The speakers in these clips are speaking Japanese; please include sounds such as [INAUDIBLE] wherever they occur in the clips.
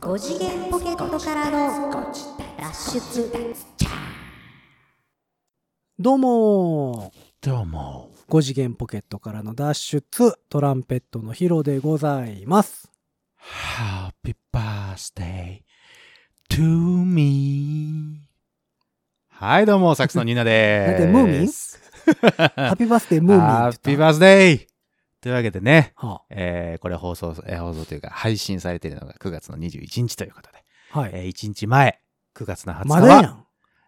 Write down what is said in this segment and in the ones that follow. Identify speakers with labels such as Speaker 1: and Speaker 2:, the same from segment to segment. Speaker 1: 5次元ポケットからの脱出
Speaker 2: どうも
Speaker 3: どうも。
Speaker 2: ー5次元ポケットからの脱出トランペットのヒロでございます
Speaker 3: Happy birthday to me. はい、どうも、サックスのニーナで
Speaker 2: だっ
Speaker 3: す。
Speaker 2: てムー
Speaker 3: [LAUGHS]
Speaker 2: ミンハッピーバースデームーミン
Speaker 3: ハッピー
Speaker 2: ー
Speaker 3: バースデーというわけでね、
Speaker 2: は
Speaker 3: えーこれ放送、えー放送というか、配信されているのが9月の21日ということで、
Speaker 2: あはい、
Speaker 3: えー1日前、9月の20日
Speaker 2: ま
Speaker 3: は、
Speaker 2: だやん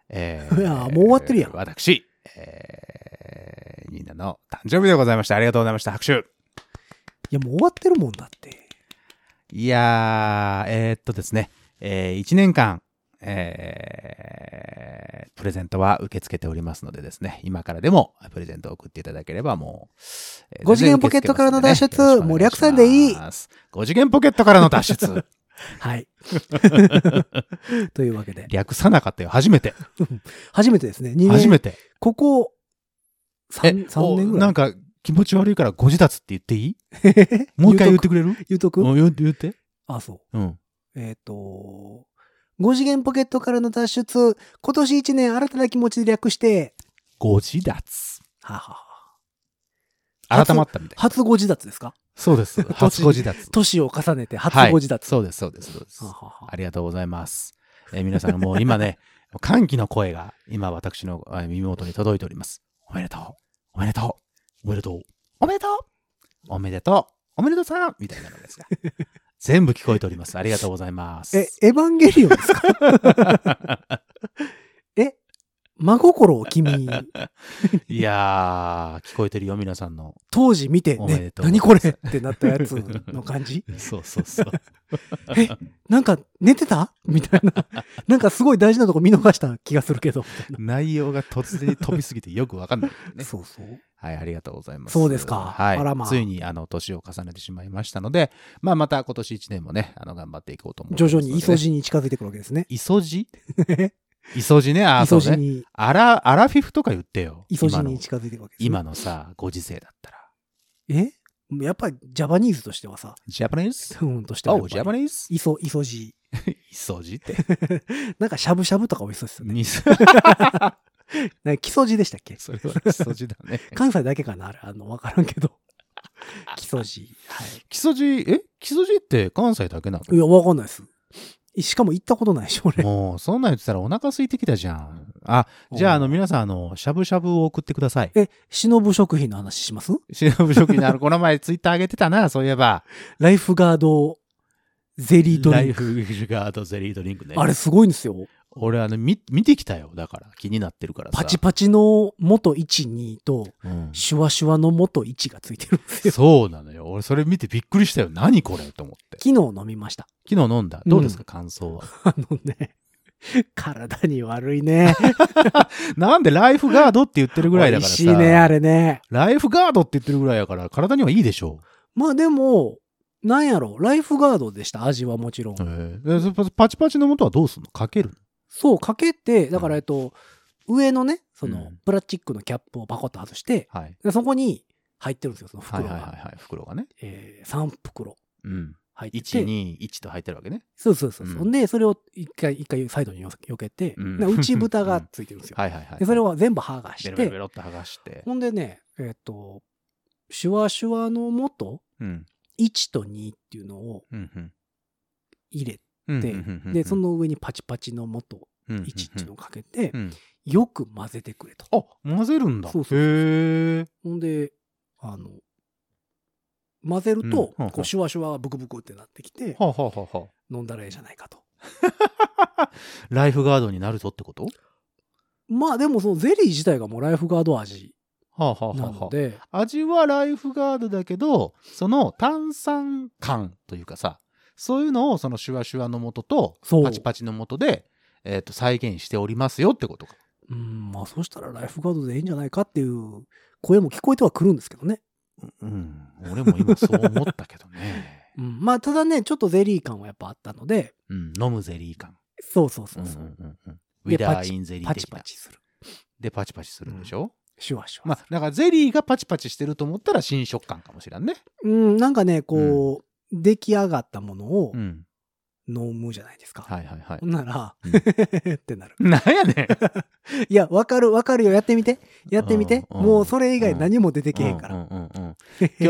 Speaker 3: え
Speaker 2: いやもう終わってるやん
Speaker 3: 私、えー、ニーナの誕生日でございました。ありがとうございました。拍手。
Speaker 2: いやもう終わってるもんだって
Speaker 3: いやー、えーっとですね、え1年間、えープレゼントは受け付けておりますのでですね、今からでもプレゼントを送っていただければもう、
Speaker 2: 五次元ポケットからの脱出もう略さんでいい
Speaker 3: 5次元ポケットからの脱出 [LAUGHS]
Speaker 2: はいというわけで
Speaker 3: 略さなかったよ、初めて。
Speaker 2: 初めてですね2年
Speaker 3: 初めて。
Speaker 2: ここ 3, 三年ぐら
Speaker 3: ないんか気持ち悪いからご自立って言って
Speaker 2: [LAUGHS]
Speaker 3: いいもう一回言ってくれる
Speaker 2: 言うとく
Speaker 3: うん言う言って。
Speaker 2: あそう
Speaker 3: うん。
Speaker 2: えっ、と、5次元ポケットからの脱出、今年1年新たな気持ちで略して、
Speaker 3: ご自立。
Speaker 2: はあはあは
Speaker 3: 改まったみた
Speaker 2: あ
Speaker 3: い。
Speaker 2: 初ご自立ですか
Speaker 3: そうです。初ご自立。
Speaker 2: 年を重ねて初ご自立。
Speaker 3: そうです、そうです、そうです
Speaker 2: は。あはあはあ
Speaker 3: ありがとうございます。えー皆さんもう今 [LAUGHS] ね、歓喜の声が今私のえー耳元に届いております。おめでとうおめでとうおめでとうおめでとうおめでとうおめでとうさんみたいなの [LAUGHS] ですが。全部聞こえております。ありがとうございます。
Speaker 2: え、エヴァンゲリオンですか
Speaker 3: [LAUGHS]
Speaker 2: え、真心を君、
Speaker 3: いやー、聞こえてるよ、皆さんの。
Speaker 2: 当時見て
Speaker 3: おめで
Speaker 2: ね、
Speaker 3: とう
Speaker 2: 何これってなったやつの感じ
Speaker 3: そうそう [LAUGHS] そう。
Speaker 2: なんか寝てたみたいな。 [LAUGHS] なんかすごい大事なとこ見逃した気がするけど。
Speaker 3: 内容が突然飛びすぎてよくわかんない、ね。
Speaker 2: そうそう。
Speaker 3: [LAUGHS] はい、ありがとうございます。
Speaker 2: そうですか
Speaker 3: はい。
Speaker 2: あらまあ
Speaker 3: ついに、あの、年を重ねてしまいましたので、まあ、また今年一年もね、あの、頑張っていこうと思います
Speaker 2: 徐
Speaker 3: ので
Speaker 2: 々
Speaker 3: ね、
Speaker 2: に磯路に近づいてくるわけですね。
Speaker 3: 磯 [LAUGHS] 路磯路ね、あー、そ
Speaker 2: 磯
Speaker 3: う
Speaker 2: 路
Speaker 3: ね。
Speaker 2: に、
Speaker 3: アラ、アラフィフとか言ってよ。
Speaker 2: 磯路
Speaker 3: 今の
Speaker 2: に近づいていくわけですね、
Speaker 3: 今のさ、ご時世だったら。
Speaker 2: えやっぱりジャパニーズとしてはさ、
Speaker 3: ジャパニーズ
Speaker 2: うんとしてはやっ
Speaker 3: お
Speaker 2: ぱ
Speaker 3: ジ
Speaker 2: り。
Speaker 3: ャパニーズ
Speaker 2: いそ、いそじ。
Speaker 3: 磯路 [LAUGHS] って。
Speaker 2: なんかしゃぶしゃぶとか美味しそうですよね。
Speaker 3: にそ
Speaker 2: なんか基礎じでしたっけ
Speaker 3: れは磯路だね。
Speaker 2: 関西だけかなあれ、あの、わからんけど。 [LAUGHS] 基礎じ。はい。
Speaker 3: 木曽路、え木曽路って関西だけなの
Speaker 2: いや、わかんないです。しかも行ったことない
Speaker 3: [LAUGHS]
Speaker 2: し、俺。
Speaker 3: もう、そんなん言ってたらお腹空いてきたじゃん。あ、じゃあ、あの、皆さん、あの、しゃぶしゃぶを送ってください。
Speaker 2: え、忍ぶ食品の話します
Speaker 3: 忍ぶ食品のあの、この前ツイッター上げてたな、そういえば。
Speaker 2: ライフガードゼリード
Speaker 3: ラ
Speaker 2: リ
Speaker 3: イ
Speaker 2: ンク。
Speaker 3: フガードゼリードリンクね。
Speaker 2: あれすごいんですよ。
Speaker 3: 俺、あの、み見てきたよ。だから、気になってるからさ。
Speaker 2: パチパチの元1、2と、
Speaker 3: うん
Speaker 2: シュワシュワの元1がついてるんですよ。
Speaker 3: そうなのよ。俺、それ見てびっくりしたよ。何これと思って。
Speaker 2: 昨日飲みました。 [LAUGHS]
Speaker 3: 昨日飲んだ。どうですか、感想は。
Speaker 2: あのね、体に悪いね。
Speaker 3: なんで、ライフガードって言ってるぐらいだからさ。
Speaker 2: 美味しいね、あれね。
Speaker 3: ライフガードって言ってるぐらいだから、体にはいいでしょ
Speaker 2: まあでも、なんやろ、ライフガードでした、味はもちろん
Speaker 3: う。。えそパチパチの元はどうすんのかけるの
Speaker 2: そう、かけて、だから、
Speaker 3: うん
Speaker 2: えっと、上のね、その、
Speaker 3: うん
Speaker 2: プラスチックのキャップをパコッと外して、
Speaker 3: はい。
Speaker 2: でそこに入ってるんですよ、その
Speaker 3: は
Speaker 2: 袋
Speaker 3: いは
Speaker 2: が。
Speaker 3: いはいはい。袋がね。
Speaker 2: えー、3袋
Speaker 3: うん。
Speaker 2: 入ってて。
Speaker 3: 1、2、1と入ってるわけね。
Speaker 2: そうそうそうそう。
Speaker 3: うん
Speaker 2: で、それを一回、一回サイドによ避けて、
Speaker 3: うん
Speaker 2: で内蓋がついてるん
Speaker 3: [LAUGHS]
Speaker 2: ですよ。
Speaker 3: はいはいはい。
Speaker 2: でそれを全部剥が
Speaker 3: ベ
Speaker 2: し
Speaker 3: ロベロベ
Speaker 2: て、
Speaker 3: ロって剥がして。
Speaker 2: ほんでね、えっと、シュワシュワの元
Speaker 3: うん。
Speaker 2: 1と2っていうのを
Speaker 3: うんうん。
Speaker 2: 入れ
Speaker 3: うん
Speaker 2: て
Speaker 3: うんうん
Speaker 2: でその上にパチパチの元
Speaker 3: うんうんうん
Speaker 2: 1っていうのをかけて
Speaker 3: うん
Speaker 2: よく混ぜてくれと。
Speaker 3: あ混ぜるんだ
Speaker 2: そうそうそう
Speaker 3: へえ
Speaker 2: ほんであの混ぜると
Speaker 3: うん
Speaker 2: こうシュワシュワがブクブクってなってきて
Speaker 3: はあ、はあはあは
Speaker 2: 飲んだらええじゃないかと。
Speaker 3: あ、ライフガードになるぞってことは
Speaker 2: まあでもそのゼリー自体がもうライフガード味
Speaker 3: あ、はあは
Speaker 2: な
Speaker 3: あは
Speaker 2: ので
Speaker 3: あ、味はライフガードだけどその炭酸感というかさそういうのをそのシュワシュワの元と
Speaker 2: そう
Speaker 3: パチパチの元で、えー、と再現しておりますよってことか
Speaker 2: うんまあそうしたらライフガードでいいんじゃないかっていう声も聞こえてはくるんですけどね。
Speaker 3: うん俺も今そう思ったけど
Speaker 2: [LAUGHS]
Speaker 3: ね
Speaker 2: うん、まあただねちょっとゼリー感はやっぱあったので
Speaker 3: うん飲むゼリー感
Speaker 2: そうそう
Speaker 3: う
Speaker 2: そ
Speaker 3: ん
Speaker 2: う
Speaker 3: うん
Speaker 2: そう、
Speaker 3: うんうんウ
Speaker 2: で
Speaker 3: ィダーインゼリー
Speaker 2: パチ
Speaker 3: 的な
Speaker 2: パチする
Speaker 3: でパチパチするんでしょ、
Speaker 2: シュワシュワする
Speaker 3: まあなんかゼリーがパチパチしてると思ったら新食感かもしれんね
Speaker 2: うん、なんかね、こう、出来上がったものを
Speaker 3: う、ん
Speaker 2: 飲むじゃないですか。
Speaker 3: はいはいはい
Speaker 2: ほ。んなら、
Speaker 3: うん
Speaker 2: って [LAUGHS] なる。
Speaker 3: なんやねん。
Speaker 2: いや、わかる、わかるよ。やってみて。やってみて。
Speaker 3: うんうん
Speaker 2: もうそれ以外何も出てけへんから。
Speaker 3: うんうんうんうん 今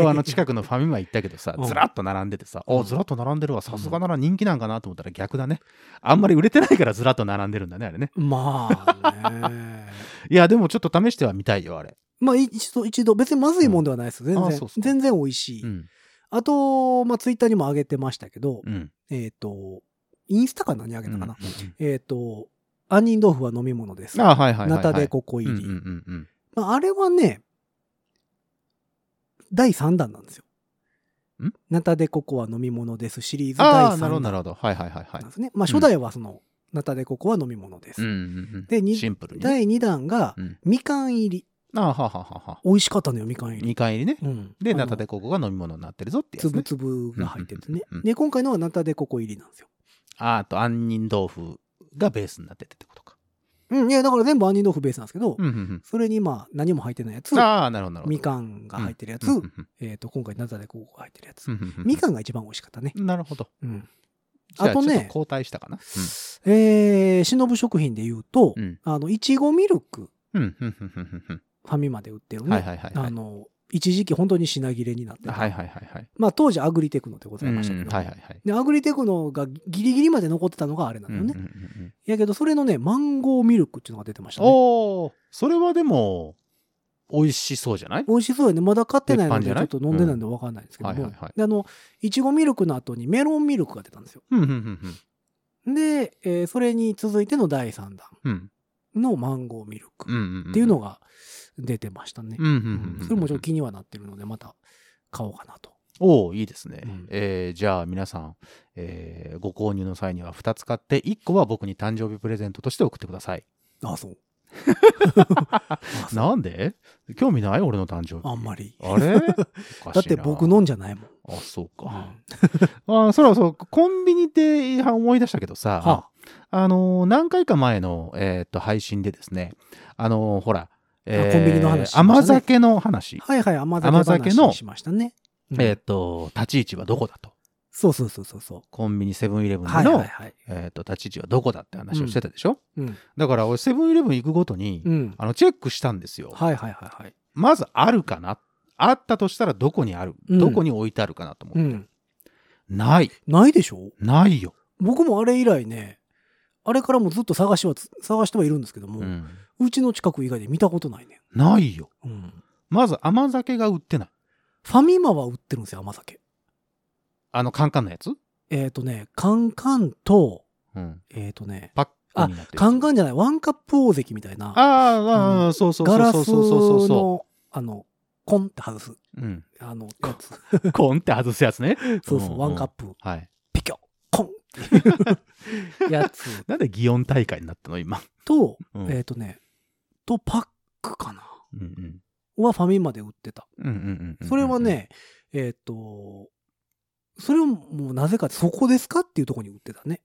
Speaker 2: [LAUGHS]
Speaker 3: 日あの近くのファミマ行ったけどさ
Speaker 2: うん
Speaker 3: ずらっと並んでてさおずらっと並んでるわさすがなら人気なんかなと思ったら逆だねあんまり売れてないからずらっと並んでるんだねあれね
Speaker 2: まあね。
Speaker 3: いやでもちょっと試してはみたいよあれ
Speaker 2: まあ一度、一度、別にまずいもんではないですよ。
Speaker 3: ん
Speaker 2: 全
Speaker 3: あ
Speaker 2: 然
Speaker 3: そうっ。すか
Speaker 2: 全然美味しい。
Speaker 3: うん
Speaker 2: あと、まあツイッターにも上げてましたけど、
Speaker 3: うん
Speaker 2: えっ、と、インスタか何上げたかな。
Speaker 3: うんうん
Speaker 2: えっ、と、杏仁豆腐は飲み物です。
Speaker 3: あはいはいはいはい
Speaker 2: ナタデココ入
Speaker 3: うん
Speaker 2: り。
Speaker 3: うんうんうん
Speaker 2: まあ、あれはね、第3弾なんですよ
Speaker 3: ん。
Speaker 2: ナタデココは飲み物ですシリーズ第
Speaker 3: ああ
Speaker 2: 3
Speaker 3: なるほ
Speaker 2: 弾な
Speaker 3: どなるほどはいはいはいはい
Speaker 2: んですね。まあ初代はその、ナタデココは飲み物です。
Speaker 3: うんうんうん
Speaker 2: でに
Speaker 3: シンプルにね
Speaker 2: 第2弾が、
Speaker 3: うん
Speaker 2: みかん入り。
Speaker 3: あはははは
Speaker 2: 美味しかったのよ、みかん入り。
Speaker 3: みかん入りね
Speaker 2: うん、
Speaker 3: で
Speaker 2: あの
Speaker 3: ナタデココが飲み物になってるぞってやつ
Speaker 2: つぶ
Speaker 3: ね
Speaker 2: つぶが入っててね
Speaker 3: うんうんうんう。ん
Speaker 2: で、今回のはナタデココ入りなんですよ。
Speaker 3: ああと杏仁豆腐がベースになっててってことか
Speaker 2: うん、いや、だから全部杏仁豆腐ベースなんですけど、
Speaker 3: うんうん
Speaker 2: それにまあ何も入ってないやつ
Speaker 3: う、んああなるほどなるほど
Speaker 2: みかんが入ってるやつ、
Speaker 3: うんうんうん
Speaker 2: えっと、今回ナタデココが入ってるやつ。み
Speaker 3: み
Speaker 2: かんが一番美味しかったね。
Speaker 3: なるほど。
Speaker 2: うん。
Speaker 3: じ
Speaker 2: あ
Speaker 3: ゃ
Speaker 2: とね
Speaker 3: ちょっ交代したかな。
Speaker 2: えー、忍食品で言うと、
Speaker 3: うん。
Speaker 2: あの、いちごミルク、
Speaker 3: うん。うん。うんうんうん
Speaker 2: ファミマで売ってる
Speaker 3: うん
Speaker 2: ね。
Speaker 3: はいはいはいはい。
Speaker 2: あの、一時期本当に品切れになってた
Speaker 3: はいはいはいはい。
Speaker 2: まあ当時アグリテクノでございましたけど、
Speaker 3: うんはいはいはい。
Speaker 2: でアグリテクノがギリギリまで残ってたのがあれなのよね、
Speaker 3: うんうんうんうん
Speaker 2: やけどそれのねマンゴーミルクっていうのが出てましたね
Speaker 3: おお、それはでも、美味しそうじゃない
Speaker 2: 美味しそうやねまだ買ってないの
Speaker 3: 鉄
Speaker 2: で
Speaker 3: 板じ
Speaker 2: ち
Speaker 3: ゃな
Speaker 2: ょ
Speaker 3: い
Speaker 2: っと飲んでないんで分かんないんですけども、
Speaker 3: うんはいはいはい
Speaker 2: であのいちごミルクの後にメロンミルクが出たんですよ
Speaker 3: うんうんうん
Speaker 2: で、えーそれに続いての第3弾
Speaker 3: うん。うん
Speaker 2: のマンゴーミル
Speaker 3: う
Speaker 2: ク
Speaker 3: んうんうん。
Speaker 2: っていうのが出てましたね、
Speaker 3: うんうんうん
Speaker 2: う
Speaker 3: うんん。
Speaker 2: それもちょっと気にはなってるので、また買おうかなと。
Speaker 3: おお、いいですね
Speaker 2: うん。
Speaker 3: えーじゃあ皆さん、えーご購入の際には2つ買って、1個は僕に誕生日プレゼントとして送ってください。
Speaker 2: あそう。あそう
Speaker 3: なんで興味ない俺の誕生日。
Speaker 2: あんまり。
Speaker 3: あ
Speaker 2: [LAUGHS]
Speaker 3: れ
Speaker 2: だって僕。のんじゃないもん。
Speaker 3: おかしいなあ、そう
Speaker 2: うん
Speaker 3: か。あーそろそろコンビニで思い出したけどさ、
Speaker 2: は
Speaker 3: あのー何回か前の、えーっと配信でですねあのーほら、えー
Speaker 2: コンビニの話しましたね
Speaker 3: 甘酒の話、
Speaker 2: はいはい、甘酒
Speaker 3: 甘酒の
Speaker 2: 話しましたね。うん
Speaker 3: えーっと立ち位置はどこだと
Speaker 2: そうそうそうそうそう。
Speaker 3: コンビニセブンイレブンで
Speaker 2: はい
Speaker 3: の、
Speaker 2: はいはい。
Speaker 3: えーっと立ち位置はどこだって話をしてたでしょ、
Speaker 2: うん。
Speaker 3: だから俺セブンイレブン行くごとに、
Speaker 2: うん。
Speaker 3: あのチェックしたんですよ、
Speaker 2: はいはいはいはい。
Speaker 3: まずあるかなあったとしたらどこにある、
Speaker 2: うん
Speaker 3: どこに置いてあるかなと思
Speaker 2: う
Speaker 3: う、
Speaker 2: ん。
Speaker 3: ない
Speaker 2: ないでしょ
Speaker 3: ないよ、
Speaker 2: 僕もあれ以来ね、あれからもずっと探しはつ、探してはいるんですけども、う
Speaker 3: う、
Speaker 2: んちの近く以外で見たことないね。
Speaker 3: ないよ
Speaker 2: うん。
Speaker 3: まず甘酒が売ってない
Speaker 2: ファミマは売ってるんですよ、甘酒。
Speaker 3: あのカンカンのやつ、
Speaker 2: えっ、とね、カンカンと、
Speaker 3: うん、
Speaker 2: えっ、とね、
Speaker 3: パックになってるやつ
Speaker 2: カンカンじゃない、ワンカップ大関みたいな、
Speaker 3: ああああ、そうそうそ
Speaker 2: ガラ
Speaker 3: うそ
Speaker 2: ス
Speaker 3: うそうそうそ
Speaker 2: の、あの、コンって外す、
Speaker 3: う。 [LAUGHS] うん。
Speaker 2: あの、やつ。
Speaker 3: コンって外すやつね。
Speaker 2: そうそう、
Speaker 3: うん
Speaker 2: ワンカップ、
Speaker 3: はい。
Speaker 2: ピキョ、コンっていう [LAUGHS] やつ
Speaker 3: なんで擬音大会になったの今。
Speaker 2: と、
Speaker 3: うん
Speaker 2: えっ、とね、と、パックかな
Speaker 3: うんうん。
Speaker 2: はファミマで売ってた。
Speaker 3: うんうんうんうん。
Speaker 2: それは。ね、えっ、と、それをもうなぜか、そこですかっていうところに売ってたね。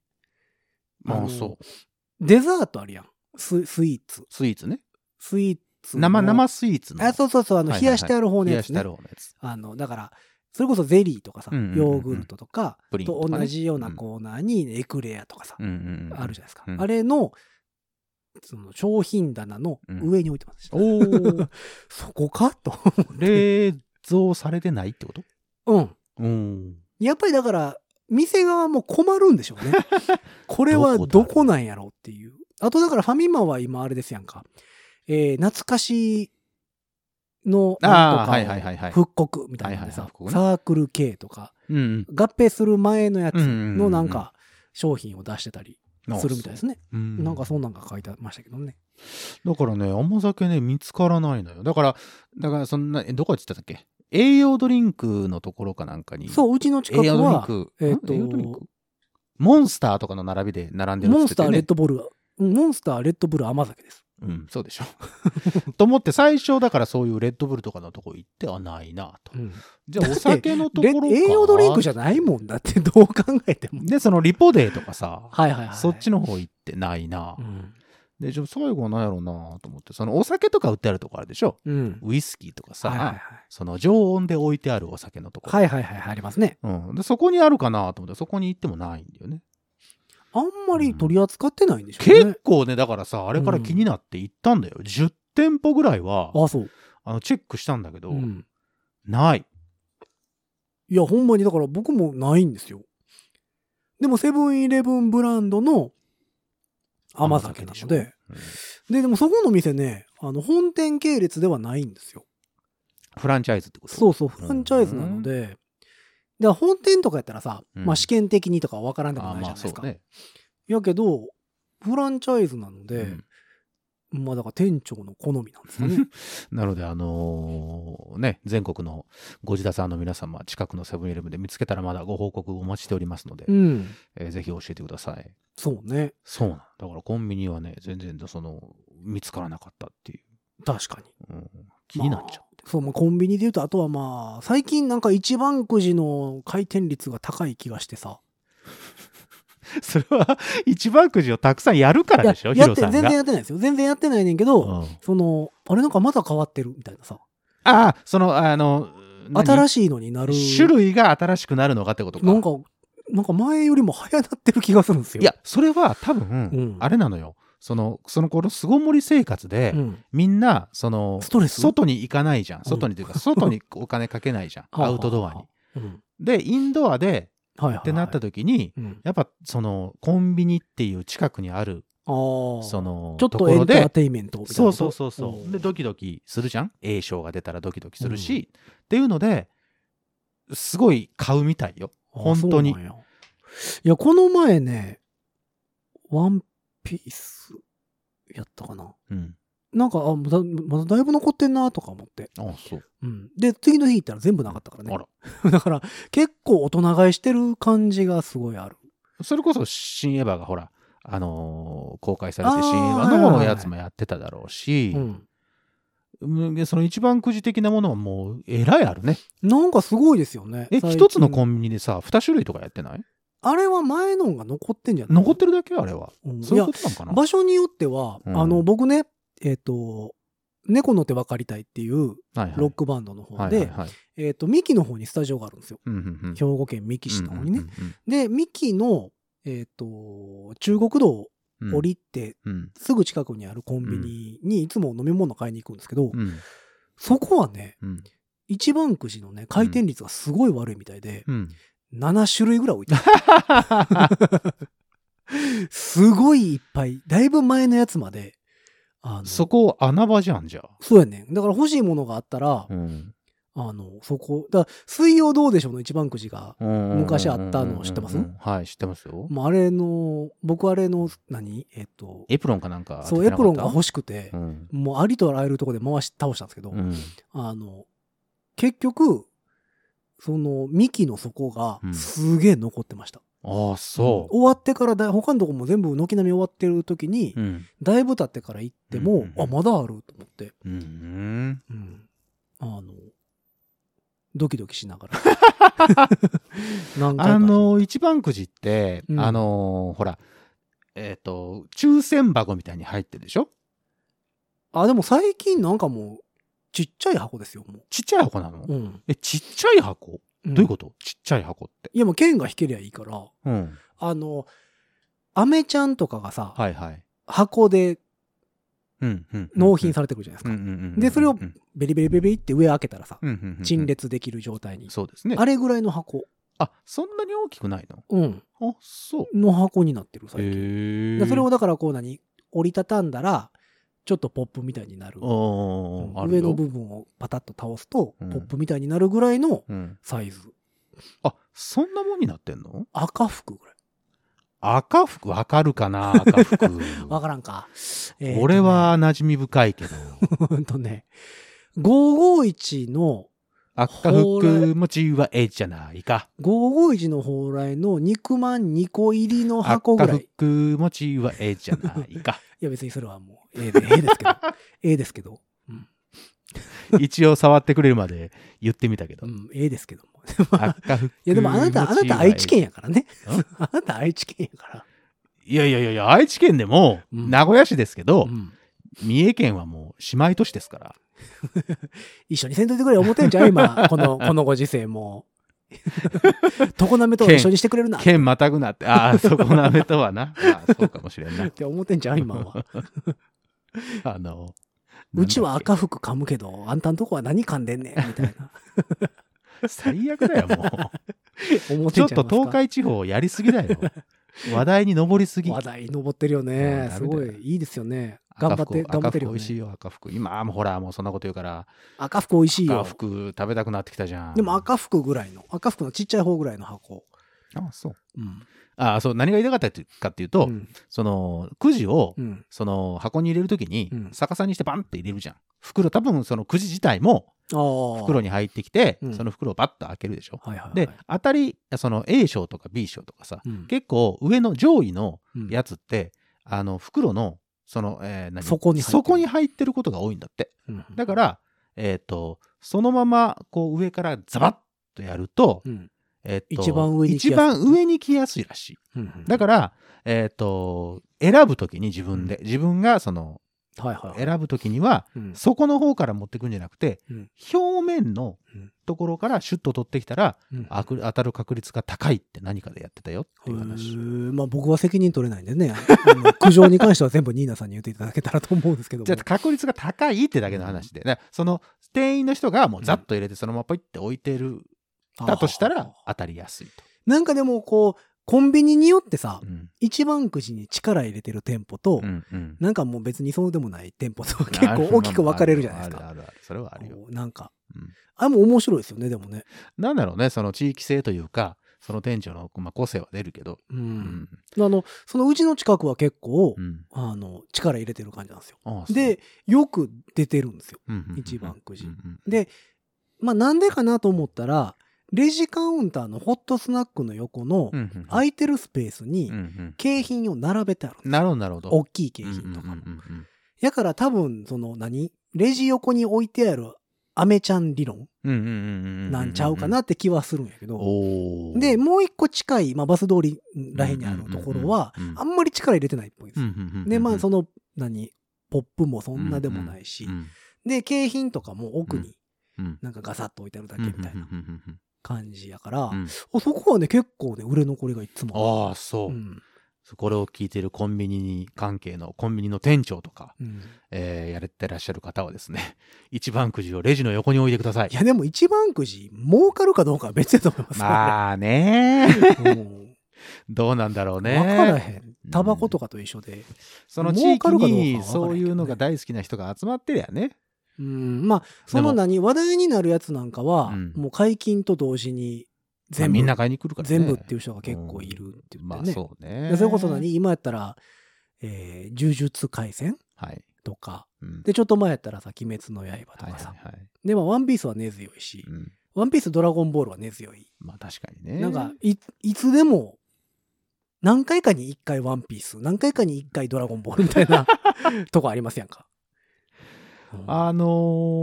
Speaker 2: あ
Speaker 3: ま
Speaker 2: の
Speaker 3: あそう。
Speaker 2: デザートあるやん。ススイーツ。
Speaker 3: スイーツね。
Speaker 2: スイーツの。
Speaker 3: 生、生スイーツの。
Speaker 2: あ、そうそうそう、あの、
Speaker 3: はいはい
Speaker 2: 冷
Speaker 3: はい
Speaker 2: やしてある方の
Speaker 3: 冷
Speaker 2: や
Speaker 3: や
Speaker 2: つ
Speaker 3: し
Speaker 2: ね。
Speaker 3: たろうのやつ。
Speaker 2: あの、だから、それこそゼリーとかさ、
Speaker 3: うんうんうんうん
Speaker 2: ヨーグルトとか、
Speaker 3: プリン
Speaker 2: と
Speaker 3: かね
Speaker 2: 同。じようなコーナーにエクレアとかさ、
Speaker 3: うんうんうん。
Speaker 2: あるじゃないですか。
Speaker 3: うん
Speaker 2: あれの、その商品棚の上に置いてました。
Speaker 3: お [LAUGHS] ー
Speaker 2: そこかと。
Speaker 3: 冷蔵されてないってこと
Speaker 2: うん。
Speaker 3: うん。
Speaker 2: やっぱりだから、店側も困るんでしょ
Speaker 3: [LAUGHS]
Speaker 2: うね。これはどこなんやろうっていう。あとだからファミマは今あれですやんか。えー、懐かしのなん
Speaker 3: あ
Speaker 2: と
Speaker 3: あ、
Speaker 2: か
Speaker 3: はいはいはいは
Speaker 2: を
Speaker 3: い。
Speaker 2: 復刻みたいなんでさ、
Speaker 3: はいはいはい復刻ね
Speaker 2: サークル系とか、
Speaker 3: うんうん
Speaker 2: 合併する前のやつ
Speaker 3: うんうんうんう
Speaker 2: の
Speaker 3: ん
Speaker 2: なんか商品を出してたりするみたいですね。
Speaker 3: うん。
Speaker 2: なんかそんなんが書いてましたけどね。
Speaker 3: だからね、甘酒ね、見つからないのよ。だから、だからそんな、えどこやって言ったっけ栄養ドリンクのところかなんかに。
Speaker 2: そう、うちの近く
Speaker 3: 栄養ドリン
Speaker 2: は、
Speaker 3: ク。
Speaker 2: えー
Speaker 3: ん
Speaker 2: と
Speaker 3: 栄養ドリンクモンスターとかの並びで並んでるっ
Speaker 2: モ
Speaker 3: つ
Speaker 2: ン
Speaker 3: っ
Speaker 2: ス
Speaker 3: て
Speaker 2: タ
Speaker 3: て
Speaker 2: ー、レッ
Speaker 3: ね。
Speaker 2: ドブルは、うんモンスター、レッドブル、甘酒です。
Speaker 3: うん、そうでしょ。 [LAUGHS] と思って、最初だからそういうレッドブルとかのとこ行ってはないなと。じゃあ、お酒のとこ
Speaker 2: レ
Speaker 3: ろか。
Speaker 2: 栄養ドリンクじ
Speaker 3: ゃ
Speaker 2: ゃないもんだって、どう考えても。
Speaker 3: で、そのリポデーとかさ、
Speaker 2: はいはいはい。
Speaker 3: そっちの方行ってないな
Speaker 2: う。ん。
Speaker 3: で、じゃあ最後は何やろうなと思って、そのお酒とか売ってあるとこあるでしょ。
Speaker 2: うん。
Speaker 3: ウイスキーとか
Speaker 2: はいはい
Speaker 3: さ、その常温で置いてあるお酒のところ
Speaker 2: はい。はいはいはい、ありますね。
Speaker 3: うん、でそこにあるかなと思ってそこに行ってもないんだよね。
Speaker 2: あんまり取り扱ってないんでしょうね
Speaker 3: 結。構ね、だからさ、あれから気になって行ったんだよ。10店舗ぐらいは、
Speaker 2: あ、そう。
Speaker 3: あの、チェックしたんだけど、
Speaker 2: うん。
Speaker 3: ない。
Speaker 2: いや、ほんまにだから僕もないんですよ。でもセブンイレブンブランドの甘酒なの
Speaker 3: 甘
Speaker 2: で。
Speaker 3: うん
Speaker 2: で、でもそこの店ね、あの、本店系列ではないんですよ。
Speaker 3: フランチャイズってこと
Speaker 2: そうそう、フランチャイズなので、だから本店とかやったらさ、
Speaker 3: うん
Speaker 2: まあ試験的にとかわからんでも
Speaker 3: あ
Speaker 2: ないじゃな
Speaker 3: ま
Speaker 2: い
Speaker 3: あそ
Speaker 2: です
Speaker 3: う
Speaker 2: か。
Speaker 3: ね。
Speaker 2: やけど、フランチャイズなの
Speaker 3: う
Speaker 2: で、
Speaker 3: ん
Speaker 2: まあだから店長の好みなんですか
Speaker 3: [LAUGHS]
Speaker 2: ね。
Speaker 3: なので、あのーね、全国のご自宅さんの皆様、近くのセブンイレブンで見つけたらまだご報告お待ちしておりますので、
Speaker 2: うん。
Speaker 3: えーぜひ教えてください。
Speaker 2: そうね。
Speaker 3: そうなんだからコンビニはね、全然その、見つからなかったっていう。
Speaker 2: 確かに。
Speaker 3: うん、気になっちゃう。
Speaker 2: そう、まあ、コンビニで言うと、あとはまあ、最近なんか一番くじの回転率が高い気がしてさ。
Speaker 3: [LAUGHS] それは、一番くじをたくさんやるからでしょ、
Speaker 2: い
Speaker 3: ヒ
Speaker 2: やや
Speaker 3: ロ
Speaker 2: って
Speaker 3: さん
Speaker 2: 全
Speaker 3: が。
Speaker 2: 然やってないですよ。全然やってないねんけど、
Speaker 3: うん
Speaker 2: その、あれなんかまだ変わってるみたいなさ。
Speaker 3: ああ、その、あの、何
Speaker 2: 新しいのになる。
Speaker 3: 種類が新しくなるのかってことか。
Speaker 2: なんか、なんか前よりも早なってる気がするんですよ。
Speaker 3: いや、それは多分、
Speaker 2: うん
Speaker 3: あれなのよ。その、その頃、巣ごもり生活で、
Speaker 2: うん。
Speaker 3: みんな、その、
Speaker 2: ストレス
Speaker 3: 外に行かないじゃん。
Speaker 2: ん
Speaker 3: 外にと
Speaker 2: [LAUGHS]
Speaker 3: いうか、外にお金かけないじゃん。
Speaker 2: はあはあ
Speaker 3: アウトドアに。
Speaker 2: うん。
Speaker 3: で、インドアで、
Speaker 2: はいはい、はい。
Speaker 3: ってなった時に、
Speaker 2: うん。
Speaker 3: やっぱ、その、コンビニっていう近くにある、
Speaker 2: ああ。
Speaker 3: その、
Speaker 2: ちょっ
Speaker 3: こと
Speaker 2: エ
Speaker 3: ころ
Speaker 2: ンター
Speaker 3: で、
Speaker 2: テイメントみたいな
Speaker 3: そ
Speaker 2: こ
Speaker 3: う
Speaker 2: と。
Speaker 3: そうそうそう。
Speaker 2: ん
Speaker 3: で、ドキドキするじゃん ?A 賞が出たらドキドキするし、っていうので、すごい買うみたいよ。
Speaker 2: あ
Speaker 3: 本当に
Speaker 2: そうなんやいや、この前ね、ワンピースやったかな。
Speaker 3: うん。
Speaker 2: なんか、あ、まだ、まだだいぶ残ってんなとか思って。
Speaker 3: あそう。
Speaker 2: うん。で、次の日行ったら全部なかったから
Speaker 3: あ
Speaker 2: ね。[LAUGHS]
Speaker 3: ら。
Speaker 2: だから、結構大人買いしてる感じがすごいある。
Speaker 3: それこそ、新エヴァがほら、あのー公開され
Speaker 2: あ
Speaker 3: て、
Speaker 2: ー
Speaker 3: 新エヴァのやつもやってただろうし
Speaker 2: う、ん。
Speaker 3: うんでその一番くじ的なものはもう、えらいあるね。
Speaker 2: なんかすごいですよね。
Speaker 3: え、
Speaker 2: 最近
Speaker 3: 一つのコンビニでさ、二種類とかやってない
Speaker 2: あれは前のが残ってんじゃない
Speaker 3: 残ってるだけあれは。
Speaker 2: うん
Speaker 3: そういうことなんかな
Speaker 2: 場所によっては、
Speaker 3: うん
Speaker 2: あの、僕ね、えっ、と、猫の手分かりたいっていう
Speaker 3: はいはい
Speaker 2: ロックバンドの方
Speaker 3: はい
Speaker 2: で、
Speaker 3: はいはい
Speaker 2: えっ、と、三木の方にスタジオがあるんですよ。
Speaker 3: うんうんうん
Speaker 2: 兵庫県三木市の方にね。。
Speaker 3: うん
Speaker 2: で、三木の、えっ、と、中国道
Speaker 3: うんうん
Speaker 2: 降りて、
Speaker 3: うん
Speaker 2: すぐ近くにあるコンビニにいつも飲み物買いに行くんですけど、
Speaker 3: うん
Speaker 2: そこはね、
Speaker 3: うん
Speaker 2: 一番くじのね、回転率がすごい悪いみたいで、
Speaker 3: うん
Speaker 2: [LAUGHS] 7種類ぐらい置いてある。すごいいっぱい。だいぶ前のやつまで。あの
Speaker 3: そこ穴場じゃんじゃあ。
Speaker 2: そうやねん。だから欲しいものがあったら、
Speaker 3: うん
Speaker 2: あの、そこ、だから水曜どうでしょうの一番くじが、昔
Speaker 3: 昔
Speaker 2: あったの知ってます
Speaker 3: はい、知ってますよ。
Speaker 2: もうあれの、僕あれの、何えっと、
Speaker 3: エプロンかなんか。
Speaker 2: そう、エプロンが欲しくて、
Speaker 3: うん
Speaker 2: もうありとあらゆるところで回し倒したんですけど、
Speaker 3: うん
Speaker 2: あの、結局、その幹の底が
Speaker 3: うん
Speaker 2: すげえ残ってました。
Speaker 3: ああ、そ
Speaker 2: 終わってからだい、他のとこも全部軒並み終わってる時に、
Speaker 3: う。うん。
Speaker 2: だいぶ経ってから行っても、
Speaker 3: うんうんうん
Speaker 2: あ、まだあると思って、
Speaker 3: うん。
Speaker 2: うんあの、ドキドキしながら。
Speaker 3: [LAUGHS]
Speaker 2: 何回か
Speaker 3: あの、一番くじって、
Speaker 2: うん
Speaker 3: あのー、ほら、えっと、抽選箱みたいに入ってるでしょ
Speaker 2: あ、でも最近なんかもう、ちっちゃい箱ですよ、も
Speaker 3: ちっちゃい箱なの
Speaker 2: う。うん。
Speaker 3: え、ちっちゃい箱どういうことちっちゃい箱って。
Speaker 2: いや、もう剣が引けりゃいいから、
Speaker 3: うん。
Speaker 2: あの、アメちゃんとかがさ、
Speaker 3: はいはい。
Speaker 2: 箱で
Speaker 3: うん。うん
Speaker 2: 納品されてくるじゃないです
Speaker 3: う
Speaker 2: か。
Speaker 3: んうんうんうん
Speaker 2: でそれを
Speaker 3: うんうん
Speaker 2: ベリベリベリベリって上開けたらさ、
Speaker 3: うんうんうん
Speaker 2: 陳列できる状態に。
Speaker 3: そうですね。
Speaker 2: あれぐらいの箱、
Speaker 3: あ、そんなに大きくないの
Speaker 2: うん、
Speaker 3: あ、そう。
Speaker 2: の箱になってる、最近。
Speaker 3: へ
Speaker 2: でそれをだからこう何折りたたんだら、ちょっとポップみたいになる。
Speaker 3: おーある
Speaker 2: 上
Speaker 3: よ
Speaker 2: の部分をパタッと倒すと、
Speaker 3: うん
Speaker 2: ポップみたいになるぐらいの
Speaker 3: うん。
Speaker 2: サイズ。
Speaker 3: あ、そんなもんになってんの
Speaker 2: 赤服ぐらい。
Speaker 3: 赤服わかるか
Speaker 2: [LAUGHS]
Speaker 3: な赤服。
Speaker 2: わからんか。えーとね
Speaker 3: 俺。は馴染み深いけ
Speaker 2: [LAUGHS]
Speaker 3: ど。
Speaker 2: ほんとね。551の、
Speaker 3: 赤服持ちはええじゃないか。
Speaker 2: 551の蓬莱の肉まん2個入りの箱ぐらい。
Speaker 3: 赤
Speaker 2: い
Speaker 3: 服持ちはええじゃない
Speaker 2: [LAUGHS]
Speaker 3: か。
Speaker 2: や別にそれはもう、ええで、ええですけ [LAUGHS] ど。ええですけど。
Speaker 3: 一応触ってくれるまで言ってみたけ
Speaker 2: う [LAUGHS]
Speaker 3: ど。
Speaker 2: ん、ええですけども。
Speaker 3: 赤服持ちはええ。
Speaker 2: いやでもあなた、あなた愛知県やからね。あなた愛知県やから。
Speaker 3: いやいやいやいや、愛知県でも、
Speaker 2: うん
Speaker 3: 名古屋市ですけ
Speaker 2: う
Speaker 3: ど、
Speaker 2: ん
Speaker 3: 三重県はもう姉妹都
Speaker 2: [LAUGHS]
Speaker 3: 市ですから。
Speaker 2: 一緒にせんといてくれ思ってんじゃん、今。この、このご時世も。 [LAUGHS] 常滑とは一緒にしてくれるなっ
Speaker 3: 剣またぐなって。ああ、そこなめとはな。ああそうかもしれんな。
Speaker 2: て思ってんじゃん、今は。
Speaker 3: あの、
Speaker 2: [LAUGHS] うちは赤服噛むけど、あんたんとこは何噛んでんねん、みたい [LAUGHS] な。
Speaker 3: 最悪だ
Speaker 2: [LAUGHS]
Speaker 3: よ、も
Speaker 2: 思
Speaker 3: う。
Speaker 2: って
Speaker 3: ちょ
Speaker 2: ん
Speaker 3: っ
Speaker 2: じゃいますか
Speaker 3: と東海地方やりすぎ
Speaker 2: [LAUGHS]
Speaker 3: だよ。話題に上りすぎ。
Speaker 2: 話題に上ってるよね。
Speaker 3: うん
Speaker 2: すごい、いいですよね。頑張
Speaker 3: 赤
Speaker 2: っ
Speaker 3: 福
Speaker 2: て、頑張ってる
Speaker 3: 赤福
Speaker 2: よ
Speaker 3: 美味しい
Speaker 2: ね。
Speaker 3: よ、赤福。今、あーもうほら、もうそんなこと言うから、
Speaker 2: 赤服美味しい
Speaker 3: 赤
Speaker 2: よ。
Speaker 3: 福食べたくなってきたじゃん。
Speaker 2: でも赤服ぐらいの、赤服のちっちゃい方ぐらいの箱。
Speaker 3: あ、そう。
Speaker 2: うん。
Speaker 3: ああ、そう、何が言いたかったってかっていうと、
Speaker 2: うん
Speaker 3: その、くじを、
Speaker 2: うん。
Speaker 3: その、箱に入れるときに
Speaker 2: うん、
Speaker 3: 逆さにしてバンって入れるじゃん。袋、多分そのくじ自体も、
Speaker 2: ああ。
Speaker 3: 袋に入ってきて
Speaker 2: う、ん
Speaker 3: その袋をバッと開けるでしょ。
Speaker 2: はいはいはい。
Speaker 3: で、当たり、その A 賞とか B 賞とかさ、
Speaker 2: うん、
Speaker 3: 結構上の上位の
Speaker 2: うん
Speaker 3: やつって、あの、袋の、その、えー何
Speaker 2: 底に入ってる
Speaker 3: そこに入ってることが多いんだって。
Speaker 2: うん
Speaker 3: だから、えっ、と、そのまま、こう上からザバッとやると、
Speaker 2: うん。
Speaker 3: えっ、と、
Speaker 2: 一番上に来
Speaker 3: 一
Speaker 2: やすい
Speaker 3: 番上に来やすいらしい。
Speaker 2: うん
Speaker 3: だから、えっ、と、選ぶときに自分で、自分がその、
Speaker 2: はいはいはい。
Speaker 3: 選ぶときには、
Speaker 2: うん
Speaker 3: そこの方から持ってくんじゃなくて、
Speaker 2: うん
Speaker 3: 表面のところからシュッと取ってきたら、
Speaker 2: うん
Speaker 3: あく当たる確率が高いって何かでやってたよっていう
Speaker 2: へ
Speaker 3: 話。
Speaker 2: ーまあ僕は責任取れないんでね、あ
Speaker 3: [LAUGHS]
Speaker 2: の苦情に関しては全部ニーナさんに言っていただけたらと思うんですけども
Speaker 3: じゃあ確率が高いってだけの話で、ね、その店員の人がもうざっと入れてそのままポイって置いてる、だとした
Speaker 2: あー
Speaker 3: ら当たりやすいと。
Speaker 2: なんかでもこう、コンビニによってさ、
Speaker 3: うん
Speaker 2: 一番くじに力入れてる店舗と、
Speaker 3: うんうん
Speaker 2: なんかもう別にそうでもない店舗と結構大きく分かれるじゃないです
Speaker 3: ある
Speaker 2: か。
Speaker 3: あるあるそれはあるよ。
Speaker 2: こうなんか
Speaker 3: うん。
Speaker 2: あれも面白いですよね、でもね。
Speaker 3: なんだろうね、その地域性というか、その店長の、まあ、個性は出るけど。
Speaker 2: う
Speaker 3: うんん。
Speaker 2: あの、そのうちの近くは結構
Speaker 3: う、ん
Speaker 2: あの、力入れてる感じなんですよ。
Speaker 3: ああそう
Speaker 2: で、よく出てるんですよ。
Speaker 3: うんうんうんうん
Speaker 2: 一番くじ
Speaker 3: うんうん
Speaker 2: で、まあなんでかなと思ったら、レジカウンターのホットスナックの横の
Speaker 3: うんうんうん
Speaker 2: 空いてるスペースに
Speaker 3: うんうん
Speaker 2: 景品を並べてあるんですよ
Speaker 3: なるほど、なるほど。
Speaker 2: 大きい景品とかも
Speaker 3: うんう。んうんうん
Speaker 2: やから多分、その何レジ横に置いてあるアメちゃん理論
Speaker 3: うんうんうんうんうん
Speaker 2: なんちゃうかな。って気はするんやけど。
Speaker 3: おー
Speaker 2: で、もう一個近い、まあバス通りらへんにあるところは、、
Speaker 3: うんうんうん
Speaker 2: あんまり力入れてないっぽいんですよ。
Speaker 3: うん
Speaker 2: で、まあそ
Speaker 3: の
Speaker 2: の、何ポップもそんなでもないし。で、景品とかも奥に
Speaker 3: うん
Speaker 2: なんかガサッと置いてあるだけみたいな。
Speaker 3: な。
Speaker 2: 感じやから、
Speaker 3: うん
Speaker 2: あそこはね結構ね売れ残りがいつも
Speaker 3: ああ、そうう。
Speaker 2: ん
Speaker 3: これを聞いてるコンビニに関係の、コンビニの店長とか、
Speaker 2: うん
Speaker 3: えーやれてらっしゃる方はですね、 [LAUGHS] 一番くじをレジの横に置いてください
Speaker 2: い。やでも一番くじ儲かるかどうかは別だと思いますから
Speaker 3: まあ [LAUGHS] ね、
Speaker 2: ね、うん
Speaker 3: どうなんだろう
Speaker 2: 分から
Speaker 3: ね。
Speaker 2: へんタバコとかと一緒で、
Speaker 3: その地
Speaker 2: 儲
Speaker 3: 域
Speaker 2: かるかどうかは分からへん
Speaker 3: に
Speaker 2: けどね
Speaker 3: そういうのが大好きな人が集まってりゃね。
Speaker 2: うん、まあその何話題になるやつなんかは、
Speaker 3: うん
Speaker 2: もう解禁と同時に
Speaker 3: まあ
Speaker 2: 全部
Speaker 3: みんな買いに来るからね。
Speaker 2: 全部っていう人が結構いるって言
Speaker 3: ま
Speaker 2: っ
Speaker 3: あ
Speaker 2: てね、
Speaker 3: そうね
Speaker 2: で。それこそ何今やったら、えー、呪術廻戦
Speaker 3: はい。
Speaker 2: とか
Speaker 3: うん
Speaker 2: でちょっと前やったらさ「鬼滅の刃」とかさ、
Speaker 3: はいはいはい。
Speaker 2: でまあ「ワンピースは根強いし、
Speaker 3: うん
Speaker 2: ワンピースドラゴンボールは根強い
Speaker 3: まあ確かにね。
Speaker 2: なんか、い、いつでも、何回かに一回ワンピース、何回かに一回ドラゴンボールみたい
Speaker 3: [LAUGHS]
Speaker 2: なとこありますやんか。うん
Speaker 3: あ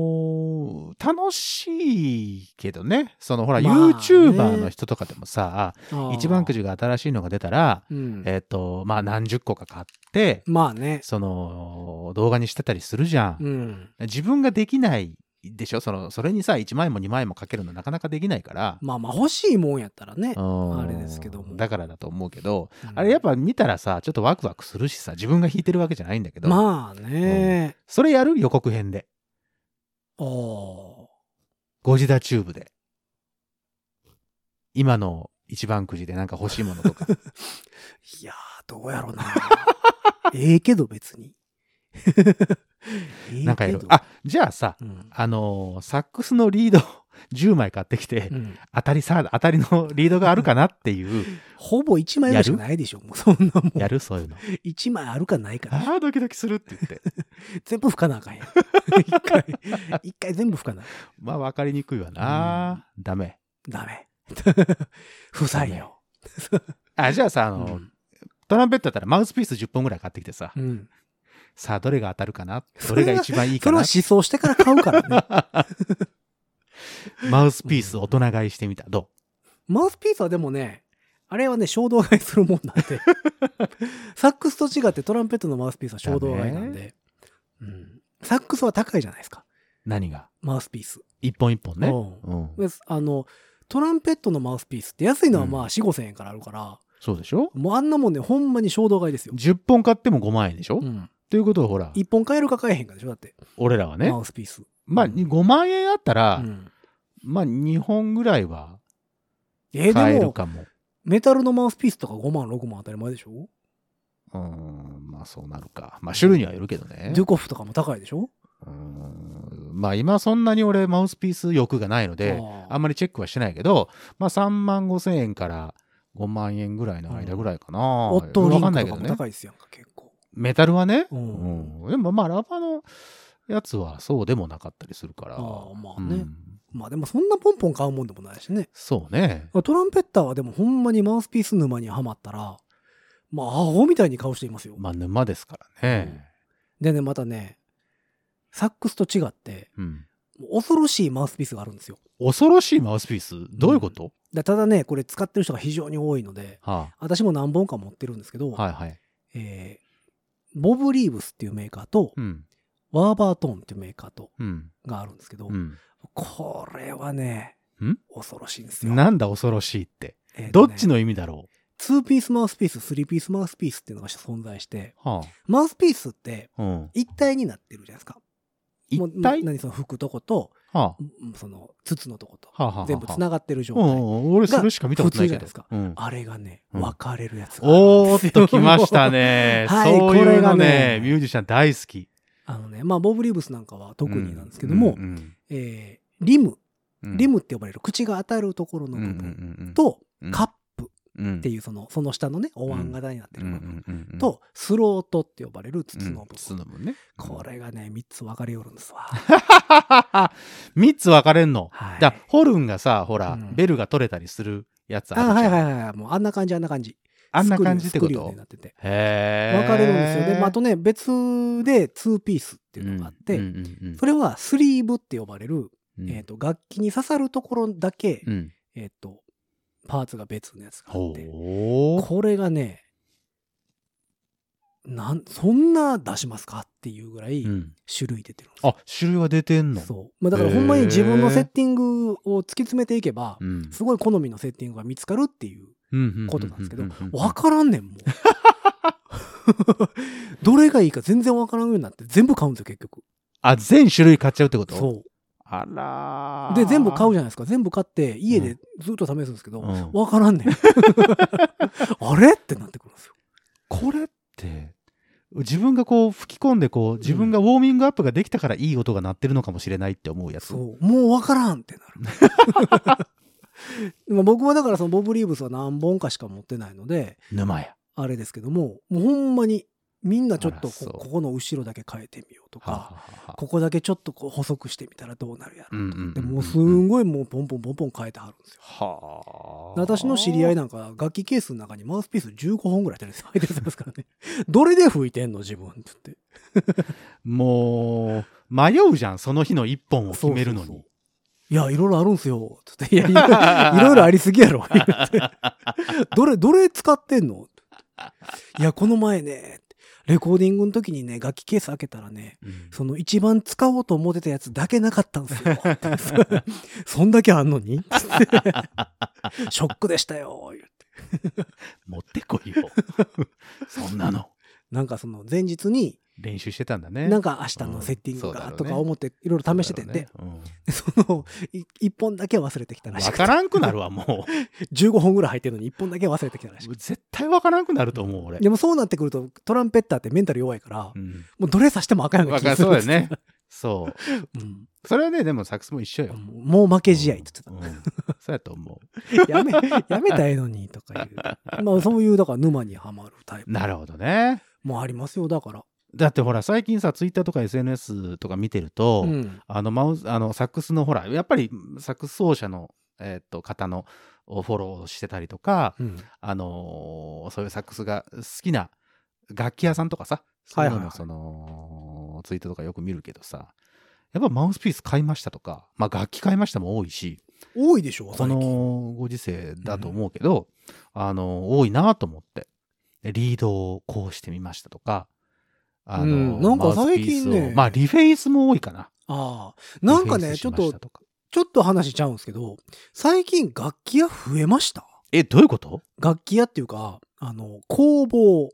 Speaker 3: のー楽しいけどね。そのほら、
Speaker 2: まあね
Speaker 3: YouTuber の人とかでもさ、一番く、
Speaker 2: あ
Speaker 3: じが新しいのが出たら、
Speaker 2: ーうん
Speaker 3: えっ、と、まあ何十個か買って、
Speaker 2: まあね。
Speaker 3: その動画にしてたりするじゃん。
Speaker 2: うん。
Speaker 3: 自分ができないでしょその、それにさ、1枚も2枚もかけるのなかなかできないから。
Speaker 2: まあまあ欲しいもんやったらね。
Speaker 3: うん
Speaker 2: あれですけども
Speaker 3: だからだと思うけど、あれやっ
Speaker 2: ぱ、
Speaker 3: ぱ見たらさ、ちょっとワクワクするしさ、自分が弾いてるわけじゃないんだけど、
Speaker 2: まあね。
Speaker 3: それやる予告編で。
Speaker 2: あー
Speaker 3: ゴジダチューブで。今の一番くじでなんか [LAUGHS] 欲しいものとか。
Speaker 2: いやー、どうやろな。 [LAUGHS] ええけど別に。 [LAUGHS] ええ
Speaker 3: なんかや
Speaker 2: け
Speaker 3: る
Speaker 2: ど。
Speaker 3: あ、じゃあさ、
Speaker 2: うん。
Speaker 3: あのーサックスのリード [LAUGHS] 10枚買ってきて
Speaker 2: う、ん
Speaker 3: 当たりさ、当たりのリードがあるかなっていう、
Speaker 2: ほぼ1枚ぐらいしかないでしょ。もうそんなもん。
Speaker 3: やるそういうの。
Speaker 2: 1枚あるかないかでしょ
Speaker 3: [LAUGHS] ああ、ドキドキするって言って。
Speaker 2: 全部吹かなあ
Speaker 3: [LAUGHS]
Speaker 2: かんやん。一回、一回全部吹かな。
Speaker 3: まあ、わかりにくいわな。ダメ。
Speaker 2: ダメ。 [LAUGHS] 不採用。
Speaker 3: あ、じゃあさ、あ
Speaker 2: う
Speaker 3: の、
Speaker 2: ん。
Speaker 3: トランペットだったらマウスピース10本ぐらい買ってきてさ、
Speaker 2: うん
Speaker 3: さあ、どれが当たるかな
Speaker 2: そ
Speaker 3: ど
Speaker 2: れ
Speaker 3: れ
Speaker 2: は
Speaker 3: が一番いい
Speaker 2: そ
Speaker 3: か
Speaker 2: れは
Speaker 3: な
Speaker 2: 思想してから買うからね。
Speaker 3: マウスピース大人買いしてみた。ど
Speaker 2: マウスピースはでもね、あれはね、衝動買いするもんなん
Speaker 3: [LAUGHS]
Speaker 2: で。サックスと違ってトランペットのマウスピースは衝動買いなんで。うん。サックスは高いじゃないですか。
Speaker 3: う何が
Speaker 2: マウスピース。
Speaker 3: 一本一本ね。
Speaker 2: うん
Speaker 3: うん
Speaker 2: であの、トランペットのマウスピースって安いのはまあ4、5千円からあるから、
Speaker 3: そうでしょ
Speaker 2: もうあんなもんね、ほんまに衝動買いですよ。
Speaker 3: 10本買っても5万円でしょ、
Speaker 2: う
Speaker 3: っ
Speaker 2: ん。
Speaker 3: ていうことはほら
Speaker 2: 1本買えるか買えへんかでしょだって、
Speaker 3: 俺らはね
Speaker 2: マウスピース。
Speaker 3: まあ
Speaker 2: うん
Speaker 3: 5万円あったら、
Speaker 2: うん
Speaker 3: まあ2本ぐらいは
Speaker 2: えー
Speaker 3: 買え
Speaker 2: で
Speaker 3: る
Speaker 2: も、
Speaker 3: かも、
Speaker 2: メタルのマウスピースとか5万、6万当たり前でしょ
Speaker 3: うーんまあそうなるかまあ種類にはよるけどね
Speaker 2: デュコフとかも高いでしょ
Speaker 3: うーんまあ今そんなに俺マウスピース欲がないので
Speaker 2: あー
Speaker 3: あんまりチェックはしてないけど、まあ3万5千円から5万円ぐらいの間ぐらいかな。
Speaker 2: オットーリン
Speaker 3: わかんな
Speaker 2: ク
Speaker 3: い
Speaker 2: とか
Speaker 3: けど
Speaker 2: も
Speaker 3: ね。
Speaker 2: 高いですやんか、結構。
Speaker 3: メタルはね。
Speaker 2: うん
Speaker 3: うんでもまあラバのやつはそうでもなかったりするから。
Speaker 2: ああ、まあ
Speaker 3: う
Speaker 2: ね。
Speaker 3: ん
Speaker 2: まあでもそんなポンポン買うもんでもないしね。
Speaker 3: そうね。
Speaker 2: トランペッターはでもほんまにマウスピース沼にはまったら、まあアホみたいに顔していますよ。
Speaker 3: まあ沼ですからね。
Speaker 2: でね、またね、サックスと違って、
Speaker 3: うん
Speaker 2: 恐ろしいマウスピースがあるんですよ。
Speaker 3: 恐ろしいマウスピースどういうこと、
Speaker 2: だただね、これ使ってる人が非常に多いので、
Speaker 3: は
Speaker 2: 私も何本か持ってるんですけど、
Speaker 3: あ、はいはい。
Speaker 2: えーボブ・リーブスっていうメーカーと、
Speaker 3: うん。
Speaker 2: ワーバートーンっていうメーカーと、
Speaker 3: うん。
Speaker 2: があるんですけど、
Speaker 3: うん。
Speaker 2: これはね
Speaker 3: ん、
Speaker 2: 恐ろしいんですよ。
Speaker 3: なんだ恐ろしいって。
Speaker 2: えーとね
Speaker 3: どっちの意味だろ
Speaker 2: 2ピースマウスピース、3ピースマウスピースっていうのが存在して、
Speaker 3: う。は
Speaker 2: マウスピースって
Speaker 3: あ。うん。
Speaker 2: 一体になってるじゃないですか。
Speaker 3: 一
Speaker 2: もう
Speaker 3: 体
Speaker 2: な何その服とこと、
Speaker 3: は
Speaker 2: うんその筒のとこと、
Speaker 3: あ。はあはあはあ。
Speaker 2: 全部繋がってる状
Speaker 3: うん
Speaker 2: 態。
Speaker 3: うん、俺それしか見たことないけど。
Speaker 2: が普通じゃ
Speaker 3: うん
Speaker 2: あれがね、
Speaker 3: うん
Speaker 2: 分かれるやつがあるん
Speaker 3: お
Speaker 2: です
Speaker 3: ー
Speaker 2: よ。
Speaker 3: っと来ました。ね
Speaker 2: はい
Speaker 3: そういうのね
Speaker 2: これがね
Speaker 3: ミュージシャン大好き。
Speaker 2: [LAUGHS] あのね、まあ、ボブ・リーブスなんかは特になんですけども、
Speaker 3: うんうん
Speaker 2: えーリム、
Speaker 3: うん
Speaker 2: リムって呼ばれる口が当たるところの部分
Speaker 3: 分
Speaker 2: と、カップ
Speaker 3: っ
Speaker 2: って
Speaker 3: い
Speaker 2: いうその、その下のね、お椀型になってる部分
Speaker 3: 分、
Speaker 2: と、スロートって呼ばれる筒
Speaker 3: うん
Speaker 2: の部
Speaker 3: 筒
Speaker 2: 分。
Speaker 3: の部分ね。
Speaker 2: こ
Speaker 3: [LAUGHS]
Speaker 2: れがね、3つ分かれよるんですわ。
Speaker 3: 3つ分かれんの。
Speaker 2: はい。
Speaker 3: だホルンがさ、ほら、
Speaker 2: うん
Speaker 3: ベルが取れたりするやつある
Speaker 2: あ
Speaker 3: じゃん
Speaker 2: はいはいはいはい。もうあんな感じ、あんな感じ。
Speaker 3: あんな感じっ
Speaker 2: ス
Speaker 3: て
Speaker 2: ク
Speaker 3: こ
Speaker 2: リュースクリュー
Speaker 3: と
Speaker 2: になってて。
Speaker 3: へー
Speaker 2: 分かれるんですよ。で、まあ、あとね、別で2ピースっていうのがあって、
Speaker 3: うんうんうんうん
Speaker 2: それはスリーブって呼ばれる、
Speaker 3: うん
Speaker 2: えっ、と、楽器に刺さるところだけ、
Speaker 3: うん
Speaker 2: えっ、と、パーツが別のやつがあ
Speaker 3: ほ
Speaker 2: って、
Speaker 3: ー
Speaker 2: これがね、なん、そんな出しますかっていうぐらい
Speaker 3: うん
Speaker 2: 種類出てるんですよ
Speaker 3: あ、種類は出てんの。
Speaker 2: そう。まあ、だからほんまに自分のセッティングを突き詰めていけば、
Speaker 3: うん
Speaker 2: すごい好みのセッティングが見つかるっていうことなんですけどわ
Speaker 3: わ
Speaker 2: からんねんもう [LAUGHS] どれがいいか全然わからんようになって全部買うんですよ結局
Speaker 3: あ、全種類買っちゃうってこと
Speaker 2: そ
Speaker 3: あら
Speaker 2: うで全部買う
Speaker 3: じ
Speaker 2: じゃないですか全部買って家でずっと試すんですけど、
Speaker 3: うんうん
Speaker 2: わからん
Speaker 3: [LAUGHS]
Speaker 2: ねんあれってなってくるんですよ
Speaker 3: これって、自分がこう吹き込んでこう、自分がウォーミングアップができたからいい音が鳴ってるのかもしれないって思うやつ。
Speaker 2: そうもうわからんってなる [LAUGHS] まあ僕はだからそのボブ・リーブスは何本かしか持ってないので
Speaker 3: 沼や。
Speaker 2: あれですけどももうほんまにみんなちょっと
Speaker 3: あらそ
Speaker 2: こ
Speaker 3: う
Speaker 2: ここの後ろだけ変えてみようとか、
Speaker 3: はあはあはあ
Speaker 2: ここだけちょっとこう細くしてみたらどうなるやろとかって
Speaker 3: うんうんうんうん
Speaker 2: もうすんごいもうポンポンポンポン変えてはるんですよ。
Speaker 3: はあ
Speaker 2: 私の知り合いなんか楽器ケースの中にマウスピース15本ぐらい入ってるんです [LAUGHS] からね。どれで吹いてんの自分って言って。
Speaker 3: もう、迷うじゃん、その日の一本を決めるの
Speaker 2: そうそう
Speaker 3: に
Speaker 2: そ。いや、いろいろあるんすよ。つって。いや、いろいろいろいろありすぎやろ。言うてどれ、どれ使ってんのっていや、この前ね、レコーディングの時にね、楽器ケース開けたらね、
Speaker 3: うん
Speaker 2: その一番使おうと思ってたやつだけなかったんですよ。 [LAUGHS] そんだけあんのに [LAUGHS] ショックでしたよ。言うて
Speaker 3: 持ってこ
Speaker 2: [LAUGHS]
Speaker 3: いよ。そんなの。
Speaker 2: なんかその前日に、
Speaker 3: 練習してたんだね。
Speaker 2: なん
Speaker 3: か
Speaker 2: か明日のセッティング
Speaker 3: うんそうだろう
Speaker 2: か
Speaker 3: ね
Speaker 2: とか思っていろいろ試しててんで、。
Speaker 3: うん
Speaker 2: そのい一本だけ忘れてきたら
Speaker 3: わ
Speaker 2: しくて
Speaker 3: からんくなるわ、も
Speaker 2: 15本ぐらい入ってるのに一本だけ忘れてきたら [LAUGHS] し
Speaker 3: う。
Speaker 2: くて
Speaker 3: 絶対わからんくなると思う、俺。
Speaker 2: でもそうなってくるとトランペッターってメンタル弱いから、
Speaker 3: うん
Speaker 2: もうどれさしてもあかんような
Speaker 3: わ
Speaker 2: 気
Speaker 3: か
Speaker 2: が
Speaker 3: る
Speaker 2: する
Speaker 3: そ
Speaker 2: ん
Speaker 3: う
Speaker 2: で
Speaker 3: だ
Speaker 2: す
Speaker 3: よ
Speaker 2: よ
Speaker 3: ね。そう。
Speaker 2: うん
Speaker 3: それはね、でもサックスも一緒よ。
Speaker 2: もう負け試合って言ってた
Speaker 3: うん。うんそうやと思
Speaker 2: や
Speaker 3: [LAUGHS]
Speaker 2: め、やめたらええのにとかいう。まあそういう、だから沼にはまるタイ
Speaker 3: う。
Speaker 2: プ
Speaker 3: なるほどね。
Speaker 2: もありますよ、だから。
Speaker 3: だってほら、最近さ、ツイッターとか SNS とか見てると、
Speaker 2: うん
Speaker 3: あの、マウス、あの、サックスのほら、やっぱりサックス奏者の、えーっと、方のをフォローしてたりとか、
Speaker 2: うん
Speaker 3: あのーそういうサックスが好きな楽器屋さんとかさ、そういうの
Speaker 2: はいは
Speaker 3: の
Speaker 2: いはい
Speaker 3: その、ツイートとかよく見るけどさ、やっぱマウスピース買いましたとか、まあ楽器買いましたも多いし、
Speaker 2: 多いでしょ、
Speaker 3: こ
Speaker 2: 最近
Speaker 3: のご時世だと思うけど、あの、多いなと思って。でリードをこうしてみましたとか、あの、
Speaker 2: うんなんか
Speaker 3: マウスピース
Speaker 2: 最近
Speaker 3: を
Speaker 2: ね
Speaker 3: まあリフェイスも多いかな。
Speaker 2: ああ。なんか
Speaker 3: リフェイ
Speaker 2: ね、
Speaker 3: ス
Speaker 2: ち
Speaker 3: し
Speaker 2: ょっ
Speaker 3: ました
Speaker 2: と
Speaker 3: とか
Speaker 2: ちょっと話しちゃうんですけど、最近楽器屋増えました
Speaker 3: え、どういうこと
Speaker 2: 楽器屋っていうか、あの、工房。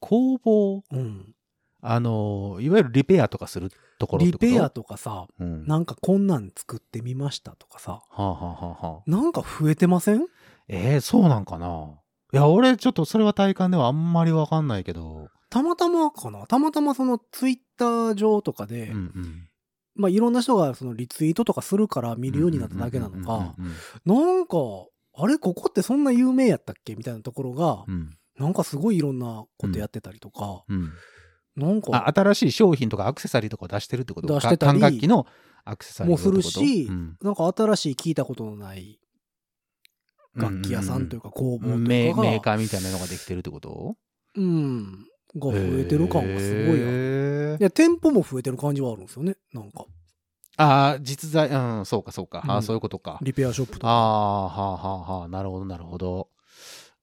Speaker 3: 工房、
Speaker 2: うん。
Speaker 3: あの、いわゆるリペアとかするところっ
Speaker 2: リ
Speaker 3: てこと
Speaker 2: ペアとかさ、
Speaker 3: うん。は
Speaker 2: なんかこんなん作ってみましたとかさ、
Speaker 3: あ、はあはあはあ、
Speaker 2: なんか増えてません
Speaker 3: えー、そうなんかないや、俺ちょっとそれは体感ではあんまりわかんないけど。
Speaker 2: たまたまかなたまたまそのツイッター上とか
Speaker 3: う
Speaker 2: で、
Speaker 3: んうん。
Speaker 2: まあいろんな人がそのリツイートとかするから見るようになっただけなのか、
Speaker 3: うんうん
Speaker 2: なんか、あれここってそんな有名やったっけみたいなところが、
Speaker 3: うんうん。
Speaker 2: なんかすごいいろんなことやってたりとか、
Speaker 3: うんうん
Speaker 2: なんか
Speaker 3: あ新しい商品とかアクセサリーとかを出してるってこと
Speaker 2: 出してたり
Speaker 3: 管楽器のアクセサリーとかってこと
Speaker 2: もするし
Speaker 3: うん
Speaker 2: なんか新しい聞いたことのない楽器屋さんというか工房と
Speaker 3: うんメ
Speaker 2: い
Speaker 3: ーメー
Speaker 2: うかが、
Speaker 3: カーみたいなのができてるってこと
Speaker 2: うん、が増えてる感がすごいな。
Speaker 3: へ
Speaker 2: い
Speaker 3: ー
Speaker 2: や、店舗も増えてる感じはあるんですよね。なんか、
Speaker 3: ああ実在うんそうかそうか、あ
Speaker 2: う
Speaker 3: あ
Speaker 2: ん
Speaker 3: そういうことか
Speaker 2: リペアショップと
Speaker 3: あ
Speaker 2: か。
Speaker 3: あはあはあはあなるほどなるほど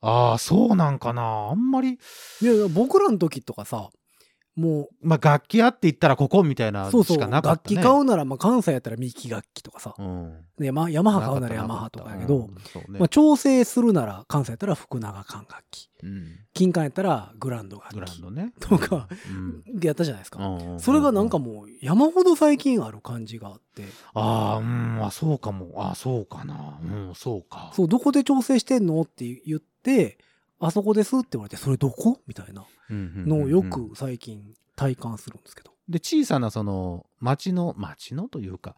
Speaker 3: ああそうなんかなあんまり
Speaker 2: いやいや、僕らの時とかさ、も、
Speaker 3: まあ楽器屋って言ったらここみたいうな
Speaker 2: そう
Speaker 3: の
Speaker 2: そ
Speaker 3: し
Speaker 2: う、
Speaker 3: かなかっ
Speaker 2: 楽
Speaker 3: た、ね、
Speaker 2: 器買うなら、まあ、関西やったらミキ楽器とかさ、
Speaker 3: うん
Speaker 2: ねまあ、ヤマハ買うならヤマハとかやけど、
Speaker 3: なかったなかったうんそうね、
Speaker 2: まあ、調整するなら、関西やったら福永管楽器、
Speaker 3: うん
Speaker 2: 金管やったらグランド楽器。
Speaker 3: グランドね
Speaker 2: とか、
Speaker 3: うん
Speaker 2: やったじゃないですか。
Speaker 3: うん
Speaker 2: それがなんかもう山ほど最近ある感じがあって、
Speaker 3: ああ、うん、あ、そうかも。ああ、そうかな。うん、そうか。
Speaker 2: そう、どこで調整してんのって言って、あそこですって言われて、それどこみたいな
Speaker 3: うんうんうんうん
Speaker 2: のをよく。最近体感するんですけど。
Speaker 3: で、小さな、その、町の、町のというか、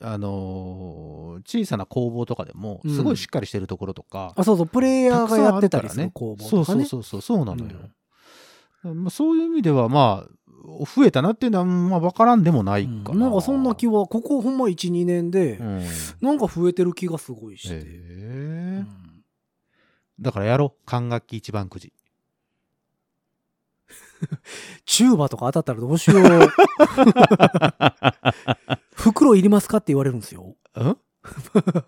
Speaker 3: あのー小さな工房とかでも、
Speaker 2: うん
Speaker 3: すごいしっかりしてるところとか、
Speaker 2: あ、そうそう、プレイヤーがやってたりする
Speaker 3: 工
Speaker 2: 工
Speaker 3: 房
Speaker 2: 房
Speaker 3: そう
Speaker 2: とか
Speaker 3: そう
Speaker 2: ね。
Speaker 3: そうそう、そうなのよ。まあ、そういう意味では、まあ、増えたなっていうのは、まあ、わからんでもないかな。
Speaker 2: うんなんかそんな気は、ここほんま1、2年で
Speaker 3: う、ん。へ
Speaker 2: なんか増えてる気がすごいして。う
Speaker 3: え
Speaker 2: ん
Speaker 3: だからやろう。管楽器一番くじ。
Speaker 2: チューバとか当たったらどうし [LAUGHS]
Speaker 3: [LAUGHS]
Speaker 2: よう。袋いりますかって言われるんですよ。
Speaker 3: うん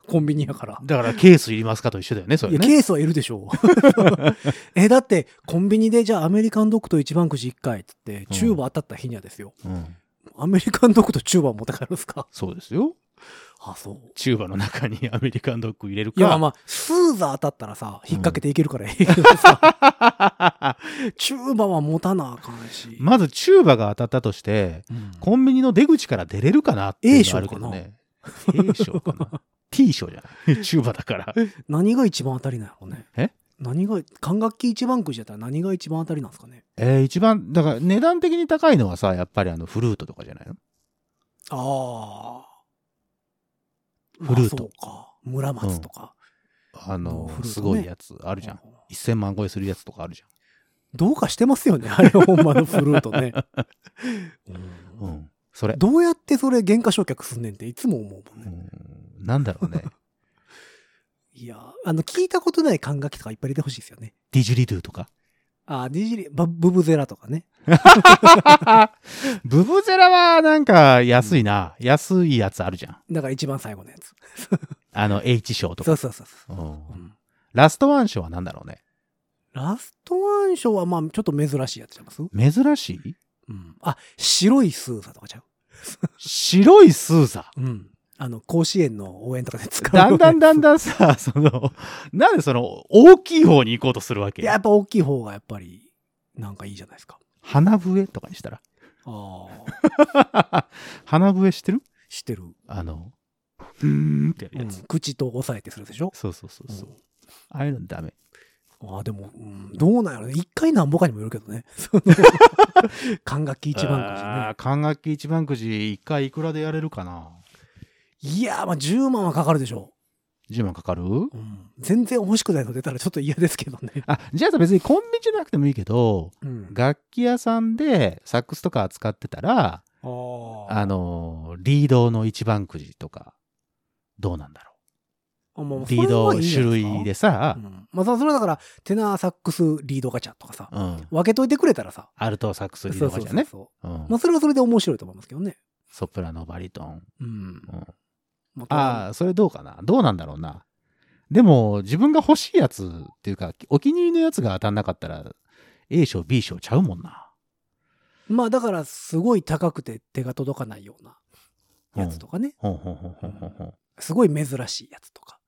Speaker 2: コンビニやから。
Speaker 3: だからケースいりますかと一緒だよね、そ
Speaker 2: い
Speaker 3: れ
Speaker 2: や、
Speaker 3: ね。
Speaker 2: ケースはいるでし
Speaker 3: [LAUGHS]
Speaker 2: ょう。え、だって、コンビニで、じゃあアメリカンドッグと一番くじ1回っつって、チューバ当たった日にはですよ。
Speaker 3: うん。
Speaker 2: アメリカンドッグとチューバ持って帰るんですか
Speaker 3: そうですよ。
Speaker 2: あ、そう。
Speaker 3: チューバの中にアメリカンドッグ入れるか。
Speaker 2: いや、まあ、スーザー当たったらさ、引っ掛けていける
Speaker 3: [LAUGHS]
Speaker 2: からええけどさ、チューバは持たなあかんし。
Speaker 3: まずチューバが当たったとして、
Speaker 2: うん
Speaker 3: コンビニの出口から出れるかなっていうのはあるけどね。A 賞
Speaker 2: [LAUGHS]
Speaker 3: かな ?T 賞じゃないチューバだから。
Speaker 2: 何が一番当たりなんやろうね。
Speaker 3: え
Speaker 2: 何が、管楽器一番くじだったら何が一番当たりなんですかね。
Speaker 3: えー一番、だから値段的に高いのはさ、やっぱりあのフルートとかじゃないの
Speaker 2: ああ。
Speaker 3: フルート
Speaker 2: まあそうか。村松とか。
Speaker 3: あの、
Speaker 2: フルートね
Speaker 3: すごいやつあるじゃん。1000万超えするやつとかあるじ
Speaker 2: どうかしてますよね、 [LAUGHS] あれ、ほんまのフルートね。
Speaker 3: ゃん。うん。それ。
Speaker 2: どうやってそれ、原価償却すんねんっていつも思うもん
Speaker 3: う
Speaker 2: ね。
Speaker 3: んなんだろうね。
Speaker 2: [LAUGHS] いやー、あの、聞いたことない管楽器とかいっぱい入れてほしいですよね。
Speaker 3: ディジュリドゥとか。
Speaker 2: あー、ディジリ、バブブゼラとかね。
Speaker 3: ブブゼラはなんか安いな。安いやつあるじゃん。
Speaker 2: だから一番最後のやつ。
Speaker 3: あの H 賞と
Speaker 2: そ
Speaker 3: か。
Speaker 2: うそうそうそう
Speaker 3: うん
Speaker 2: うん
Speaker 3: ラストワン賞は何だろうね。
Speaker 2: ラストワンショーは、まあ、ちょっと珍しいやつちゃいます
Speaker 3: 珍しい
Speaker 2: うん。あ、白いスーザとかちゃ
Speaker 3: 白いスーザ。
Speaker 2: ううん。あの、甲子園の応援とかで使うよ
Speaker 3: だ
Speaker 2: うなや
Speaker 3: ん
Speaker 2: つ。
Speaker 3: だんだんだんさ、その、なんでその、大きい方に行こうとするわけ
Speaker 2: いややっぱ大きい方がやっぱり、なんかいいじゃないですか。
Speaker 3: 花笛とかにしたら。
Speaker 2: ああ。
Speaker 3: 花笛知ってる
Speaker 2: 知ってる。
Speaker 3: あの、うーんってやる
Speaker 2: う
Speaker 3: や
Speaker 2: ん
Speaker 3: つ。
Speaker 2: 口と押さえてするでしょ、
Speaker 3: そうそうそうそうう。
Speaker 2: ん
Speaker 3: ああいうのダメ。
Speaker 2: ああ、でも、うん、どうなんやろね。一回なんぼかにもよるけどね。 [LAUGHS] その、管楽器一
Speaker 3: あ
Speaker 2: 番
Speaker 3: ー管楽器一番くじ、一回いくらでやれるかな
Speaker 2: くじね。いやー、まあ10万はかかるでしょ
Speaker 3: ?10 万かかる
Speaker 2: う。うん。全然欲しくないの出たらちょっと嫌ですけどね。
Speaker 3: あ、じゃあさ別にコンビニじゃなくてもいいけど、
Speaker 2: [LAUGHS] うん。
Speaker 3: 楽器屋さんでサックスとか扱ってたら、
Speaker 2: あ
Speaker 3: あの、リードの一番くじとか、どうなんだろ
Speaker 2: あ。も
Speaker 3: う。
Speaker 2: うそれ
Speaker 3: リード
Speaker 2: はいいんじゃない
Speaker 3: 種
Speaker 2: すか
Speaker 3: 類でさ
Speaker 2: う、ん、まあさそれはだからテナーサックスリードガチャとかさ
Speaker 3: うん。
Speaker 2: 分けといてくれたらさ
Speaker 3: アルトサックス
Speaker 2: そう
Speaker 3: リー
Speaker 2: そ
Speaker 3: ド
Speaker 2: う
Speaker 3: とか
Speaker 2: そう
Speaker 3: じゃね。
Speaker 2: そう
Speaker 3: うん
Speaker 2: まあそれはそれで面白いと思いますけどね
Speaker 3: ソプラノ、バリトン。
Speaker 2: うん、
Speaker 3: うん
Speaker 2: ま
Speaker 3: ああ、それどうかな。どうなんだろうな。でも、自分が欲しいやつっていうか、お気に入りのやつが当たんなかったら、A 賞、B 賞ちゃうもんな。
Speaker 2: まあだからすごい高くて手が届かないようなやつとかね、
Speaker 3: ほんほんほんほんほんほん。
Speaker 2: すごい珍しいやつとか。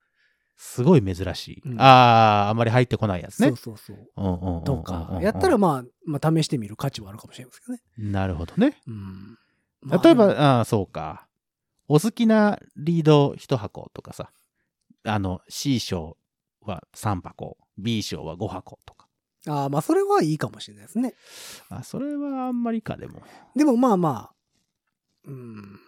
Speaker 3: すごい珍しい。
Speaker 2: うん
Speaker 3: ああ、あんまり入ってこないやつね
Speaker 2: そう。そうそう。
Speaker 3: うんうんうんうん
Speaker 2: とか、やったら、まあ、まあ、試してみる価値はあるかもしれないですけどね。
Speaker 3: なるほどね。
Speaker 2: うん。まあ
Speaker 3: 例えば、
Speaker 2: でも
Speaker 3: ああー、そうか。お好きなリード1箱とかさ、あの、C 賞は3箱、B 賞は5箱とか。
Speaker 2: ああ、まあ、それはいいかもしれないですね。
Speaker 3: あ、それはあんまりか、でも。
Speaker 2: でも、まあまあ、うん。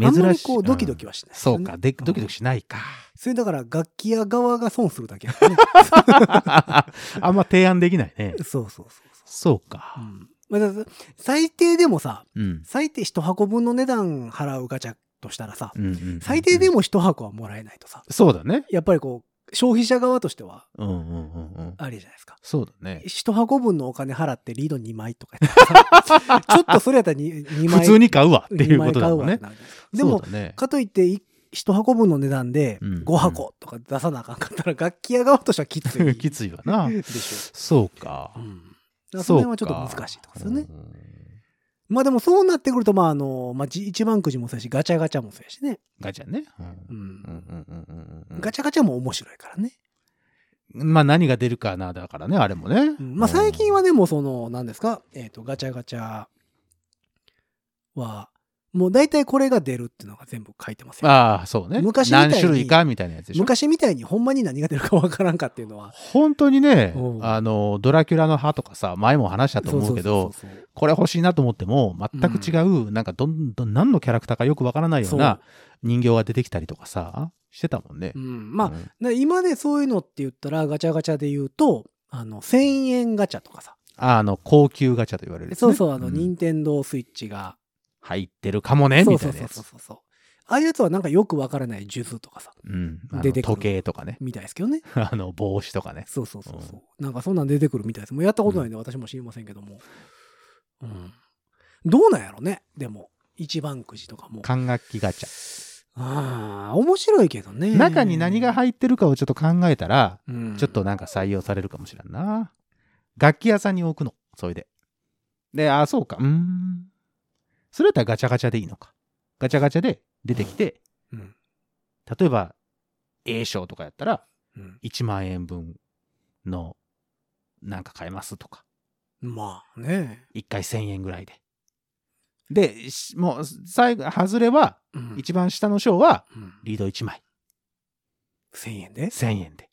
Speaker 3: 珍しい。
Speaker 2: あんまりこう、ドキドキ
Speaker 3: は、
Speaker 2: はしないですよ
Speaker 3: そ
Speaker 2: ね、
Speaker 3: うか、でドキドキしないか。
Speaker 2: それだから、楽器屋側が損するだけですね。
Speaker 3: [LAUGHS] あんま提案できないね。
Speaker 2: [LAUGHS] そうそうそうそ
Speaker 3: そう
Speaker 2: う。う
Speaker 3: か。
Speaker 2: ん。まあ、だから最低でもさ、
Speaker 3: うん。
Speaker 2: 最低1箱分の値段払うガチャとしたらさ
Speaker 3: う、んうんうんうん
Speaker 2: 最低でも1箱はもらえないとさ、
Speaker 3: そうだね。
Speaker 2: やっぱりこう、消費者側としては、
Speaker 3: うんうんうんうん。
Speaker 2: あれじゃないですか。
Speaker 3: そうだね。
Speaker 2: 1箱分のお金払ってリード2枚とかやったらさ
Speaker 3: [LAUGHS]
Speaker 2: ちょっとそれやったら 2, 枚。
Speaker 3: 普通に買うわっていうこと
Speaker 2: 二枚買
Speaker 3: だ
Speaker 2: う
Speaker 3: も
Speaker 2: わ
Speaker 3: ん
Speaker 2: っ
Speaker 3: ね
Speaker 2: て。なるじゃないですかで
Speaker 3: そう
Speaker 2: も、
Speaker 3: だね。
Speaker 2: かといって、い1箱分の値段で
Speaker 3: うん
Speaker 2: 5箱とか出さなあかんかったら、楽器屋側としてはきつい。
Speaker 3: [LAUGHS] きついわな。
Speaker 2: でし
Speaker 3: そうか
Speaker 2: ょ。う。うん。だからその辺はちょっと難しいとこですよね。まあでもそうなってくると、まああの、まあじ一番くじもそうやし、ガチャガチャもそうやしね。
Speaker 3: ガチャね。
Speaker 2: う。
Speaker 3: うんんうんうんうんうん
Speaker 2: ガチャガチャも面白いからね。
Speaker 3: まあ何が出るかな、だからね、あれもね。
Speaker 2: うんまあ最近はでもその、何ですか、えっ、と、ガチャガチャは、もう大体これが出るっていうのが全部書いてます
Speaker 3: うん。
Speaker 2: よ。
Speaker 3: ああ、そうね。
Speaker 2: 昔みたい
Speaker 3: 何
Speaker 2: に
Speaker 3: 種類かみたいなやつでしょ。
Speaker 2: 昔みたいにほんまに何が出るかわからんかっていうのは。
Speaker 3: 本当にね
Speaker 2: う、ん
Speaker 3: あの、ドラキュラの歯とかさ、前も話したと思うけど、
Speaker 2: そうそうそう
Speaker 3: これ欲しいなと思っても、全く違う、なんかどんどん何のキャラクターかよくわからないような人形が出てきたりとかさ、してたもんね
Speaker 2: そう。うん、まあ、
Speaker 3: うん
Speaker 2: で今でそういうのって言ったら、ガチャガチャで言うと、あの、1000円ガチャとかさ。
Speaker 3: ああの、高級ガチャと言われるやつね。
Speaker 2: そうそう、あの、
Speaker 3: ん
Speaker 2: 任天堂スイッチが。
Speaker 3: 入ってるかもね、
Speaker 2: そう
Speaker 3: みた
Speaker 2: そ
Speaker 3: いうな
Speaker 2: そうそ
Speaker 3: やつ
Speaker 2: う。そう。ああいうやつはなんかよくわからない数珠とかさ、
Speaker 3: うん。あの
Speaker 2: 出てくる
Speaker 3: 時計とかね。 [LAUGHS]
Speaker 2: みたいですけどね。
Speaker 3: あの、帽子とかね。
Speaker 2: そうそうそうそう、なんかそんなん出てくるみたいです。もうやったことないんで私も知りませんけども。うん。どうなんやろねでも、一番くじとかも。
Speaker 3: 管楽器ガチャ。
Speaker 2: ああ、面白いけどね。
Speaker 3: 中に何が入ってるかをちょっと考えたら、
Speaker 2: うん
Speaker 3: ちょっとなんか採用されるかもしれんな。楽器屋さんに置くの。それで。で、あ、そうか。うーん。それやったらガチャガチャでいいのか。ガチャガチャで出てきて、
Speaker 2: うん。
Speaker 3: 例えば、A 賞とかやったら、
Speaker 2: うん。
Speaker 3: 1万円分の、なんか買えますとか。
Speaker 2: まあね。
Speaker 3: 1回1000円ぐらいで。で、しもう、最後、外れは、
Speaker 2: うん
Speaker 3: 一番下の章は、
Speaker 2: うん
Speaker 3: リード1枚、
Speaker 2: 1000円で、
Speaker 3: 1000
Speaker 2: [LAUGHS]
Speaker 3: 円で。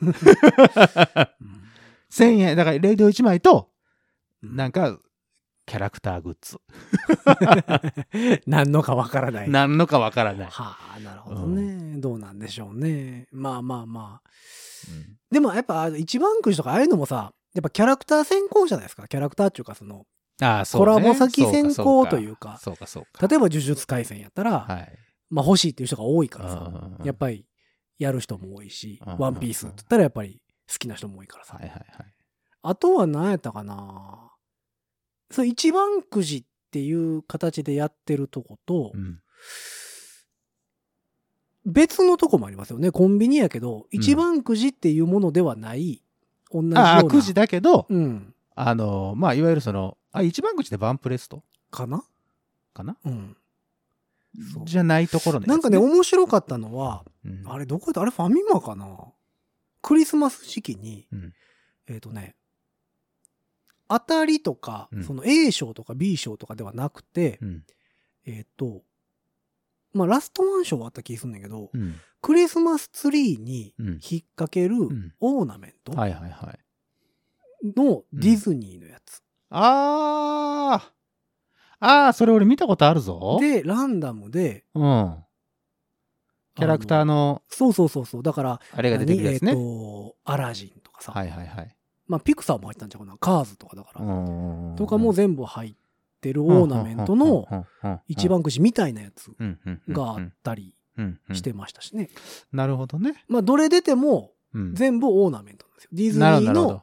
Speaker 2: うん
Speaker 3: 1000円、だからリード1枚と、なんんか、キャラクターグッズ。
Speaker 2: [LAUGHS] 何のかわからない。
Speaker 3: 何のかわからない。
Speaker 2: はあ、なるほどね、どうなんでしょうね。まあまあまあ。
Speaker 3: うん
Speaker 2: でもやっぱあの一番くじとかああいうのもさ、やっぱキャラクター先行じゃないですか。キャラクターっていうかその、
Speaker 3: ああ、そうね
Speaker 2: コラボ先先行というか
Speaker 3: そうか、そうか。
Speaker 2: 例えば呪術廻戦やったら、
Speaker 3: はい。
Speaker 2: まあ欲しいっていう人が多いからさ、
Speaker 3: うん
Speaker 2: やっぱりやる人も多いし
Speaker 3: うん、
Speaker 2: ワンピースって言ったらやっぱり好きな人も多いからさ
Speaker 3: はい。はいはい。
Speaker 2: あとは何やったかなそう、一番くじっていう形でやってるとこと
Speaker 3: う、ん。
Speaker 2: 別のとこもありますよね。コンビニやけど、
Speaker 3: うん
Speaker 2: 一番くじっていうものではない、同じような。
Speaker 3: ああ、くじだけど、
Speaker 2: うん。
Speaker 3: あの、まあ、いわゆるその、あ、一番口でバンプレスト
Speaker 2: かな
Speaker 3: かな
Speaker 2: うん。そう
Speaker 3: じゃないところね。
Speaker 2: なんかね、面白かったのは、
Speaker 3: うん
Speaker 2: あれどこやったあれファミマかなクリスマス時期に、
Speaker 3: うん
Speaker 2: えっ、とね、当たりとか、
Speaker 3: うん
Speaker 2: その A 賞とか B 賞とかではなくて、
Speaker 3: うん。
Speaker 2: えっ、と、まあラストワン賞はあった気がするんだけど、
Speaker 3: うん。
Speaker 2: クリスマスツリーに
Speaker 3: うん
Speaker 2: 引っ掛ける
Speaker 3: ん
Speaker 2: オーナメント
Speaker 3: はいはいはい。
Speaker 2: のディズニーのやつ。
Speaker 3: あーあー、それ俺見たことあるぞ。
Speaker 2: で、ランダムで、
Speaker 3: うん。キャラクター
Speaker 2: あの。
Speaker 3: の、
Speaker 2: そうそうそうそう。だから、
Speaker 3: あれが出てくるやつね。
Speaker 2: 何えっ、と、アラジンとかさ、
Speaker 3: はいはいはい。
Speaker 2: まあピクサーも入ったんちゃうかな、カーズとかだから。
Speaker 3: うん
Speaker 2: とかも全部入ってるオーナメントの一、番くじみたいなやつ
Speaker 3: うんうんうんうん
Speaker 2: があったり
Speaker 3: うんうん
Speaker 2: してましたしね。
Speaker 3: なるほどね。
Speaker 2: まあ、どれ出ても
Speaker 3: うん
Speaker 2: 全部オーナメントなんですよ。ディズニ
Speaker 3: なるほ
Speaker 2: ー
Speaker 3: どなるほど
Speaker 2: の。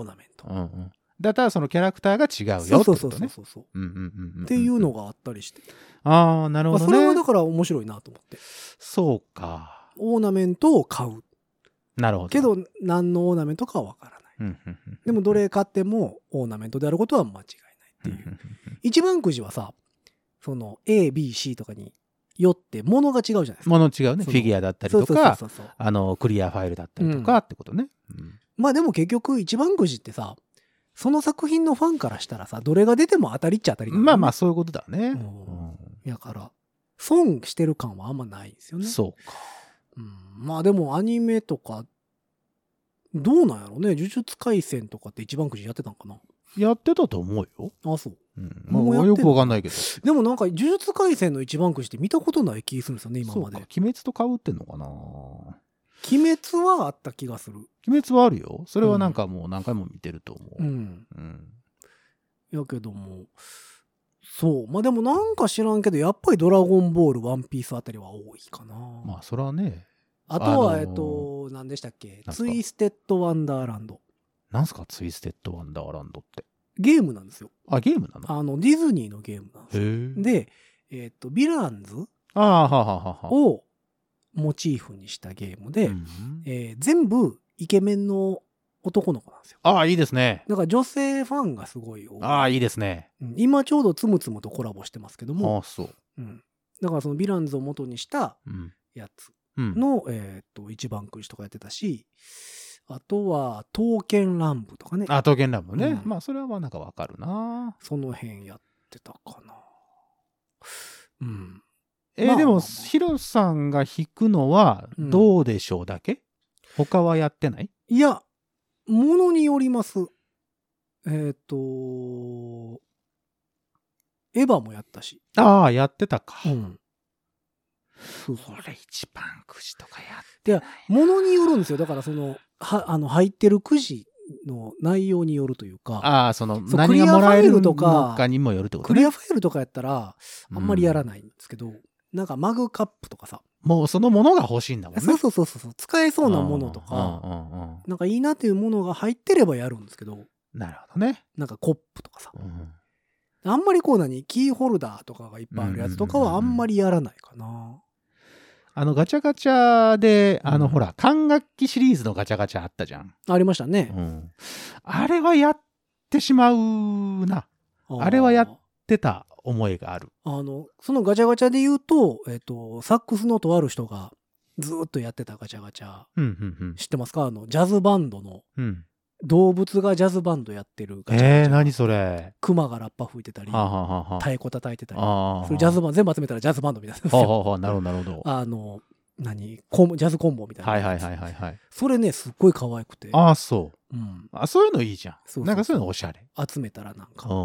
Speaker 2: オーナメント。
Speaker 3: うんうんだったらそのキャラクターが違うよ
Speaker 2: そう
Speaker 3: って
Speaker 2: そうそう
Speaker 3: こと
Speaker 2: そう
Speaker 3: ね。
Speaker 2: そうそう。
Speaker 3: うんうんうんうん
Speaker 2: っていうの。があったりして。
Speaker 3: ああ、なる
Speaker 2: ま
Speaker 3: ほ
Speaker 2: あ、そ
Speaker 3: ど
Speaker 2: れはだ
Speaker 3: ね。
Speaker 2: から面白いなと思って。
Speaker 3: そうか。
Speaker 2: オーナメントを買う。
Speaker 3: なるほど。
Speaker 2: けど、何のオーナメントかはわからない。
Speaker 3: うんうんうん、
Speaker 2: でも、どれ買ってもオーナメントであることは間違いないっていう。一番くじはさ、その A、B、C とかによって物が違うじゃないですか。
Speaker 3: もの違うね。
Speaker 2: そ
Speaker 3: フ
Speaker 2: の
Speaker 3: ィギュアだったり
Speaker 2: そうそ
Speaker 3: と
Speaker 2: うそう
Speaker 3: か、
Speaker 2: そうそう。
Speaker 3: あの、クリアファイルだったりとかってことね。うん
Speaker 2: まあでも結局一番くじってさ、その作品のファンからしたらさ、どれが出ても当たりっちゃ当たりだよね
Speaker 3: まあまあ、そういうことだね。
Speaker 2: うんやから、損してる感はあんまないんですよ
Speaker 3: うん
Speaker 2: ね。
Speaker 3: そうか。
Speaker 2: うん、まあでもアニメとか、どうなんやろね。呪術廻戦とかって一番くじやってたんかな。
Speaker 3: やってたと思うよ。
Speaker 2: あ、そう。
Speaker 3: うん。
Speaker 2: もうや
Speaker 3: ま
Speaker 2: ってん
Speaker 3: あ、
Speaker 2: の
Speaker 3: よくわかんないけど。
Speaker 2: でもなんか呪術廻戦の一番くじって見たことない気するんですよね、今
Speaker 3: そう
Speaker 2: ま
Speaker 3: か。
Speaker 2: で。
Speaker 3: 鬼滅と被ってんのかな
Speaker 2: 鬼滅はあった気がする。
Speaker 3: 鬼滅はあるよ。それはなんかもう何回も見てると思
Speaker 2: う
Speaker 3: う。
Speaker 2: ん。
Speaker 3: うん
Speaker 2: やけども、そう。まあでもなんか知らんけど、やっぱりドラゴンボール、ワンピースあたりは多いかな。
Speaker 3: まあ、それはね、
Speaker 2: あとは、
Speaker 3: あのー
Speaker 2: えっと、何でしたっけ
Speaker 3: すか
Speaker 2: ツイステッド・ワンダーランド。
Speaker 3: なんすか、ツイステッド・ワンダーランドって。
Speaker 2: ゲームなんですよ。
Speaker 3: あ、ゲームなの
Speaker 2: あの、ディズニーのゲームなんですよ。
Speaker 3: へえ。
Speaker 2: で、えっと、ヴィランズ
Speaker 3: ああ、はあはあはあはあ。
Speaker 2: をモチーフにしたゲームで、
Speaker 3: うん
Speaker 2: えー全部イケメンの男の子なんですよ。
Speaker 3: ああ、いいですね。
Speaker 2: だから女性ファンがすごい多い
Speaker 3: ああ、いいですね。
Speaker 2: うん今ちょうどつむつむとコラボしてますけども、
Speaker 3: ああ、そう。
Speaker 2: うん、だからそのヴィランズを元にした
Speaker 3: うん。
Speaker 2: やつ
Speaker 3: うん。
Speaker 2: の、えーっと一番くじとかやってたしあとは刀剣乱舞とかね
Speaker 3: あ、刀剣乱舞ね。
Speaker 2: うん
Speaker 3: まあ、それはまあ、なんかわかるな。
Speaker 2: その辺やってたかなうん
Speaker 3: えー
Speaker 2: まあ
Speaker 3: でも、ヒロさんが弾くのは、
Speaker 2: うん
Speaker 3: どうでしょうだけ、他はやってない
Speaker 2: いやものによりますえーっとエヴァもやったし、
Speaker 3: ああ、やってたか。
Speaker 2: うん、そうそう
Speaker 3: これ一番くじとかやっ
Speaker 2: ものによるんですよだからそのはあの入ってるくじの内容によるというか
Speaker 3: ああ、その、
Speaker 2: そう
Speaker 3: 何がもらえ
Speaker 2: クリアファイ
Speaker 3: る
Speaker 2: ルと
Speaker 3: の
Speaker 2: か
Speaker 3: かにもよるってこと
Speaker 2: クリ
Speaker 3: ね。
Speaker 2: アファイルとかやったらあんまりやらないんですけど、なんかマグカップとかさ、
Speaker 3: もうそのものが欲しいんだもん
Speaker 2: [LAUGHS]
Speaker 3: ね。
Speaker 2: そうそうそうそう使えそうなものとか、
Speaker 3: うんうんうんうん
Speaker 2: なんかいいなっていうものが入ってればやるんですけど
Speaker 3: なるほどね。
Speaker 2: なんかコップとかさ
Speaker 3: うん
Speaker 2: あんまりこう何キーホルダーとかがいっぱいあるやつとかはあんまりやらないかな、
Speaker 3: あの、ガチャガチャで、あの、
Speaker 2: うん
Speaker 3: ほら、管楽器シリーズのガチャガチャあったじゃん。
Speaker 2: ありましたね、
Speaker 3: うんあれはやってしまうな。
Speaker 2: ー
Speaker 3: あれはやっってた思いがある。
Speaker 2: あのそのガチャガチャで言うと,、えっとサックスのとある人がずーっとやってたガチャガチャ
Speaker 3: うん、うん、
Speaker 2: 知ってますかあのジャズバンドの
Speaker 3: うん。うん。
Speaker 2: 動物がジャズバンドやってるガチャガチャ、
Speaker 3: えー、何それ。
Speaker 2: クマがラッパ吹いてたり、
Speaker 3: はあ、はあはあは
Speaker 2: 太鼓叩いてたり、
Speaker 3: あああ。
Speaker 2: それジャズバンド全部集めたらジャズバンドみたいなんです
Speaker 3: はあは
Speaker 2: よ。
Speaker 3: あはあ、なるほど、なるほど。
Speaker 2: あの、何コンボジャズコンボみたいな。
Speaker 3: はいはいはいはいはい。
Speaker 2: それね、すっごい可愛くて、
Speaker 3: ああ、そう。
Speaker 2: うん、
Speaker 3: あそういうのいいじゃん。
Speaker 2: そうそう
Speaker 3: なんかそういうのおしゃれ。
Speaker 2: 集めたらなん
Speaker 3: うん
Speaker 2: か。
Speaker 3: うんうんう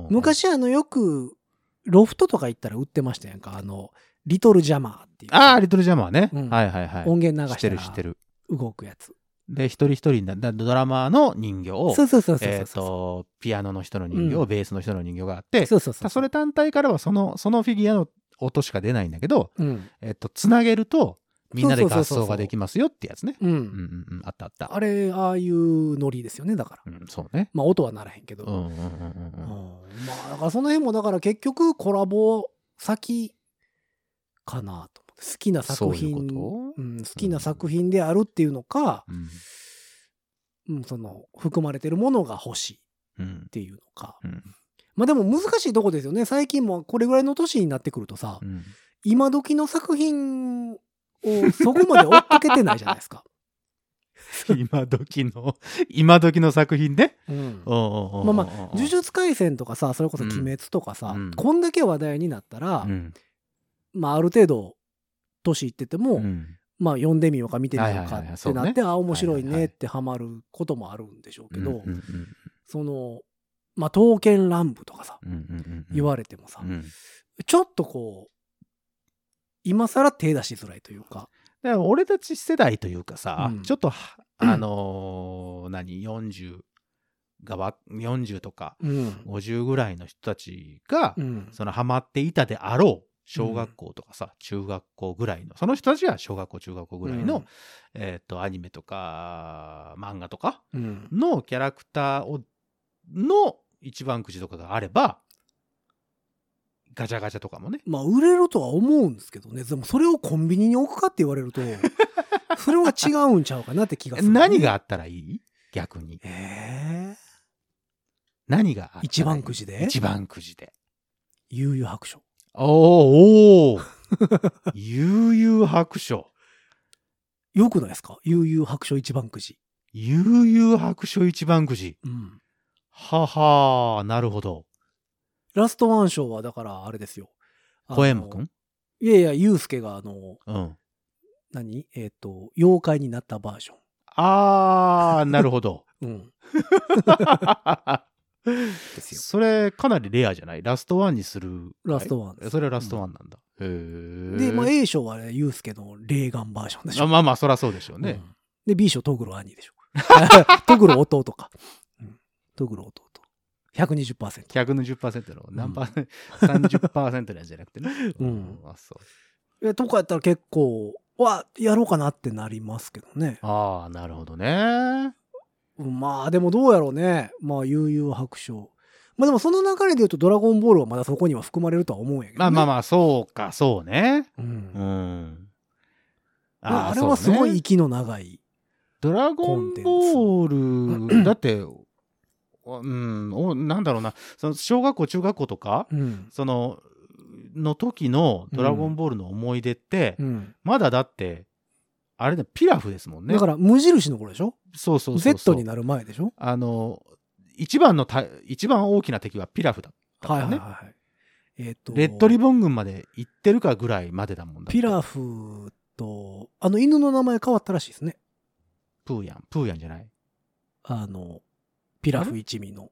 Speaker 3: んうん
Speaker 2: 昔あの、よく、ロフトとか行ったら売ってましたやんか。あの、リトルジャマーっていう。
Speaker 3: ああ、リトルジャマーね。
Speaker 2: うん
Speaker 3: はいはいはい。
Speaker 2: 音源流
Speaker 3: 知っ
Speaker 2: してた
Speaker 3: る知って
Speaker 2: ら
Speaker 3: る。
Speaker 2: 動くやつ。
Speaker 3: で、一人一人な、なドラマーの人形を、
Speaker 2: そうそうそうそう
Speaker 3: え
Speaker 2: そ
Speaker 3: っ
Speaker 2: うそ
Speaker 3: と、ピアノの人の人形、
Speaker 2: うん
Speaker 3: ベースの人の人形があっ
Speaker 2: う。
Speaker 3: て、
Speaker 2: そうそうそう。
Speaker 3: それ、単体からはその、そのフィギュアの音しか出ないんだけど、
Speaker 2: うん。
Speaker 3: えっと、つなげると、みんなで
Speaker 2: そうそう
Speaker 3: 合
Speaker 2: そうそう
Speaker 3: 奏ができますよってやつね。
Speaker 2: うん。
Speaker 3: うんうんうん、あったあった。
Speaker 2: あれ、ああいうノリですよね、だから。
Speaker 3: うん、そうね。
Speaker 2: まあ、音はならへんけど。
Speaker 3: うんうんうんうん
Speaker 2: うんまあだからその辺もだから結局コラボ先かなと思って好きな作品
Speaker 3: そういうこと
Speaker 2: うん、好きな作品であるっていうのか、
Speaker 3: うん。
Speaker 2: うん、その含まれてるものが欲しいっ
Speaker 3: うん。
Speaker 2: ていうのか
Speaker 3: うん。
Speaker 2: まあでも難しいとこですよね最近もこれぐらいの年になってくるとさ、
Speaker 3: うん。
Speaker 2: 今時の作品をそこまで追っかけてないじゃないです
Speaker 3: [LAUGHS]
Speaker 2: か。
Speaker 3: 今時の、今時の作品ね。
Speaker 2: うん
Speaker 3: うんうんうんうん
Speaker 2: まあまあ呪術廻戦とかさそれこそ鬼滅とかさ、
Speaker 3: うん
Speaker 2: こんだけ話題になったら、
Speaker 3: うん
Speaker 2: まあある程度年いってても、
Speaker 3: うん
Speaker 2: まあ読んでみようか見てみよう
Speaker 3: はい
Speaker 2: か
Speaker 3: はいはい
Speaker 2: って
Speaker 3: そうね
Speaker 2: なって、ああ面白い
Speaker 3: はいはい
Speaker 2: ねってハマることもあるんでしょうけど
Speaker 3: うんうん
Speaker 2: そのまあ刀剣乱舞とかさ
Speaker 3: うんうんうんうん
Speaker 2: 言われてもさ
Speaker 3: うん
Speaker 2: ちょっとこう今更手出しづらいというか
Speaker 3: だから俺たち世代というかさ、
Speaker 2: うん
Speaker 3: ちょっとは、あのー何、40がわ、40とか
Speaker 2: うん
Speaker 3: 50ぐらいの人たちが、
Speaker 2: うん
Speaker 3: そのハマっていたであろう、小学校とかさ、中学校ぐらいの、その人たちが小学校、中学校ぐらいの、えっ、と、アニメとか、漫画とか
Speaker 2: うん
Speaker 3: のキャラクターを、の一番くじとかがあれば、ガチャガチャとかもね。
Speaker 2: まあ売れるとは思うんですけどねでもそれをコンビニに置くかって言われる
Speaker 3: [LAUGHS]
Speaker 2: とそれは違うんちゃうかなって気がするね、
Speaker 3: 何があったらいい逆に。
Speaker 2: えー
Speaker 3: 何があったらいい
Speaker 2: 一番くじで
Speaker 3: 一番くじで。
Speaker 2: 悠々白書
Speaker 3: おーおー [LAUGHS] 悠々白書。
Speaker 2: よくないですか悠々白書一番くじ。
Speaker 3: 悠々白書一番くじ。
Speaker 2: うん。
Speaker 3: ははなるほど。
Speaker 2: ラストワン賞は、だから、あれですよ。あの
Speaker 3: 小山くん
Speaker 2: いやいや、ゆうすけが、あの、
Speaker 3: うん。
Speaker 2: 何えっ、と、妖怪になったバージョ [LAUGHS]
Speaker 3: あー、なるほど。
Speaker 2: ン。うん。ですよ。
Speaker 3: それ、かなりレアじゃないラストワンにする。
Speaker 2: ラストワンです
Speaker 3: それはラストワンなんだ。へえ。
Speaker 2: で、まあ、A 賞は、ね、ゆうすけの霊眼バージョンでし
Speaker 3: あ
Speaker 2: ょ。
Speaker 3: まあまあ、そらそうでしょう
Speaker 2: う
Speaker 3: ね
Speaker 2: ん。で、B 賞、トグロ兄でしょ。 [LAUGHS] トグロ弟か。うん、トグロ弟。120%。
Speaker 3: 120%の何パーセント、30%のやつじゃなくてね。
Speaker 2: [LAUGHS] うん
Speaker 3: あそう
Speaker 2: えとかやったら結構、わ、やろうかなってなりますけどね。
Speaker 3: ああ、なるほどね。
Speaker 2: うんまあでもどうやろうね。まあ悠々白書。まあでもその流れで言うとドラゴンボールはまだそこには含まれるとは思うんやけど、ね。
Speaker 3: まあまあ
Speaker 2: ま
Speaker 3: まあ、そうか、そうね。
Speaker 2: あ。う。
Speaker 3: うんん。
Speaker 2: まあ、あれ
Speaker 3: そう
Speaker 2: は
Speaker 3: ね
Speaker 2: すごい息の長い。
Speaker 3: ドラゴンボール、だって、うん、おなんだろうな、その小学校、中学校とか、
Speaker 2: うん。
Speaker 3: その、の時のドラゴンボールの思い出って、
Speaker 2: うん。
Speaker 3: まだだって、あれね、ピラフですもんね。
Speaker 2: だから無印の頃でしょ
Speaker 3: そうそうそう
Speaker 2: ?Z
Speaker 3: そう
Speaker 2: になる前でしょ
Speaker 3: あの、一番のた、一番大きな敵はピラフだったか
Speaker 2: はい
Speaker 3: ら
Speaker 2: はい
Speaker 3: ね。
Speaker 2: はい。えっ、と。
Speaker 3: レッドリボン軍まで行ってるかぐらいまでだもんだって。
Speaker 2: ピラフと、あの犬の名前変わったらしいですね。
Speaker 3: プーヤン、プーヤンじゃない。
Speaker 2: あの、ピラフ一味の。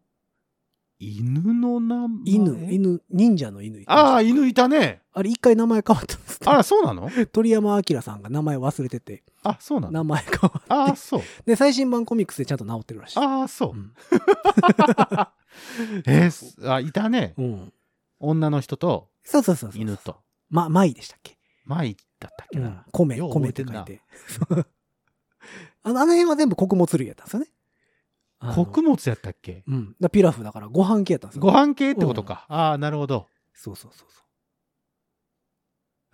Speaker 3: 犬の名前
Speaker 2: 犬、犬、忍者の犬いたでしょ
Speaker 3: ああ、犬いたね。
Speaker 2: あれ一回名前変わったんですって
Speaker 3: あら、そう
Speaker 2: [LAUGHS]
Speaker 3: なの
Speaker 2: 鳥山明さんが名前忘れてて、
Speaker 3: あ、そうなの
Speaker 2: 名前変わって。
Speaker 3: ああ、そう。
Speaker 2: で、最新版コミックスでちゃんと直ってるらしい。
Speaker 3: ああ、そう
Speaker 2: う。ん。
Speaker 3: えーすあ、いたね。
Speaker 2: うん。
Speaker 3: 女の人と
Speaker 2: そうそうそうそう。
Speaker 3: 犬。と。
Speaker 2: ま、マイでしたっけ
Speaker 3: マイだったっけな。
Speaker 2: 米、
Speaker 3: よう
Speaker 2: 米
Speaker 3: 覚え
Speaker 2: ってて
Speaker 3: ん
Speaker 2: 書
Speaker 3: ない
Speaker 2: て。あの、あの辺は全部穀物類やったんですよね。あの
Speaker 3: 穀物やったっけ
Speaker 2: うん。だからピラフだからご飯系やったんですよ。
Speaker 3: ご飯系ってことか。ああ、なるほど。
Speaker 2: そうそうそうそ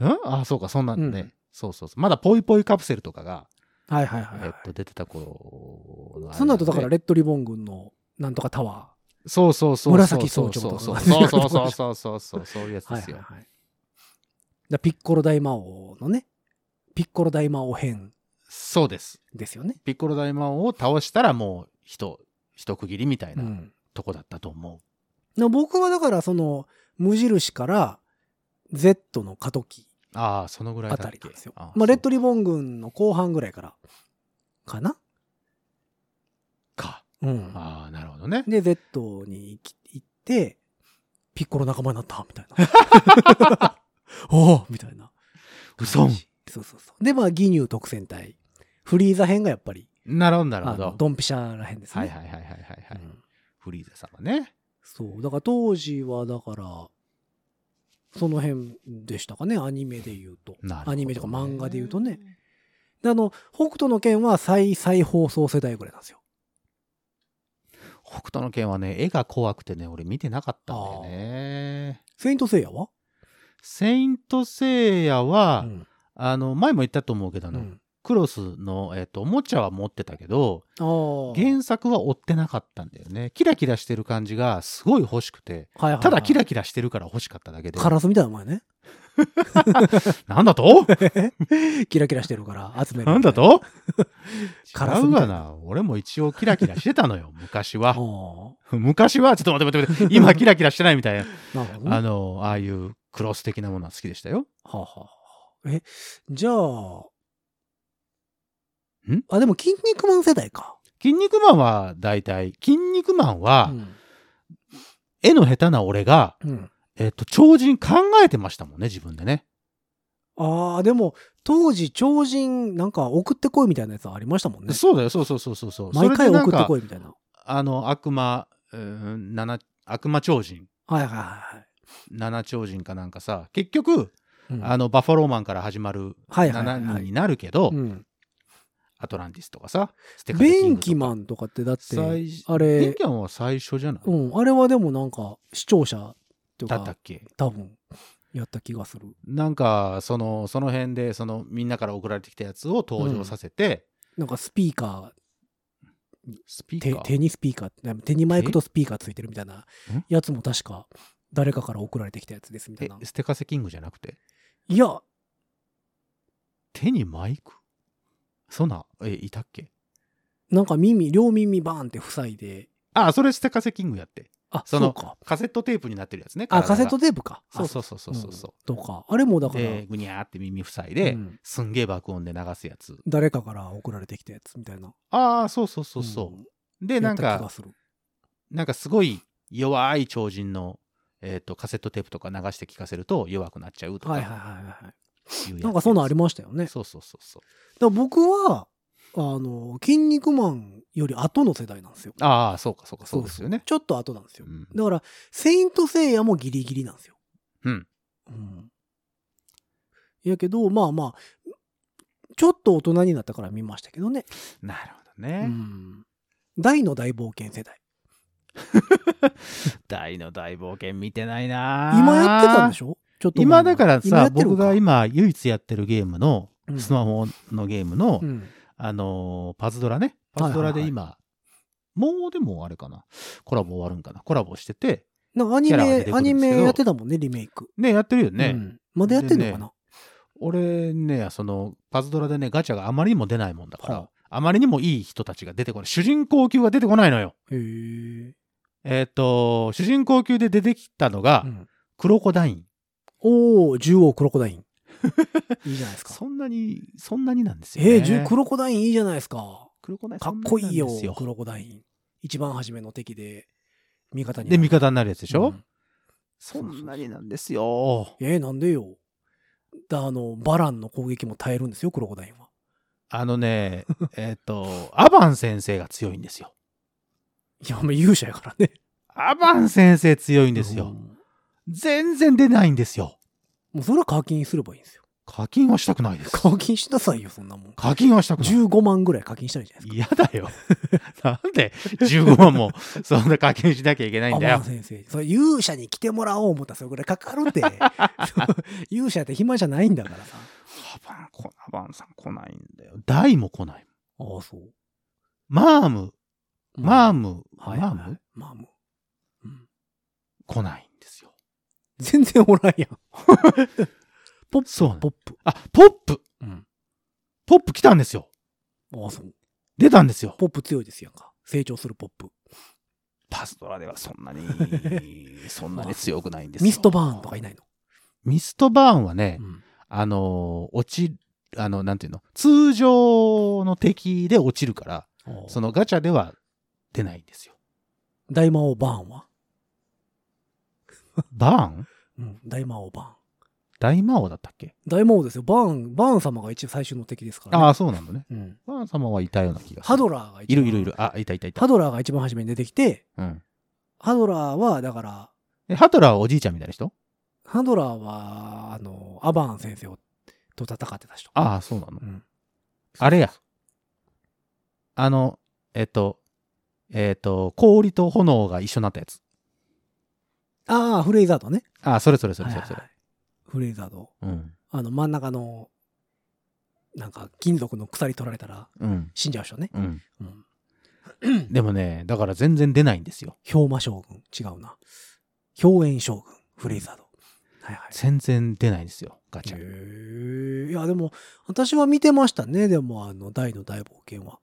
Speaker 3: んああ、そうか、そんなん
Speaker 2: う
Speaker 3: ね
Speaker 2: ん。
Speaker 3: そうそうそう。まだポイポイカプセルとかが、
Speaker 2: う。はいはいはいはい。
Speaker 3: えっと、出てた頃のあれだよね
Speaker 2: その後だから、レッドリボン軍のなんとかタワ
Speaker 3: そうそうそうそう。
Speaker 2: 紫総長
Speaker 3: そ
Speaker 2: と
Speaker 3: う
Speaker 2: か
Speaker 3: そうそうそうそうそうそうそう。そういうやつ
Speaker 2: ー。は
Speaker 3: で
Speaker 2: い
Speaker 3: す
Speaker 2: はい
Speaker 3: よ。
Speaker 2: はい。だピッコロ大魔王のね、ピッコロ大魔王編
Speaker 3: そうです。
Speaker 2: ですよね。。
Speaker 3: ピッコロ大魔王を倒したらもう一、一区切りみたいうなんとこだったと思
Speaker 2: な僕はだからその無印から Z の過渡期
Speaker 3: う。ああ、そのぐらいだ
Speaker 2: あ
Speaker 3: った
Speaker 2: た
Speaker 3: っ
Speaker 2: り
Speaker 3: け
Speaker 2: なんですよ。
Speaker 3: あ
Speaker 2: まあ、レッドリボン軍の後半ぐらいからかな。
Speaker 3: か。
Speaker 2: うん、
Speaker 3: ああ、なるほどね。
Speaker 2: で Z に行き行ってピッコロ仲間になったみたいな。
Speaker 3: [LAUGHS]
Speaker 2: [LAUGHS] おおみたいな。そ
Speaker 3: 嘘
Speaker 2: うそうそう。でまあ義乳特戦隊フリーザ編がやっぱり
Speaker 3: なるほど、なるほ
Speaker 2: あの
Speaker 3: ど。
Speaker 2: ドンピシャらへんですね。
Speaker 3: はいはいはいはいはいは
Speaker 2: う
Speaker 3: い。
Speaker 2: ん
Speaker 3: フリーザ様ね。
Speaker 2: そう。だから当時は、だから、その辺でしたかね、アニメで言うと。
Speaker 3: なるほどね
Speaker 2: アニメとか漫画で言うとね。で、あの、北斗の剣は再、再放送世代ぐらいなんですよ。
Speaker 3: 北斗の拳はね、絵が怖くてね、俺見てなかったんだよね。
Speaker 2: セイントセイヤは
Speaker 3: セイントセイヤは、
Speaker 2: うん。
Speaker 3: あの、前も言ったと思うけど、あ
Speaker 2: う
Speaker 3: の、
Speaker 2: ん
Speaker 3: クロスの、えっ、と、おもちゃは持ってたけど、
Speaker 2: ああ。
Speaker 3: 原作は追ってなかったんだよね。キラキラしてる感じがすごい欲しくて、
Speaker 2: はいはいはい
Speaker 3: ただキラキラしてるから欲しかっただけで。
Speaker 2: カラスみたいな前ね。 [LAUGHS]
Speaker 3: なんだと
Speaker 2: キラキラしてるから集める。
Speaker 3: なん
Speaker 2: [LAUGHS]
Speaker 3: だと
Speaker 2: カラス
Speaker 3: 違う
Speaker 2: みたい
Speaker 3: が
Speaker 2: な
Speaker 3: な。俺も一応キラキラしてたのよ、昔
Speaker 2: ああ。
Speaker 3: は
Speaker 2: なる。ほ
Speaker 3: [LAUGHS] 昔は、ちょっと待って待って待
Speaker 2: [LAUGHS]
Speaker 3: って、今キラキラしてないみたいな。
Speaker 2: どね。
Speaker 3: あの、ああいうクロス的なものは好きでしたよ。
Speaker 2: はあはあはあえ、じゃあ、
Speaker 3: ん
Speaker 2: あ、でも、筋肉マン世代か。
Speaker 3: 筋肉マンは大体、筋肉マンは
Speaker 2: う、ん。
Speaker 3: 絵の下手な俺が、
Speaker 2: うん。
Speaker 3: えっと、超人考えてましたもんね、自分でね。
Speaker 2: ああ、でも、当時、超人、なんか、送ってこいみたいなやつありましたもんね。
Speaker 3: そうだよ、そうそうそうそうそう。
Speaker 2: 毎
Speaker 3: そ
Speaker 2: 回
Speaker 3: れでなん
Speaker 2: 送っ
Speaker 3: か
Speaker 2: てこいみたいな。
Speaker 3: あの、悪魔、うーん、七、悪魔超人、
Speaker 2: はいはいはいはい。
Speaker 3: 七超人かなんかさ、結局、
Speaker 2: うん
Speaker 3: あの、バッファローマンから始まる
Speaker 2: はいはいはいは
Speaker 3: 7
Speaker 2: い
Speaker 3: 人になるけど、
Speaker 2: うん
Speaker 3: アトランティスとかさ、ステカテキ
Speaker 2: ベ
Speaker 3: ン
Speaker 2: ン
Speaker 3: グとか
Speaker 2: キマンとかって、だって、
Speaker 3: 最
Speaker 2: あ
Speaker 3: ベン
Speaker 2: れ、
Speaker 3: キマンは最初じゃない、
Speaker 2: うん、あれはでもなんか、視聴者と
Speaker 3: だった
Speaker 2: か
Speaker 3: っ、け
Speaker 2: 多分、やった気がする。
Speaker 3: なんか、その、その辺で、その、みんなから送られてきたやつを登場させて、
Speaker 2: なんか、スピーカ
Speaker 3: スピ
Speaker 2: ー、
Speaker 3: ー
Speaker 2: 手
Speaker 3: カー。
Speaker 2: 手にスピーカー、手にマイクとスピーカーついてるみたいなやつも確か、誰かから送られてきたやつですみたいな。
Speaker 3: えステカセキングじゃなくて
Speaker 2: いいや、
Speaker 3: 手にマイクそんな、え、いたっけ
Speaker 2: なんか耳、両耳バーンって塞いで、
Speaker 3: あ、それしてカセキングやって。
Speaker 2: あ、そ
Speaker 3: その
Speaker 2: うか。
Speaker 3: カセットテープになってるやつね。
Speaker 2: あ、
Speaker 3: 体が
Speaker 2: カセットテープか。
Speaker 3: そうそうそうそうそうそ
Speaker 2: うんとか、あれもだ
Speaker 3: う。
Speaker 2: から、
Speaker 3: で、ぐにゃーって耳塞いで、
Speaker 2: うん
Speaker 3: すんげえ爆音で流すやつ。
Speaker 2: 誰かから送られてきたやつみたいな。
Speaker 3: ああ、そうそうそうそう。
Speaker 2: ん
Speaker 3: で、なん
Speaker 2: やった気が
Speaker 3: か、
Speaker 2: する
Speaker 3: なんかすごい弱い超人の、えっ、と、カセットテープとか流して聞かせると弱くなっちゃうとか。
Speaker 2: はいはいはいは
Speaker 3: いうや
Speaker 2: い。
Speaker 3: つ
Speaker 2: なんかそんなんありましたよね。だか
Speaker 3: そうそうそうそう。
Speaker 2: ら僕は、あの、筋肉マンより後の世代なんですよ。
Speaker 3: ああ、そうかそうか、そうですよね。
Speaker 2: ちょっと後なんですよ
Speaker 3: う。ん
Speaker 2: だから、セイントセイヤもギリギリなんですよ。
Speaker 3: うん。
Speaker 2: うん。やけど、まあまあ、ちょっと大人になったから見ましたけどね。
Speaker 3: なるほど
Speaker 2: う
Speaker 3: ね。
Speaker 2: ん。大の大冒険世代。
Speaker 3: 大の大冒険見てないな
Speaker 2: 今やってたんで
Speaker 3: しょ
Speaker 2: しょちょっと前に
Speaker 3: 今だから
Speaker 2: 今や
Speaker 3: さ、
Speaker 2: ってる
Speaker 3: 僕
Speaker 2: のか
Speaker 3: が今唯一やってるゲームの
Speaker 2: う、ん
Speaker 3: スマホのゲームの、
Speaker 2: うん
Speaker 3: あのーパズドラね。パズドラで今、もうでもあれかな。コラボ終わるんかな。コラボしてて、
Speaker 2: なんかアニ
Speaker 3: キャラが出
Speaker 2: メ
Speaker 3: てくるんですけ、ど
Speaker 2: アニメやってたもんね、リメイク。
Speaker 3: ね、やってるよ
Speaker 2: う
Speaker 3: ね。
Speaker 2: んまだやってんのかな
Speaker 3: 俺ね、その、パズドラでね、ガチャがあまりにも出ないもんだから、
Speaker 2: は
Speaker 3: あまりにもいい人たちが出てこない。主人公級が出てこないのよ。
Speaker 2: へえ。
Speaker 3: えっ、と、主人公級で出てきたのが
Speaker 2: う、ん
Speaker 3: クロコダイン。
Speaker 2: おお、獣王クロコダイン。いいじゃないですか。
Speaker 3: [LAUGHS] そんなに、そんなになんですよ、ね。
Speaker 2: えー、獣クロコダインいいじゃないですか。
Speaker 3: クロコダイン
Speaker 2: かっこいいよ
Speaker 3: そんなになんです、
Speaker 2: クロコダイン。一番初めの敵で、味方にな
Speaker 3: で、
Speaker 2: る。
Speaker 3: 味方になるやつでしょ、
Speaker 2: うん
Speaker 3: そんなになんですよ。
Speaker 2: えー、なんでよ。だあの、バランの攻撃も耐えるんですよ、クロコダインは。
Speaker 3: あのね、 [LAUGHS] えっと、アバン先生が強いんですよ。
Speaker 2: いや、もう勇者やからね。
Speaker 3: アバン先生強いんです
Speaker 2: うん
Speaker 3: よ。
Speaker 2: も
Speaker 3: 全然出ないんですよ。
Speaker 2: うそれは課金すればいいんですよ。
Speaker 3: 課金はしたくないです。
Speaker 2: 課金しなさいよ、そんなもん。
Speaker 3: 課金はしたくない。
Speaker 2: 15万ぐらい課金したらいいじゃないですか。
Speaker 3: 嫌だよ。 [LAUGHS] なん
Speaker 2: [LAUGHS]
Speaker 3: で15万もそんな課金しなきゃいけないんだ
Speaker 2: 天
Speaker 3: よ
Speaker 2: 野。先生。それ勇者に来てもらおう思ったらそれぐらいかかる
Speaker 3: [LAUGHS]
Speaker 2: って。そう勇者って暇じゃないんだからさ。
Speaker 3: アバン、こアバンさん来ないんだよ。ダイも来ない。
Speaker 2: ああ、そう。
Speaker 3: マーム、マーム、
Speaker 2: は
Speaker 3: マ
Speaker 2: いはい
Speaker 3: ー
Speaker 2: はい
Speaker 3: ム
Speaker 2: マーム。うん
Speaker 3: 来ないんですよ。
Speaker 2: 全然おらんやん。ポップ、
Speaker 3: そうなの
Speaker 2: ポップ。
Speaker 3: あ、ポップ
Speaker 2: うん。
Speaker 3: ポップ来たんですよ。
Speaker 2: ああ、そう。
Speaker 3: 出たんですよ。
Speaker 2: ポップ強いですやんか。成長するポップ。
Speaker 3: パズドラではそん [LAUGHS] なに、そんなに強くないんですよ。
Speaker 2: ミストバーンとかいないの。
Speaker 3: ミストバーンはね、
Speaker 2: うん
Speaker 3: あのー落ち、あの、なんていうの、通常の敵で落ちるから、
Speaker 2: ああ
Speaker 3: そのガチャでは出ないんですよ。 [LAUGHS]
Speaker 2: 大魔王バーンは
Speaker 3: バーン
Speaker 2: うん。大魔王バーン。
Speaker 3: 大魔王だったっけ
Speaker 2: 大魔王ですよ。バーン、バーン様が一応最終の敵ですからね。
Speaker 3: ああ、そうなんだね。
Speaker 2: うん。
Speaker 3: バーン様はいたような気がする。
Speaker 2: ハドラーが一
Speaker 3: い
Speaker 2: 番
Speaker 3: るいるいる。あ、いたいたいた。
Speaker 2: ハドラーが一番初めに出てきて、
Speaker 3: うん。
Speaker 2: ハドラーは、だから、
Speaker 3: え、ハドラーはおじいちゃんみたいな人
Speaker 2: ハドラーは、あの、アバーン先生をと戦ってた人。
Speaker 3: ああ、そうなの
Speaker 2: う。ん。
Speaker 3: あれや。あの、えっと、えっと、氷と炎が一緒になったやつ。
Speaker 2: ああ、フレイザードね。
Speaker 3: ああ、それそれそれそれ
Speaker 2: はい
Speaker 3: そ
Speaker 2: はい
Speaker 3: れ
Speaker 2: は。いフレイザード。
Speaker 3: うん。
Speaker 2: あの、真ん中の、なんか、金属の鎖取られたら
Speaker 3: うん。
Speaker 2: 死んじゃう人ね。
Speaker 3: うん。
Speaker 2: うん。
Speaker 3: でもね、だから全然出ないんですよ。
Speaker 2: 氷魔将軍。違うな。氷炎将軍。フレイザード。はいはい。
Speaker 3: 全然出ないんですよ、ガチ
Speaker 2: へ
Speaker 3: ャ。
Speaker 2: え。いや、でも、私は見てましたね。でも、あの、大の大冒険は。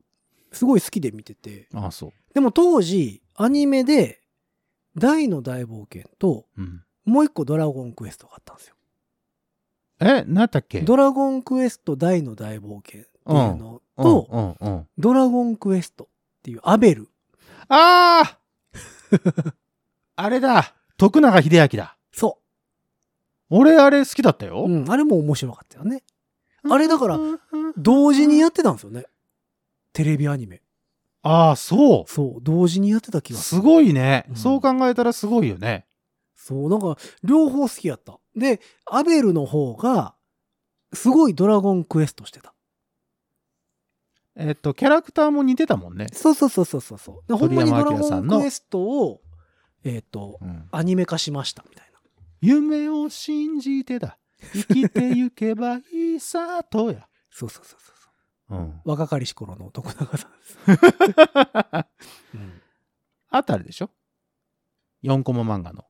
Speaker 2: すごい好きで見てて。
Speaker 3: ああ、そう。
Speaker 2: でも当時、アニメで、大の大冒険と、
Speaker 3: うん。
Speaker 2: もう一個ドラゴンクエストがあったんですよ。
Speaker 3: え、なんだっけ
Speaker 2: ドラゴンクエスト大の大冒険っていうのと、
Speaker 3: うんうんうん。
Speaker 2: ドラゴンクエストっていうアベル。
Speaker 3: ああ [LAUGHS] あれだ徳永秀明だ
Speaker 2: そ
Speaker 3: 俺あれ好きだったよ
Speaker 2: う。、うん、あれも面白かったよね。あれだから
Speaker 3: うんうん
Speaker 2: 同時にやってたんですよね。テレビアニメ。
Speaker 3: ああそ
Speaker 2: そう、同時にやってた気
Speaker 3: う
Speaker 2: が
Speaker 3: す
Speaker 2: る
Speaker 3: ごいね、
Speaker 2: うん
Speaker 3: そう考えたらすごいよね
Speaker 2: そう、なんか、両方好きやった。で、アベルの方が、すごいドラゴンクエストしてた。
Speaker 3: えっとキャラクターも似てたもんね、
Speaker 2: そうそうそうそうそうそう。でほんまにド
Speaker 3: 鳥
Speaker 2: ラ
Speaker 3: 山明
Speaker 2: ゴ
Speaker 3: さん
Speaker 2: ン
Speaker 3: の
Speaker 2: クエストを、えっ、と、
Speaker 3: うん
Speaker 2: アニメ化しましたみたいな。
Speaker 3: 夢を信じてだ生きてゆけばいいさとや、
Speaker 2: そうそうそうそうそう。
Speaker 3: [LAUGHS] うん、
Speaker 2: 若かりし頃の徳永さんです。うん
Speaker 3: あとあれでしょ4コマ漫画の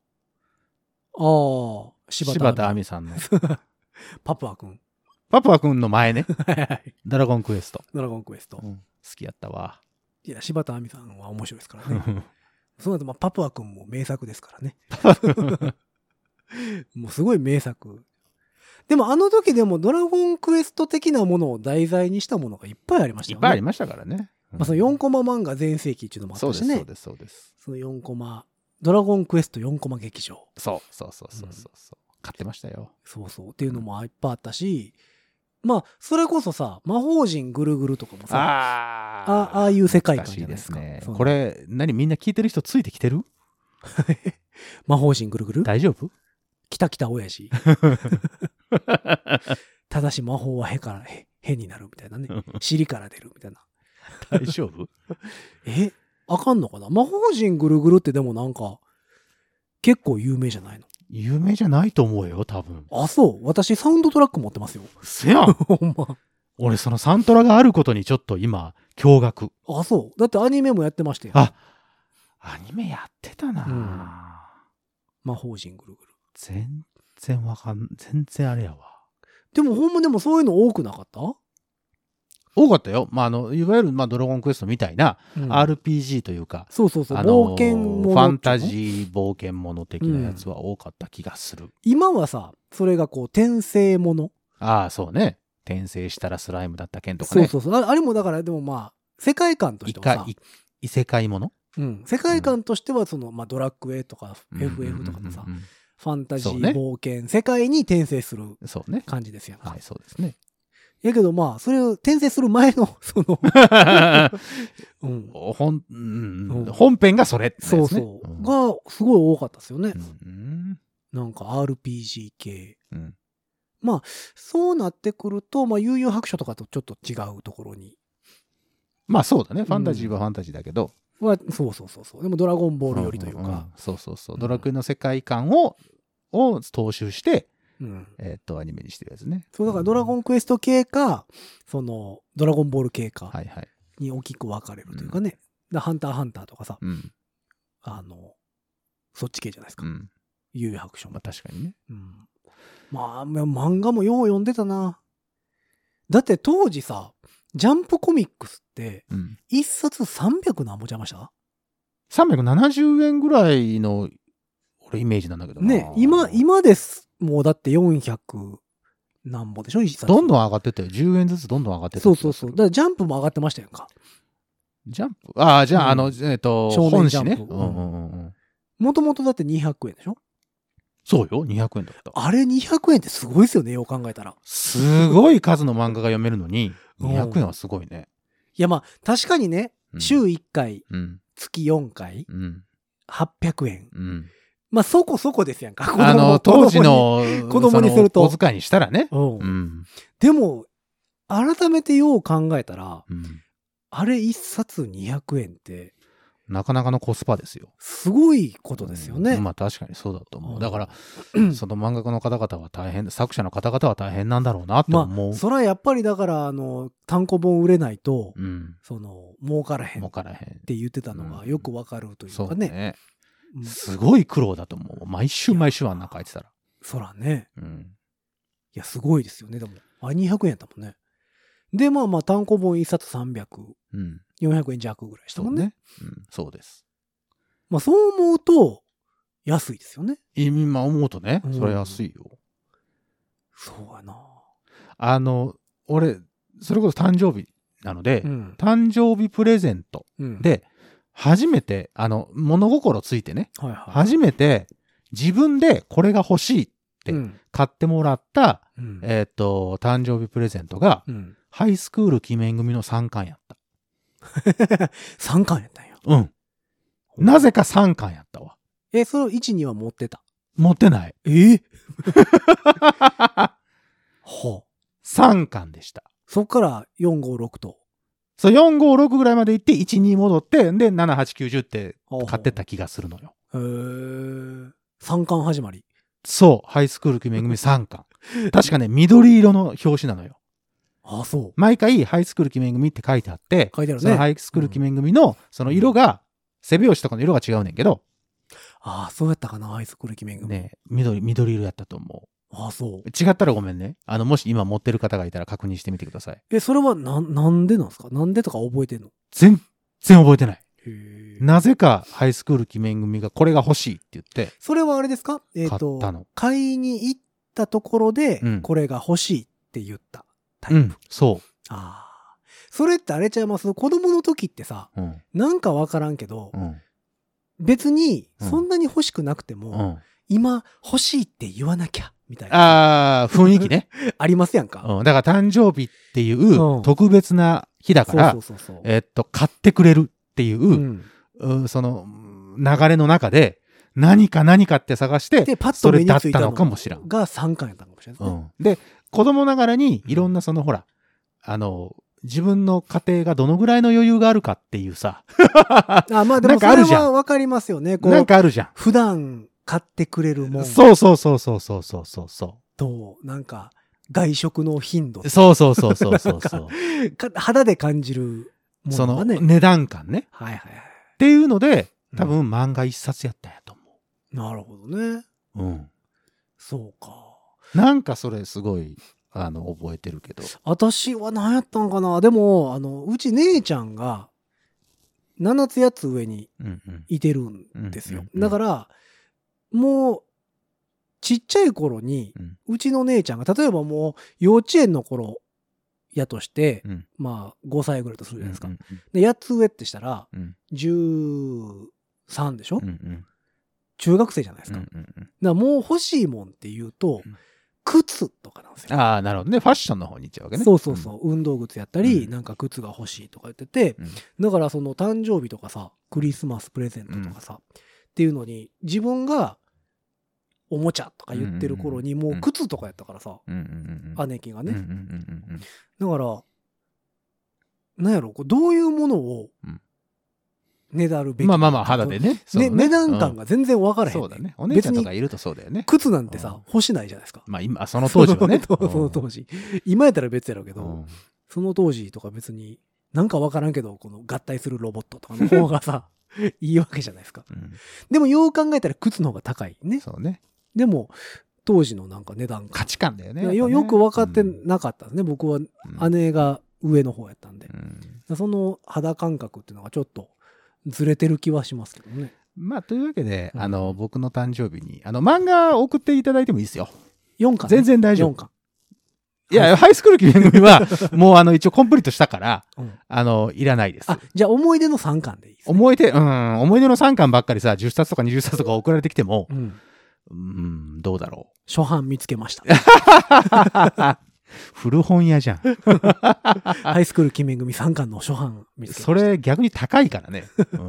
Speaker 2: ああ、柴田亜
Speaker 3: 柴
Speaker 2: 美
Speaker 3: 田亜美さんの
Speaker 2: パプア君。
Speaker 3: パプア君の前ね。
Speaker 2: はいはい。
Speaker 3: ドラゴンクエスト。
Speaker 2: ドラゴンクエスト。
Speaker 3: 好きやったわ。
Speaker 2: いや、柴田亜美さんは面白いですから [LAUGHS] ね。その後、まあ、パプア君も名作ですからね。もうすごい名作。でもあの時でもドラゴンクエスト的なものを題材にしたものがいっぱいありまし
Speaker 3: い
Speaker 2: た
Speaker 3: っ
Speaker 2: よ
Speaker 3: ぱいあ
Speaker 2: ね。
Speaker 3: りましたからね。
Speaker 2: まあ、その4コマ漫画全盛期っていうのもあった
Speaker 3: そうで
Speaker 2: し
Speaker 3: す、
Speaker 2: ね。
Speaker 3: そうです、そうです。
Speaker 2: その4コマ、ドラゴンクエスト4コマ劇場。
Speaker 3: そうそうそうそうそうそう。買ってましたよ。
Speaker 2: そうそう。っていうのもいっぱいあったし、まあ、それこそさ、魔法陣ぐるぐるとかもさ、
Speaker 3: あ
Speaker 2: あああ
Speaker 3: あ
Speaker 2: いう世界
Speaker 3: ら
Speaker 2: 観じ
Speaker 3: し
Speaker 2: ゃ
Speaker 3: い
Speaker 2: ない
Speaker 3: で
Speaker 2: です
Speaker 3: す
Speaker 2: か。
Speaker 3: ね
Speaker 2: そ。の
Speaker 3: これ、何みんな聞いてる人ついてきてる
Speaker 2: 魔法陣ぐるぐる
Speaker 3: 大丈夫
Speaker 2: きたきた親父。ただし魔法はへから、へ、へになるみたい
Speaker 3: [LAUGHS]
Speaker 2: なね。尻から出るみたいな。
Speaker 3: 大丈夫
Speaker 2: えあかんのかな魔法陣ぐるぐるってでもなんか、結構有名じゃないの
Speaker 3: 有名じゃないと思うよ、多分。
Speaker 2: あ、そう。私サウンドトラック持ってますよ。
Speaker 3: せやん
Speaker 2: ほんま。
Speaker 3: 俺、そのサントラがあることにちょっと今、驚愕。
Speaker 2: あ、そう。だってアニメもやってましたよ。
Speaker 3: あアニメやってたな、
Speaker 2: 魔法陣ぐるぐる。
Speaker 3: 全然わかん、全然あれやわ。
Speaker 2: でもほんまでもそういうの多くなかった、
Speaker 3: 多かったよ。まあ、あの、いわゆる、まあ、ドラゴンクエストみたいな、
Speaker 2: うん、
Speaker 3: RPG というか、
Speaker 2: そうそうそう。
Speaker 3: あの
Speaker 2: 冒険もの
Speaker 3: ファンタジー冒険もの的なやつは多かった気がする。
Speaker 2: 今はさ、それがこう、転生もの。
Speaker 3: ああ、そうね。転生したらスライムだった件とか
Speaker 2: そう
Speaker 3: ね。
Speaker 2: そうそう。ああれもだから、でもまあ、世界観として
Speaker 3: 一
Speaker 2: はさ
Speaker 3: 回、い異世界もの
Speaker 2: うん、世界観としてはその、まあ、ドラクエとか FF とかのさ、
Speaker 3: うんうんうん
Speaker 2: ファンタジ
Speaker 3: そ
Speaker 2: ー、
Speaker 3: うね
Speaker 2: 冒険世界に転生する
Speaker 3: うんそうね。
Speaker 2: 感じですやんか、
Speaker 3: はい、そ
Speaker 2: [LAUGHS]
Speaker 3: うですね。
Speaker 2: やけどまあそれを転生する前の [LAUGHS] その、うん、
Speaker 3: 本、うん
Speaker 2: うん
Speaker 3: 本編がそれってやつね、
Speaker 2: そうそう、
Speaker 3: ん
Speaker 2: がすごい多かったですよね、
Speaker 3: うん
Speaker 2: なんか RPG 系
Speaker 3: うん
Speaker 2: そうなってくると、まあ、悠々白書とかとちょっと違うところに
Speaker 3: まあそうだね。ファンタジーはファンタジーだけど。
Speaker 2: はそうそうそうそうでも「ドラゴンボール」よりという
Speaker 3: うんうん
Speaker 2: か、
Speaker 3: そうそうそうう。
Speaker 2: ん
Speaker 3: ドラクエの世界観を、を踏襲して、
Speaker 2: うん
Speaker 3: えーっと、アニメにしてるやつね。
Speaker 2: そうだから「ドラゴ
Speaker 3: ン。
Speaker 2: ンクエスト」系かその「ドラゴンボール」系か
Speaker 3: はいはい。
Speaker 2: に大きく分かれるというかね、だからハンター×ハンター」とかさ
Speaker 3: うん。
Speaker 2: あの、そっち系じゃないです
Speaker 3: う
Speaker 2: か。
Speaker 3: ん。
Speaker 2: 幽遊白書
Speaker 3: ま
Speaker 2: も
Speaker 3: あ。確かにね。
Speaker 2: うん。まあ、ま漫画もよう読んでたな。だって当時さ、ジャンプコミックスって、
Speaker 3: うん。
Speaker 2: 一冊300何本ちゃいました
Speaker 3: 370円ぐらいの、俺イメージなんだけどな
Speaker 2: ね、今、今です。もうだって400何本でしょ一冊。
Speaker 3: どんどん
Speaker 2: ん
Speaker 3: 上がってったよ。10円ずつどんどん上がってった。
Speaker 2: そうそうそう。だからジャンプも上がってましたやんか。
Speaker 3: ジャンプああ、じゃあ、
Speaker 2: うん
Speaker 3: あの、えっ、と、
Speaker 2: 少年
Speaker 3: 本
Speaker 2: ジャ
Speaker 3: 誌
Speaker 2: ンプ
Speaker 3: ね。うんうんうんうん。
Speaker 2: もともとだって200円でしょ
Speaker 3: そうよ、200円だった。
Speaker 2: あれ200円ってすごいですよね、よう考えたら。
Speaker 3: すごい数の漫画が読めるのに、
Speaker 2: うん
Speaker 3: 200円はすごいね。
Speaker 2: いやまあ、確かにね、
Speaker 3: うん
Speaker 2: 週1回、
Speaker 3: うん、
Speaker 2: 月4回、
Speaker 3: うん、
Speaker 2: 800円。
Speaker 3: うん。
Speaker 2: まあそこそこですやんか。子供
Speaker 3: あの、当時。の、
Speaker 2: 子供に
Speaker 3: その
Speaker 2: すると
Speaker 3: お小遣いにしたらね
Speaker 2: 子。供にう
Speaker 3: うんん。
Speaker 2: でも、改めてよう考えたら、
Speaker 3: うん
Speaker 2: あれ一冊200円って、
Speaker 3: なかなかのコスパですよ。
Speaker 2: すごいことですよね。
Speaker 3: うんまあ確かにそうだと思
Speaker 2: う
Speaker 3: う。
Speaker 2: ん
Speaker 3: だ
Speaker 2: [CLEARS THROAT]
Speaker 3: から、その漫画家の方々は大変、作者の方々は大変なんだろうなって
Speaker 2: ま
Speaker 3: 思う。
Speaker 2: あ、それはやっぱりだから、あの、単行本売れないと、
Speaker 3: うん。
Speaker 2: その、儲からへん
Speaker 3: わ
Speaker 2: っ
Speaker 3: からへん。
Speaker 2: て言ってたのがよくわかるという
Speaker 3: そ
Speaker 2: か
Speaker 3: う
Speaker 2: ね。
Speaker 3: ね。
Speaker 2: うん
Speaker 3: すごい苦労だと思う。毎週毎週あんな書いてたら。
Speaker 2: そらね。
Speaker 3: うん。
Speaker 2: いや、すごいですよね。でも、あれ200円だもんね。で、まあまあ、単行本一冊300、
Speaker 3: うん。
Speaker 2: 400円弱ぐらいした
Speaker 3: そ
Speaker 2: も
Speaker 3: うん
Speaker 2: ね。
Speaker 3: ね。うん。そうです。
Speaker 2: まあ、そう思うと、安いですよね。
Speaker 3: 今思うとね
Speaker 2: うん、
Speaker 3: それは安いよ。
Speaker 2: そうやな。
Speaker 3: あの、俺、それこそ誕生日なので、
Speaker 2: うん。
Speaker 3: 誕生日プレゼント
Speaker 2: うん、
Speaker 3: で、初めて、あの、物心ついてね、
Speaker 2: はいはい、
Speaker 3: 初めて自分でこれが欲しい、て
Speaker 2: うん
Speaker 3: 買ってもらった、
Speaker 2: うん
Speaker 3: えっ、と、誕生日プレゼントが、
Speaker 2: うん、
Speaker 3: ハイスクール記念組の3巻やった。
Speaker 2: 3巻やったんや。
Speaker 3: うん。なぜか3巻やったわ。
Speaker 2: え、その1、2は持ってた。
Speaker 3: 持ってない。
Speaker 2: えほう。
Speaker 3: 3巻でした。
Speaker 2: そっから4、5、6と。
Speaker 3: そう、4、5、6ぐらいまで行って、1、2戻って、で、7、8、9、10って買ってった気がするのよ。
Speaker 2: へー。3巻始まり。
Speaker 3: そう、ハイスクール記念組3巻。確かね、緑色の表紙なのよ。
Speaker 2: あ、そ
Speaker 3: 毎回、ハイスクール記念組って書いてあって
Speaker 2: う。、書いてある
Speaker 3: そのハ
Speaker 2: ね。
Speaker 3: イスクール記念組の、その色が、背拍子とかの色が違うねんけど、
Speaker 2: あ、そうやったかな、アイスクール記念組。
Speaker 3: ね、緑、緑色やったと思
Speaker 2: あ、そう。
Speaker 3: 違ったらごめんね。あの、もし今持ってる方がいたら確認してみてください。
Speaker 2: え、それはな、なんでなんですかなんでとか覚えてんの
Speaker 3: 全然覚えてない。
Speaker 2: へ
Speaker 3: なぜかハイスクール鬼面組がこれが欲しいって言って、
Speaker 2: それはあれですかえっ、と
Speaker 3: 買ったの、
Speaker 2: 買いに行ったところで
Speaker 3: う、ん
Speaker 2: これが欲しいって言ったタイ
Speaker 3: う
Speaker 2: プ。
Speaker 3: ん、そ
Speaker 2: ああ。それってあれちゃいます子供の時ってさ、
Speaker 3: う。うん、
Speaker 2: なんかわからんけど
Speaker 3: う、ん、
Speaker 2: 別に
Speaker 3: うん
Speaker 2: そんなに欲しくなくて
Speaker 3: う
Speaker 2: も、
Speaker 3: ん。
Speaker 2: 今欲しいって言わなきゃ、みたいな。
Speaker 3: あー、雰囲気ね。
Speaker 2: ありますやんか。
Speaker 3: うん、だから誕生日ってい
Speaker 2: うん
Speaker 3: う特別な日だか
Speaker 2: そう
Speaker 3: ら、
Speaker 2: そうそうそう。
Speaker 3: えっと、買ってくれるっていう、
Speaker 2: うん
Speaker 3: うんその、うん流れの中で、何か何かって探して、
Speaker 2: で、パッと
Speaker 3: そ
Speaker 2: 目
Speaker 3: れ
Speaker 2: に
Speaker 3: だっ
Speaker 2: ついた
Speaker 3: た
Speaker 2: の
Speaker 3: のか
Speaker 2: が
Speaker 3: もしらん。
Speaker 2: 3巻やったのかもしれないです
Speaker 3: う
Speaker 2: ね。
Speaker 3: ん、で、子供ながらに、いろんなその、ほら、あの、自分の家庭がどのぐらいの余裕があるかっていうさ、
Speaker 2: あまあでも
Speaker 3: な
Speaker 2: そ
Speaker 3: んかあ
Speaker 2: れ
Speaker 3: るじゃん
Speaker 2: はわかりますよね。こ
Speaker 3: なん
Speaker 2: う、
Speaker 3: かあるじゃ
Speaker 2: 普段買ってくれるも
Speaker 3: ん。
Speaker 2: ん
Speaker 3: そうそうそうそうそうそうそうそ
Speaker 2: と、なんか、外食の頻度
Speaker 3: う。、そうそうそうそうそうそう。
Speaker 2: か肌で感じるも
Speaker 3: [LAUGHS] そ
Speaker 2: の
Speaker 3: の
Speaker 2: がね。
Speaker 3: 値段感ね。
Speaker 2: はいはいはい。
Speaker 3: っていうので、多分漫画一冊やったんやと
Speaker 2: なるほどね。
Speaker 3: 思う。うん。
Speaker 2: そうか。
Speaker 3: なんかそれすごい、あの、覚えてるけど。
Speaker 2: 私は何やったんかなでも、あの、うち姉ちゃんが、7つ8つ上に
Speaker 3: うんうん。
Speaker 2: いてるんです
Speaker 3: う
Speaker 2: よ
Speaker 3: ん。うんうん
Speaker 2: だから、もう、ちっちゃい頃に
Speaker 3: う、ん
Speaker 2: うちの姉ちゃんが、例えばもう、幼稚園の頃やとして、
Speaker 3: うん。
Speaker 2: まあ、5歳ぐらいとするじゃないですか。
Speaker 3: うん
Speaker 2: で、8つ上ってしたら、
Speaker 3: うん
Speaker 2: 13でしょ、
Speaker 3: うんうん
Speaker 2: 中学生じゃないです
Speaker 3: うん
Speaker 2: か。
Speaker 3: う
Speaker 2: だか
Speaker 3: んうん
Speaker 2: らもう欲しいもんって言うと、
Speaker 3: うん
Speaker 2: 靴とかなんですよ。
Speaker 3: ああ、なるほどね。ファッションの方に行っちゃうわけね。
Speaker 2: そうそうそう、運動靴やったり、
Speaker 3: うん
Speaker 2: なんか靴が欲しいとか言ってて、
Speaker 3: うん。
Speaker 2: だからその誕生日とかさ、クリスマスプレゼントとかさ、っていうのに、自分がおもちゃとか言ってる頃に、
Speaker 3: うんうん
Speaker 2: も
Speaker 3: うん
Speaker 2: う靴とかやったからさ、
Speaker 3: うんうんうんうん。
Speaker 2: 姉貴が
Speaker 3: うんうん
Speaker 2: ね。
Speaker 3: うんうん
Speaker 2: だから、なんやろ、こうどういうものを
Speaker 3: うん
Speaker 2: ねだるべき
Speaker 3: うん。まあまあ
Speaker 2: あ
Speaker 3: まあ、肌でね。その
Speaker 2: ね、値段感
Speaker 3: うん
Speaker 2: が全然分からへん、
Speaker 3: そうだね。お姉ちゃんとかいるとそうだよね。
Speaker 2: 靴なんてさ
Speaker 3: う、
Speaker 2: 欲しないじゃないですか。
Speaker 3: まあ今、その当時はね。
Speaker 2: [LAUGHS] そのその当時。今やったら別やろうけ
Speaker 3: う
Speaker 2: ど、
Speaker 3: ん。うん
Speaker 2: その当時とか別に、なんか分からんけど、この合体するロボットとかの方がさ、 [LAUGHS] いいわけじゃないですか。でもよう考えたら靴の方が高いね。
Speaker 3: そうね。
Speaker 2: でも、当時のなんか値段
Speaker 3: 価
Speaker 2: か。
Speaker 3: 値観だよね。やっぱ
Speaker 2: よ
Speaker 3: ね
Speaker 2: よく分かって
Speaker 3: うん
Speaker 2: なかったですね。僕は
Speaker 3: うん
Speaker 2: 姉が上の方やったんで。
Speaker 3: うん
Speaker 2: その肌感覚っていうのがちょっとずれてる気はしますけどね。
Speaker 3: まあ、というわけで、
Speaker 2: うん
Speaker 3: あの、僕の誕生日に、あの、漫画送っていただいてもいいですよ。
Speaker 2: 4巻、
Speaker 3: 全然大丈
Speaker 2: 4
Speaker 3: 夫。
Speaker 2: 巻。
Speaker 3: いや、ハイスクール君組は、もうあの、一応コンプリートしたから、
Speaker 2: うん
Speaker 3: あの、いらないです。
Speaker 2: あ、じゃあ思い出の3巻でいいです、ね。
Speaker 3: 思い出、うん、思い出の3巻ばっかりさ、10冊とか20冊とか送られてきても
Speaker 2: う、ん。
Speaker 3: うん、どうだろ
Speaker 2: 初版見つけました。
Speaker 3: う。古本屋じゃん。
Speaker 2: ハイスクール鬼面組3巻の初版見つけました。
Speaker 3: それ逆に高い
Speaker 2: [LAUGHS]
Speaker 3: からね。うん、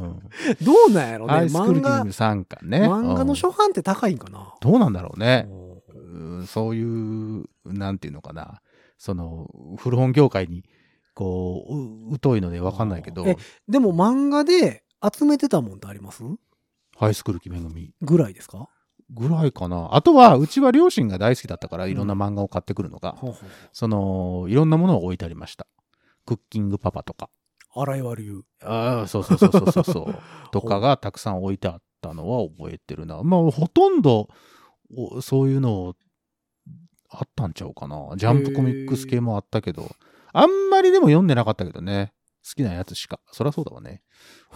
Speaker 2: どうなんやろね
Speaker 3: ハイスクール
Speaker 2: 漫画
Speaker 3: 君、3巻ね。
Speaker 2: 漫画の
Speaker 3: うん
Speaker 2: 初版って高いんかな、
Speaker 3: どうなんだろうね。
Speaker 2: うん
Speaker 3: うんそういう、なんていうのかな。その、古本業界に、こう、う疎いのでわかんないけど
Speaker 2: え、でも漫画で集めてたもんってあります
Speaker 3: ハイスクール鬼面組
Speaker 2: ぐらいですか
Speaker 3: ぐらいかな。あとは、うちは両親が大好きだったから、いろんな漫画を買ってくるのが、
Speaker 2: ほうほう
Speaker 3: その、いろんなものを置いてありました。クッキングパパとか。
Speaker 2: 荒井割流。
Speaker 3: ああ、そうそうそうそうそうそう。とかがたくさん置いてあったのは覚えてるな。まあ、ほとんど、おそういうの、あったんちゃうかな。ジャンプコミックス系もあったけど、あんまりでも読んでなかったけどね。好きなやつしか。そりゃそうだわね。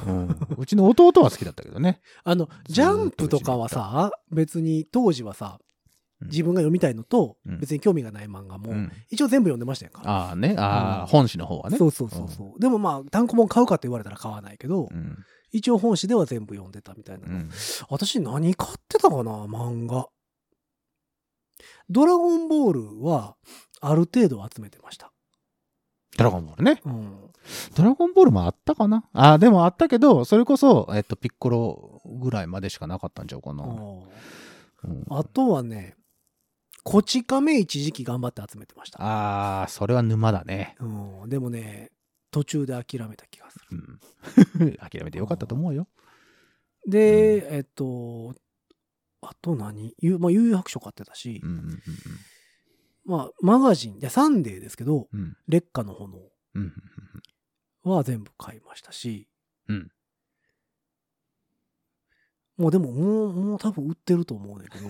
Speaker 3: うん。うちの弟は好きだったけどね。
Speaker 2: あの、ジャンプとかはさ、別に当時はさ、
Speaker 3: うん
Speaker 2: 自分が読みたいのと、
Speaker 3: うん
Speaker 2: 別に興味がない漫画も、
Speaker 3: うん、
Speaker 2: 一応全部読んでましたやんか。
Speaker 3: ああね。ああ、
Speaker 2: うん
Speaker 3: 本誌の方はね。
Speaker 2: そうそうそうそう、でもまあ、単行本買うかって言われたら買わないけど、
Speaker 3: うん。
Speaker 2: 一応本誌では全部読んでたみたいな
Speaker 3: う
Speaker 2: の、
Speaker 3: ん。
Speaker 2: 私何買ってたかな漫画。ドラゴンボールは、ある程度集めてました。
Speaker 3: ドラゴンボールね。
Speaker 2: うん。
Speaker 3: ドラゴンボールもあったかなああ、でもあったけど、それこそ、えっと、ピッコロぐらいまでしかなかったんちゃうかな。うん
Speaker 2: あとはね、こち亀一時期頑張って集めてました。
Speaker 3: あー、それは沼だね。
Speaker 2: うん、でもね、途中で諦めた気がする。
Speaker 3: うん。 [LAUGHS] 諦めてよかったと思うよ。
Speaker 2: で、えっと、あと何ゆまあ、有白書買ってたし、
Speaker 3: うんうん
Speaker 2: まあ、マガジン、でサンデーですけど、
Speaker 3: うんうん。
Speaker 2: 劣化の炎
Speaker 3: うんうん
Speaker 2: は全部買いましたし、
Speaker 3: うん [LAUGHS]
Speaker 2: もうでも、もう、もう多分売ってると思うねんだけど、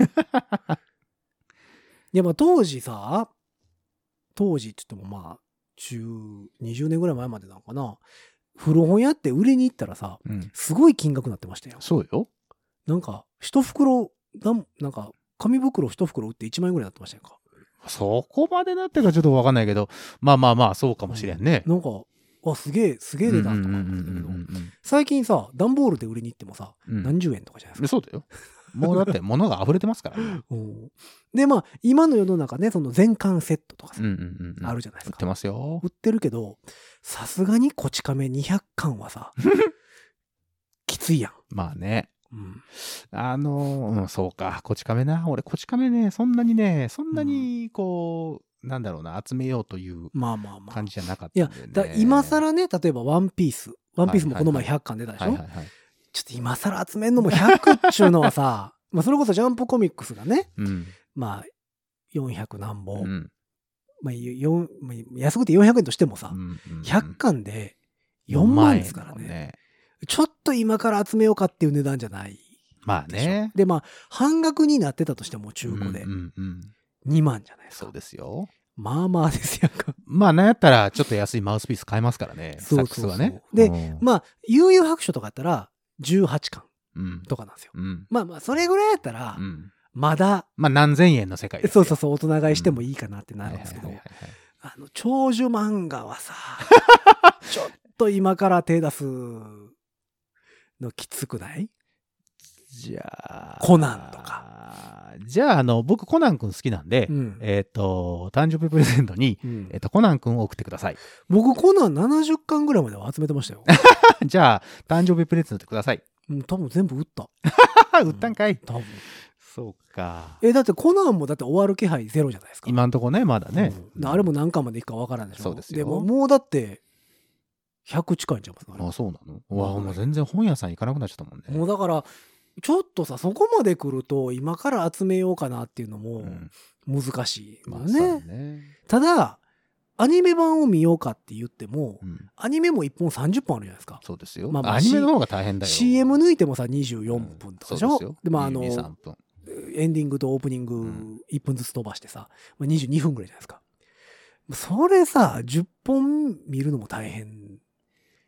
Speaker 2: でも当時さ、当時って言ってもまあ、中、20年ぐらい前までなのかな。古本屋って売りに行ったらさ、
Speaker 3: うん。
Speaker 2: すごい金額になってましたよ。
Speaker 3: そうよ。
Speaker 2: なんか、一袋、なんなんか、紙袋一袋売って1万円ぐらいになってましたよか。
Speaker 3: そこまでなってるかちょっとわかんないけど、まあまあまあ、そうかもしれんね。
Speaker 2: なんか、わ、すげえ、すげえ
Speaker 3: うんう
Speaker 2: 値
Speaker 3: んうん
Speaker 2: 段と
Speaker 3: う
Speaker 2: か
Speaker 3: ん
Speaker 2: 思ってたけど
Speaker 3: う、ん
Speaker 2: 最近さ、段ボールで売りに行ってもさ、
Speaker 3: うん
Speaker 2: 何十円とかじゃないです
Speaker 3: うん
Speaker 2: か。
Speaker 3: そうだよ。もうだって物が溢れてますから。うん
Speaker 2: うんで、まあ、今の世の中ね、その全巻セットとかさ、
Speaker 3: うんうんうん。
Speaker 2: あるじゃないで
Speaker 3: 売
Speaker 2: す
Speaker 3: っ
Speaker 2: か
Speaker 3: て。ますよ
Speaker 2: 売。ってるけど、さすがにこち亀200巻は
Speaker 3: [LAUGHS]
Speaker 2: さ、きついやん。
Speaker 3: まあね。
Speaker 2: うん
Speaker 3: あのー、うん、そうか、こち亀な。俺、こち亀ね、そんなにね、そんなに、こう、なんだろうな、集めようという
Speaker 2: まあまあまあ。
Speaker 3: 感じじゃなかっ
Speaker 2: い
Speaker 3: た
Speaker 2: や
Speaker 3: んだよね。、
Speaker 2: だ今更ね、例えばワンピース。ワンピースもこの前100巻出たでしょ、
Speaker 3: はいはいはい。
Speaker 2: ちょっと今更集めんのも100っちゅうのはさ、 [LAUGHS] まあそれこそジャンプコミックスがね、
Speaker 3: うん。
Speaker 2: まあ400何
Speaker 3: う
Speaker 2: 本、
Speaker 3: ん。
Speaker 2: まあよんまあ安くて400円としてもさ
Speaker 3: う、ん
Speaker 2: 100巻で4万ですから
Speaker 3: 四円
Speaker 2: ね
Speaker 3: だもん
Speaker 2: ちょっと今から集めようかっていう値段じゃない
Speaker 3: まあ
Speaker 2: でしょ。
Speaker 3: ね。
Speaker 2: で、まあ半額になってたとしても中古で
Speaker 3: うんうんうん
Speaker 2: 2万じゃないですか。
Speaker 3: そうですよ。
Speaker 2: まあまあですやんか。
Speaker 3: まあ、なんやったら、ちょっと安いマウスピース買えますからね。
Speaker 2: そうそうそう
Speaker 3: サックスはね。
Speaker 2: で
Speaker 3: うん
Speaker 2: [LAUGHS] まあ、悠々白書とかやったら18巻
Speaker 3: うん。
Speaker 2: とかなんですよ。
Speaker 3: うん。
Speaker 2: まあまあ、それぐらいやったら
Speaker 3: う、ん
Speaker 2: まだ、
Speaker 3: まあ、何千円の世界です
Speaker 2: そう
Speaker 3: よ
Speaker 2: そうそう、大人買いしてもいいかなってな
Speaker 3: は
Speaker 2: る
Speaker 3: い
Speaker 2: ん
Speaker 3: は
Speaker 2: で
Speaker 3: い
Speaker 2: すけ
Speaker 3: はい
Speaker 2: ど
Speaker 3: はい、
Speaker 2: あの、長寿漫画は
Speaker 3: [LAUGHS]
Speaker 2: さ、ちょっと今から手出すのきつくない
Speaker 3: じゃあ。
Speaker 2: コナンと
Speaker 3: か。じゃあ、あの、僕、コナン君好きなんで
Speaker 2: う、ん。
Speaker 3: えっと、誕生日プレゼントに、
Speaker 2: うん
Speaker 3: えっと、コナン君を送ってください。 [LAUGHS]
Speaker 2: 僕、コナン70巻ぐらいまでは集めてましたよ。
Speaker 3: じゃあ、誕生日プレゼントください。
Speaker 2: うん多分全部売った。
Speaker 3: あ売ったんかい。
Speaker 2: 多分。
Speaker 3: そうか。
Speaker 2: え、だってコナンもだって終わる気配ゼロじゃないですか。
Speaker 3: 今んとこね、まだね。
Speaker 2: うんあれも何巻までいくかわからんでしょ。
Speaker 3: そうですよ
Speaker 2: も、もうだって、100近いんちゃいますか、
Speaker 3: あ、そうなのうわもう全然本屋さん行かなくなっちゃったもんね。
Speaker 2: もうだから、ちょっとさ、そこまで来ると、今から集めようかなっていうのも
Speaker 3: うん
Speaker 2: 難しいよ
Speaker 3: まあ
Speaker 2: ね。
Speaker 3: そうね。
Speaker 2: ただ、アニメ版を見ようかって言っても、
Speaker 3: うん
Speaker 2: アニメも1本30本あるじゃないですか。
Speaker 3: そうですよ。
Speaker 2: まあまあ
Speaker 3: アニメの方が大変だよ。
Speaker 2: CM 抜いてもさ、
Speaker 3: う
Speaker 2: 24
Speaker 3: ん
Speaker 2: 分とかでし
Speaker 3: そう
Speaker 2: ょ、
Speaker 3: すよ
Speaker 2: で、まあ、あの、
Speaker 3: 12 3分
Speaker 2: エンディングとオープニン
Speaker 3: うん
Speaker 2: グ1分ずつ飛ばしてさ、まあ、22分ぐらいじゃないですか。それさ、10本見るのも大変。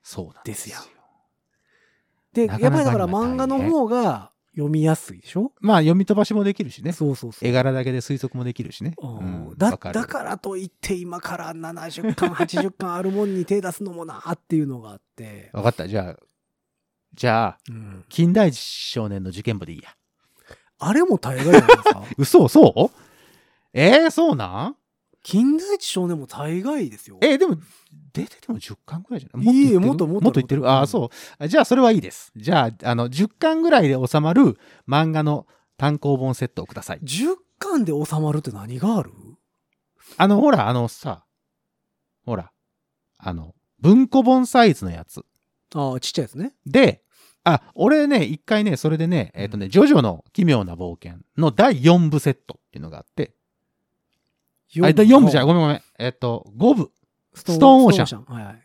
Speaker 3: そうなんですよ
Speaker 2: です。で、
Speaker 3: なか
Speaker 2: やっ
Speaker 3: な
Speaker 2: ぱ
Speaker 3: か
Speaker 2: りだから
Speaker 3: 今大変
Speaker 2: 漫画の方が読みやすいでしょ
Speaker 3: まあ、読み飛ばしもできるしね。
Speaker 2: そうそうそう
Speaker 3: 絵。柄だけで推測もできるしね。
Speaker 2: うん
Speaker 3: うん
Speaker 2: だ
Speaker 3: わかる
Speaker 2: だからといって今から70巻80巻あるもんに手出すのもなっていうのがあって、
Speaker 3: わかった。じゃあ、じゃあ、
Speaker 2: うん
Speaker 3: 近代少年の受験部でいいや。
Speaker 2: あれも大概なんです
Speaker 3: [LAUGHS]
Speaker 2: か
Speaker 3: 嘘そうえー、そうなん
Speaker 2: 金田一少年も大概ですよ。
Speaker 3: えーでも、出てても10巻ぐらいじゃない
Speaker 2: いいえ
Speaker 3: と
Speaker 2: もっともっと
Speaker 3: もっといってる。ああ、そう。あじゃあ、それはいいです。じゃあ、あの、10巻ぐらいで収まる漫画の単行本セットをください。
Speaker 2: 10巻で収まるって何がある
Speaker 3: あの、ほら、あのさ、ほら、あの、文庫本サイズのやつ。
Speaker 2: ああ、ちっちゃいですね。
Speaker 3: で、あ、俺ね、一回ね、それでね、えっ、とね、ジョジョの奇妙な冒険の第4部セットっていうのがあって、あ、第4部じゃない、
Speaker 2: ん。
Speaker 3: ごめんごめん。えっ、と、5部
Speaker 2: ス
Speaker 3: トーンオーシャン
Speaker 2: トンオーシャン。はいはい。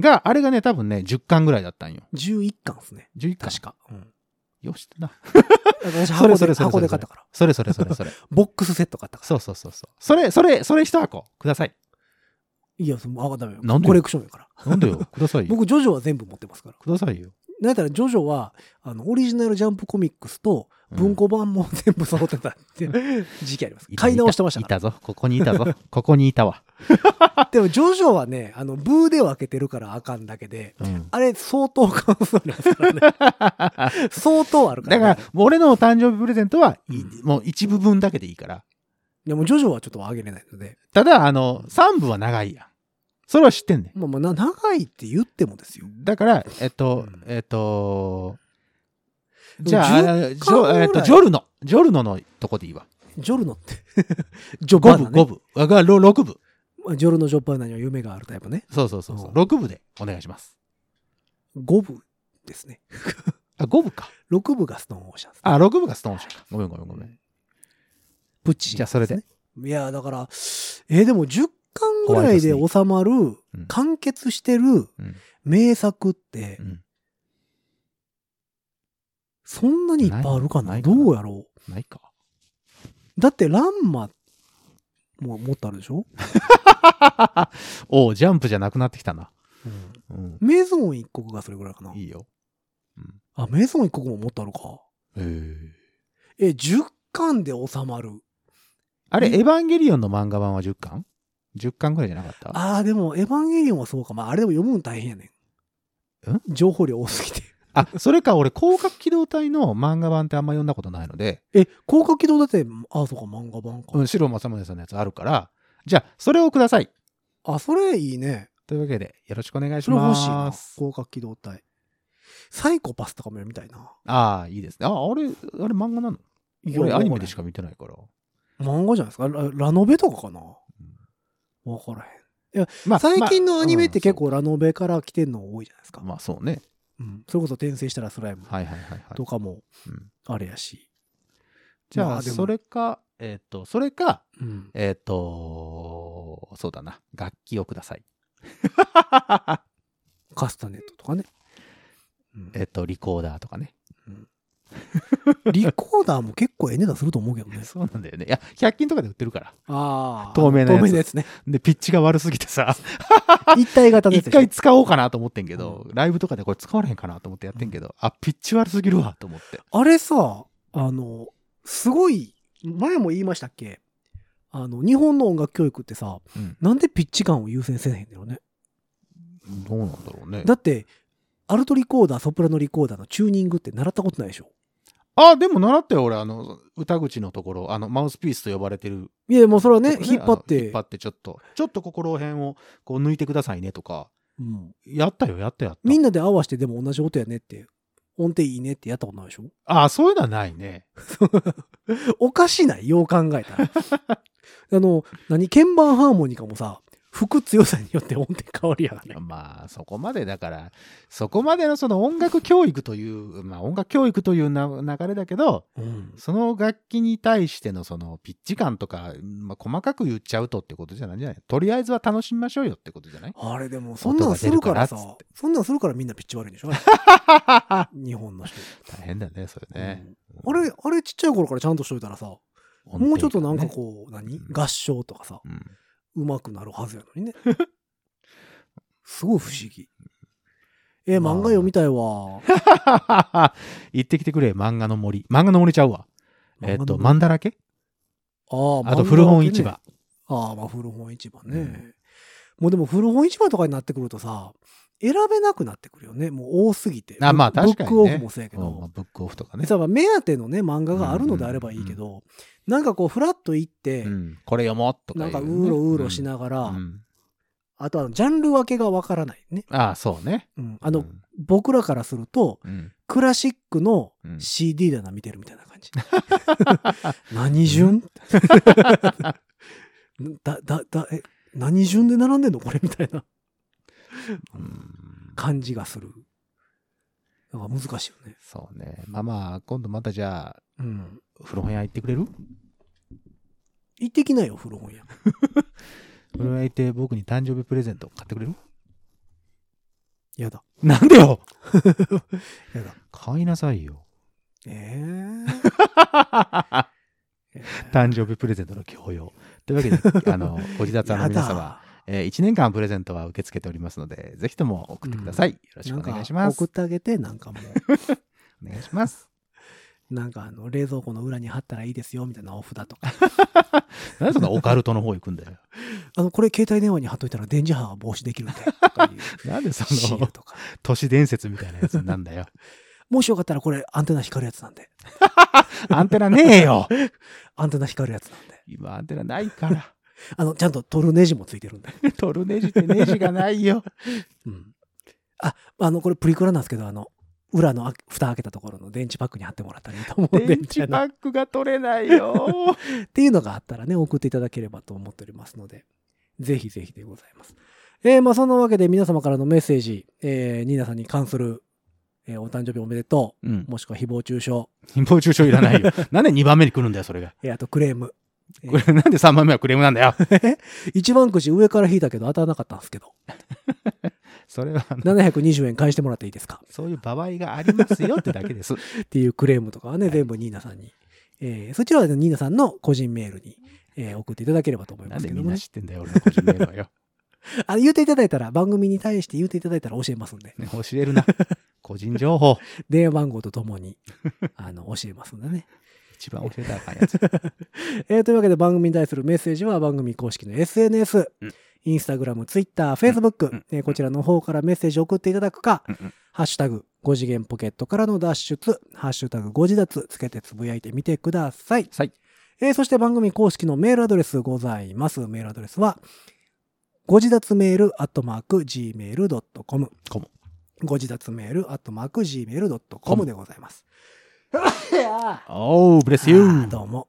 Speaker 3: が、あれがね、多分ね、10巻ぐらいだったんよ。
Speaker 2: 11巻ですね。
Speaker 3: 11
Speaker 2: 確
Speaker 3: 巻。
Speaker 2: か。うん。
Speaker 3: よしってな。
Speaker 2: [LAUGHS] 私
Speaker 3: そ
Speaker 2: 箱
Speaker 3: れ
Speaker 2: で
Speaker 3: それそれ
Speaker 2: 箱で買ったから。
Speaker 3: それそれそれそれ。
Speaker 2: ボックスセット買ったから。
Speaker 3: そうそうそうそう。それ、それ、それ一箱ください。
Speaker 2: いや、そのあ、ダメよ。
Speaker 3: なんで
Speaker 2: コレクションやから。
Speaker 3: な
Speaker 2: [LAUGHS]
Speaker 3: んだよ、くださいよ。
Speaker 2: 僕、ジョジョは全部持ってますから。
Speaker 3: くださいよ。
Speaker 2: なんやったらジョジョはあのオリジナルジャンプコミックスと文庫版も全部揃ってたって [LAUGHS] 時期あります。
Speaker 3: いた
Speaker 2: 買い直してました
Speaker 3: い
Speaker 2: から。
Speaker 3: たぞ。ここにいたぞ。ここにいたわ。
Speaker 2: でもジョジョはね、あのブーで分けてるからあかんだけで、
Speaker 3: [LAUGHS] うん。
Speaker 2: あれ相当感想ありますから [LAUGHS] ね。相当あるか
Speaker 3: だ
Speaker 2: ら、ね。
Speaker 3: から、もう俺の誕生日プレゼントは、い
Speaker 2: うん
Speaker 3: もう一部分だけでいいから。
Speaker 2: でもジョジョはちょっと上げれないので、
Speaker 3: ただ、あの、3部は長いやん。それは知ってんねん。
Speaker 2: まあまあな長いって言ってもですよ。
Speaker 3: だから、えっと
Speaker 2: うん、
Speaker 3: えっと、
Speaker 2: でも
Speaker 3: じゃあ、あの
Speaker 2: 10
Speaker 3: ジョ、えっ
Speaker 2: ぐ
Speaker 3: と、
Speaker 2: らい
Speaker 3: ジョルノ。ジョルノのとこでいいわ。
Speaker 2: ジョルノって。ジョバ
Speaker 3: 5
Speaker 2: ーナ、
Speaker 3: 部、
Speaker 2: ね、
Speaker 3: 5部。わが、ろ6部。
Speaker 2: ジョルノ・ジョバーナには夢があるタイプね。
Speaker 3: そうそうそうそう。
Speaker 2: うん
Speaker 3: 6部でお願いします。
Speaker 2: 5部ですね。
Speaker 3: あ、5部か。
Speaker 2: 6部がストーンオーシャンですね
Speaker 3: あ、6部がストーンショーか。ごめんごめんごめん。
Speaker 2: プチ
Speaker 3: じゃあ、それで。
Speaker 2: いや、だから、えーでも10巻ぐらいで収まる、
Speaker 3: うん
Speaker 2: 完結してる
Speaker 3: うん
Speaker 2: 名作って
Speaker 3: う、ん。
Speaker 2: そんなにいっぱいあるかな
Speaker 3: ない
Speaker 2: どうやろ
Speaker 3: ないか。 [LAUGHS]
Speaker 2: うだって、ランマもうもっとあるでしょ、
Speaker 3: おうジャンプじゃなくなってきたな。うん。
Speaker 2: メゾン一国がそれぐらいかない
Speaker 3: いよ。
Speaker 2: あ、メゾン一国ももっとあるか。
Speaker 3: へえ。
Speaker 2: え、10巻で収まる。
Speaker 3: あれ、エヴァンゲリオンの漫画版は10巻 ?10 巻ぐらいじゃなかった
Speaker 2: ああ、でも、エヴァンゲリオンはそうか。まあ、あれでも読むの大変やね
Speaker 3: ん
Speaker 2: ん。情報量多すぎて。
Speaker 3: あ、それか、俺、広角機動隊の漫画版ってあんま読んだことないので、
Speaker 2: え、広角機動だって、ああ、そうか、漫画版か。
Speaker 3: うん、白正宗さんのやつあるから、じゃあ、それをください。
Speaker 2: あ、それいいね。
Speaker 3: というわけで、よろしくお願いし
Speaker 2: それ
Speaker 3: ま
Speaker 2: 欲
Speaker 3: す。
Speaker 2: しいな。広角機動隊。サイコパスとかも読みたいな。
Speaker 3: ああ、いいですね。あ、あれ、あれ漫画なの
Speaker 2: いや
Speaker 3: 俺、アニメでしか見てないから。
Speaker 2: 漫画じゃないですか。ララノベとかかな。わからへん。
Speaker 3: ま
Speaker 2: 最近のアニメって結、
Speaker 3: ま
Speaker 2: 構ラノベから来てんの多いじゃないですか。
Speaker 3: あうんそうまあ、そうね。
Speaker 2: うん、それこそ転生したらスライム
Speaker 3: はいはいはいはい
Speaker 2: と。かも
Speaker 3: うん
Speaker 2: あれやし。
Speaker 3: じゃ
Speaker 2: ま
Speaker 3: あ、
Speaker 2: でも
Speaker 3: それか、えっと、それか、
Speaker 2: うん、
Speaker 3: えっと、そうだな。楽器をください。
Speaker 2: カスタネットとかね。うん
Speaker 3: えっと、リコーダーとかね。。
Speaker 2: リコーダーも結構ええ値段すると思うけどね
Speaker 3: [LAUGHS] そうなんだよね。いや、100均とかで売ってるから。
Speaker 2: あー
Speaker 3: 透明なやつ
Speaker 2: 透明なやつね。
Speaker 3: で、ピッチが悪すぎて
Speaker 2: [LAUGHS]
Speaker 3: さ、
Speaker 2: 一体型のやつ
Speaker 3: 一
Speaker 2: でしょ。
Speaker 3: 回使おうかなと思ってんけど、ライブとかでこれ使われへんかなと思ってやってんけど、あ、ピッチ悪すぎるわと思って。
Speaker 2: あれさ、あの、すごい、前も言いましたっけあの、日本の音楽教育ってさ、
Speaker 3: うん
Speaker 2: なんでピッチ感を優先せえへんだよね。
Speaker 3: どうなんだろうね
Speaker 2: だって、アルトリコーダー、ソプラノリコーダーのチューニングって習ったことないでしょ。
Speaker 3: あ、でも習ったよ、俺、あの、歌口のところ、あの、マウスピースと呼ばれてる。
Speaker 2: いや、もうそれはね、
Speaker 3: とこ
Speaker 2: 引っ張っ
Speaker 3: あの引
Speaker 2: て
Speaker 3: っ張、って、ちょっと、ちょっとここら辺を、こう、抜いてくださいねとか、
Speaker 2: うん、
Speaker 3: やったよ、やったやった。
Speaker 2: みんなで合わせてでも同じ音やねって、音程いいねってやったことないでしょ。
Speaker 3: あ、そういうのはないね。
Speaker 2: おかしないよう考えたら。 [LAUGHS] あの、何、鍵盤ハーモニカもさ、吹く強さによって音程変わりやがね。
Speaker 3: まあ、そこまでだから、そこまでのその音楽教育という、まあ、音楽教育というな流れだけど、
Speaker 2: うん。
Speaker 3: その楽器に対してのそのピッチ感とか、まあ、細かく言っちゃうとってことじゃないんじゃないとりあえずは楽しみましょうよってことじゃない
Speaker 2: あれでも、そんなんするからさ
Speaker 3: 音が出るからっつっ、
Speaker 2: そんなんするからみんなピッチ悪いん
Speaker 3: [LAUGHS]
Speaker 2: でしょ
Speaker 3: 大
Speaker 2: 日本の人。
Speaker 3: 変だね、それね。
Speaker 2: うんあれ、あれちっちゃい頃からちゃんとしといたらさ、
Speaker 3: 音程がね
Speaker 2: もうちょっとなんかこう、何
Speaker 3: うん
Speaker 2: 合唱とかさ、
Speaker 3: うん。
Speaker 2: うまくなるはずやのにね。すごい不思議。え、漫画読みたいわ。
Speaker 3: 行ってきてくれ、漫画の森。漫画の森ちゃうわ。 [LAUGHS] えっ、と、
Speaker 2: 漫
Speaker 3: 漫だらけ
Speaker 2: 画あ
Speaker 3: あと古本市。
Speaker 2: 漫画だ
Speaker 3: 場。
Speaker 2: けねああ、まあ古本市場ね。
Speaker 3: うん
Speaker 2: もうでも古本市場とかになってくるとさ、選べなくなってくるよね。もう多すぎて。
Speaker 3: あまあ
Speaker 2: ブ
Speaker 3: 確かにね
Speaker 2: ブックオフもそうやけ
Speaker 3: うんまあ
Speaker 2: ど。
Speaker 3: ブックオフとかね
Speaker 2: で。さ、まあ目当てのね、漫画があるのであればいいけど、なんかこう、フラッと行って
Speaker 3: う、ん、これ読もうとか
Speaker 2: なんか
Speaker 3: いうね
Speaker 2: ろうろしなが
Speaker 3: うんう
Speaker 2: ら、
Speaker 3: ん
Speaker 2: あとはジャンル分けがわからないね。
Speaker 3: ああ、そうね。
Speaker 2: うんあ
Speaker 3: う
Speaker 2: の、
Speaker 3: ん
Speaker 2: 僕らからすると、
Speaker 3: うん
Speaker 2: クラシックの
Speaker 3: うん
Speaker 2: CD 棚見てるみたいな
Speaker 3: [LAUGHS]
Speaker 2: 感じ。何順だ、だ、だ、え、何順で並んでんのこれみたいな
Speaker 3: うん
Speaker 2: 感じがする。だから難しいよね。
Speaker 3: そうね。まあまあ、今度またじゃあ、
Speaker 2: うん。
Speaker 3: 古本屋行ってくれる
Speaker 2: 行ってきなよ、古本屋。
Speaker 3: 古本屋行って僕に誕生日プレゼント買ってくれる
Speaker 2: やだ。
Speaker 3: なんでよ
Speaker 2: [LAUGHS] やだ。
Speaker 3: 買いなさいよ。
Speaker 2: ええ
Speaker 3: 誕生日プレゼントの強要。というわけ [LAUGHS] で、あの、ご自立の皆様、。えー、1年間プレゼントは受け付けておりますので、ぜひとも送ってください。よろし
Speaker 2: な
Speaker 3: くお
Speaker 2: んか
Speaker 3: 願いします。
Speaker 2: 送ってあげて、なんかもう、 [LAUGHS]
Speaker 3: お願いします。
Speaker 2: なんかあの、冷蔵庫の裏に貼ったらいいですよ、みたいなお札とか。 [LAUGHS]
Speaker 3: なんでそんなオカルトの方行くんだよ。
Speaker 2: あの、これ携帯電話に貼っといたら電磁波が防止できるんで、とかいう
Speaker 3: なんでそ [LAUGHS]
Speaker 2: シー
Speaker 3: の
Speaker 2: ルとか。
Speaker 3: 都市伝説みたいなやつなんだよ。
Speaker 2: もしよかったらこれアンテナ光るやつなんで。
Speaker 3: アンテナねえよ
Speaker 2: アンテナ光るやつなんで。
Speaker 3: [LAUGHS] 今アンテナないから。
Speaker 2: あの、ちゃんと取るネジもついてるんで。
Speaker 3: [LAUGHS] トルネジってネジがないよ。
Speaker 2: うん。あ、あの、これプリクラなんですけど、あの、裏のあ蓋開けたところの電池パックに貼ってもらったらいいと思うんで、
Speaker 3: 電
Speaker 2: みた
Speaker 3: 池
Speaker 2: い
Speaker 3: パ
Speaker 2: な。っ
Speaker 3: ックが取れないよ。
Speaker 2: ていうのがあったらね、送っていただければと思っておりますので、ぜひぜひでございます。えー、まあそんなわけで皆様からのメッセージ、えー、ニーナさんに関する、えーお誕生日おめでと
Speaker 3: [LAUGHS] うん
Speaker 2: う、。もしくは誹謗中傷、
Speaker 3: 貧乏中傷いら [LAUGHS] ないよ。なんで2番目に来るんだよ、それが。
Speaker 2: えーあとクレーム。えー
Speaker 3: これなんで3番目はクレームなんだよ。
Speaker 2: 一番くじ上から引いたけど当たらなかったんですけど、
Speaker 3: それは、あの
Speaker 2: 720円返してもらっていいですか
Speaker 3: そういう場合がありますよってだけです。
Speaker 2: っていうクレームとかはね、全部ニーナさんに。えーそちらはねニーナさんの個人メールに、えー送っていただければと思い
Speaker 3: [LAUGHS] な
Speaker 2: ま
Speaker 3: ん
Speaker 2: す
Speaker 3: で
Speaker 2: け
Speaker 3: み
Speaker 2: ど
Speaker 3: ん
Speaker 2: も、
Speaker 3: な
Speaker 2: ね、
Speaker 3: 知ってんだよ、俺の個人名は [LAUGHS] よ。
Speaker 2: あの言っていただいたら、番組に対して言っていただいたら教えますんで、
Speaker 3: ね教えるな。個人情報。
Speaker 2: 電話番号ととも
Speaker 3: [LAUGHS]
Speaker 2: に、あの、教えますんでね。
Speaker 3: 一番教えたらあかんや [LAUGHS] つ。
Speaker 2: えーというわけで番組に対するメッセージは番組公式の SNS、
Speaker 3: うん
Speaker 2: インスタグラム、ツイッター、フェイスブック
Speaker 3: うん、
Speaker 2: えーこちらの方からメッセージを送っていただくか、
Speaker 3: うんうん
Speaker 2: ハッシュタグ、5次元ポケットからの脱出、ハッシュタグ5次脱つけてつぶやいてみてください。
Speaker 3: はい
Speaker 2: えーそして番組公式のメールアドレスございます。メールアドレスは、5次脱メールアットマーク Gmail.com。
Speaker 3: com
Speaker 2: ご自脱メールアットマーク Gmail.com でございます。あ
Speaker 3: おー、ブレスユ
Speaker 2: ー
Speaker 3: ー。
Speaker 2: どうも。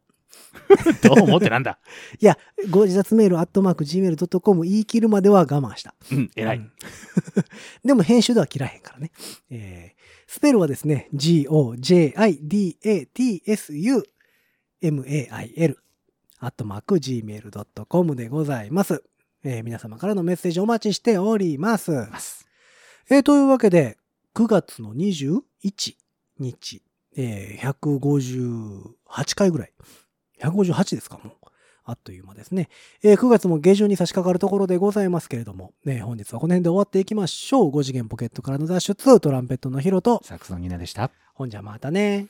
Speaker 3: どう思ってなん [LAUGHS] だ。
Speaker 2: いや、ご自殺メール、アットマーク、gmail.com 言い切るまでは我慢した。
Speaker 3: うん、偉
Speaker 2: う
Speaker 3: い。
Speaker 2: ん [LAUGHS] でも編集では切らへんからね。えースペルはですね、g-o-j-i-d-a-t-s-u-m-a-i-l、アットマーク、gmail.com でございます。えー皆様からのメッセージお待ちしております。えーというわけで、9月の21日、えー158回ぐらい。158ですか、もう。あっという間ですね。えー9月も下旬に差し掛かるところでございますけれども、ね、本日はこの辺で終わっていきましょう。5次元ポケットからの脱出、トランペットのヒロと、
Speaker 3: サックスのニーナでした。
Speaker 2: ほんじゃまたね。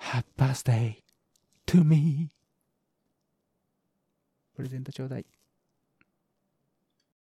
Speaker 3: Happy birthday to me. プレゼントちょうだい。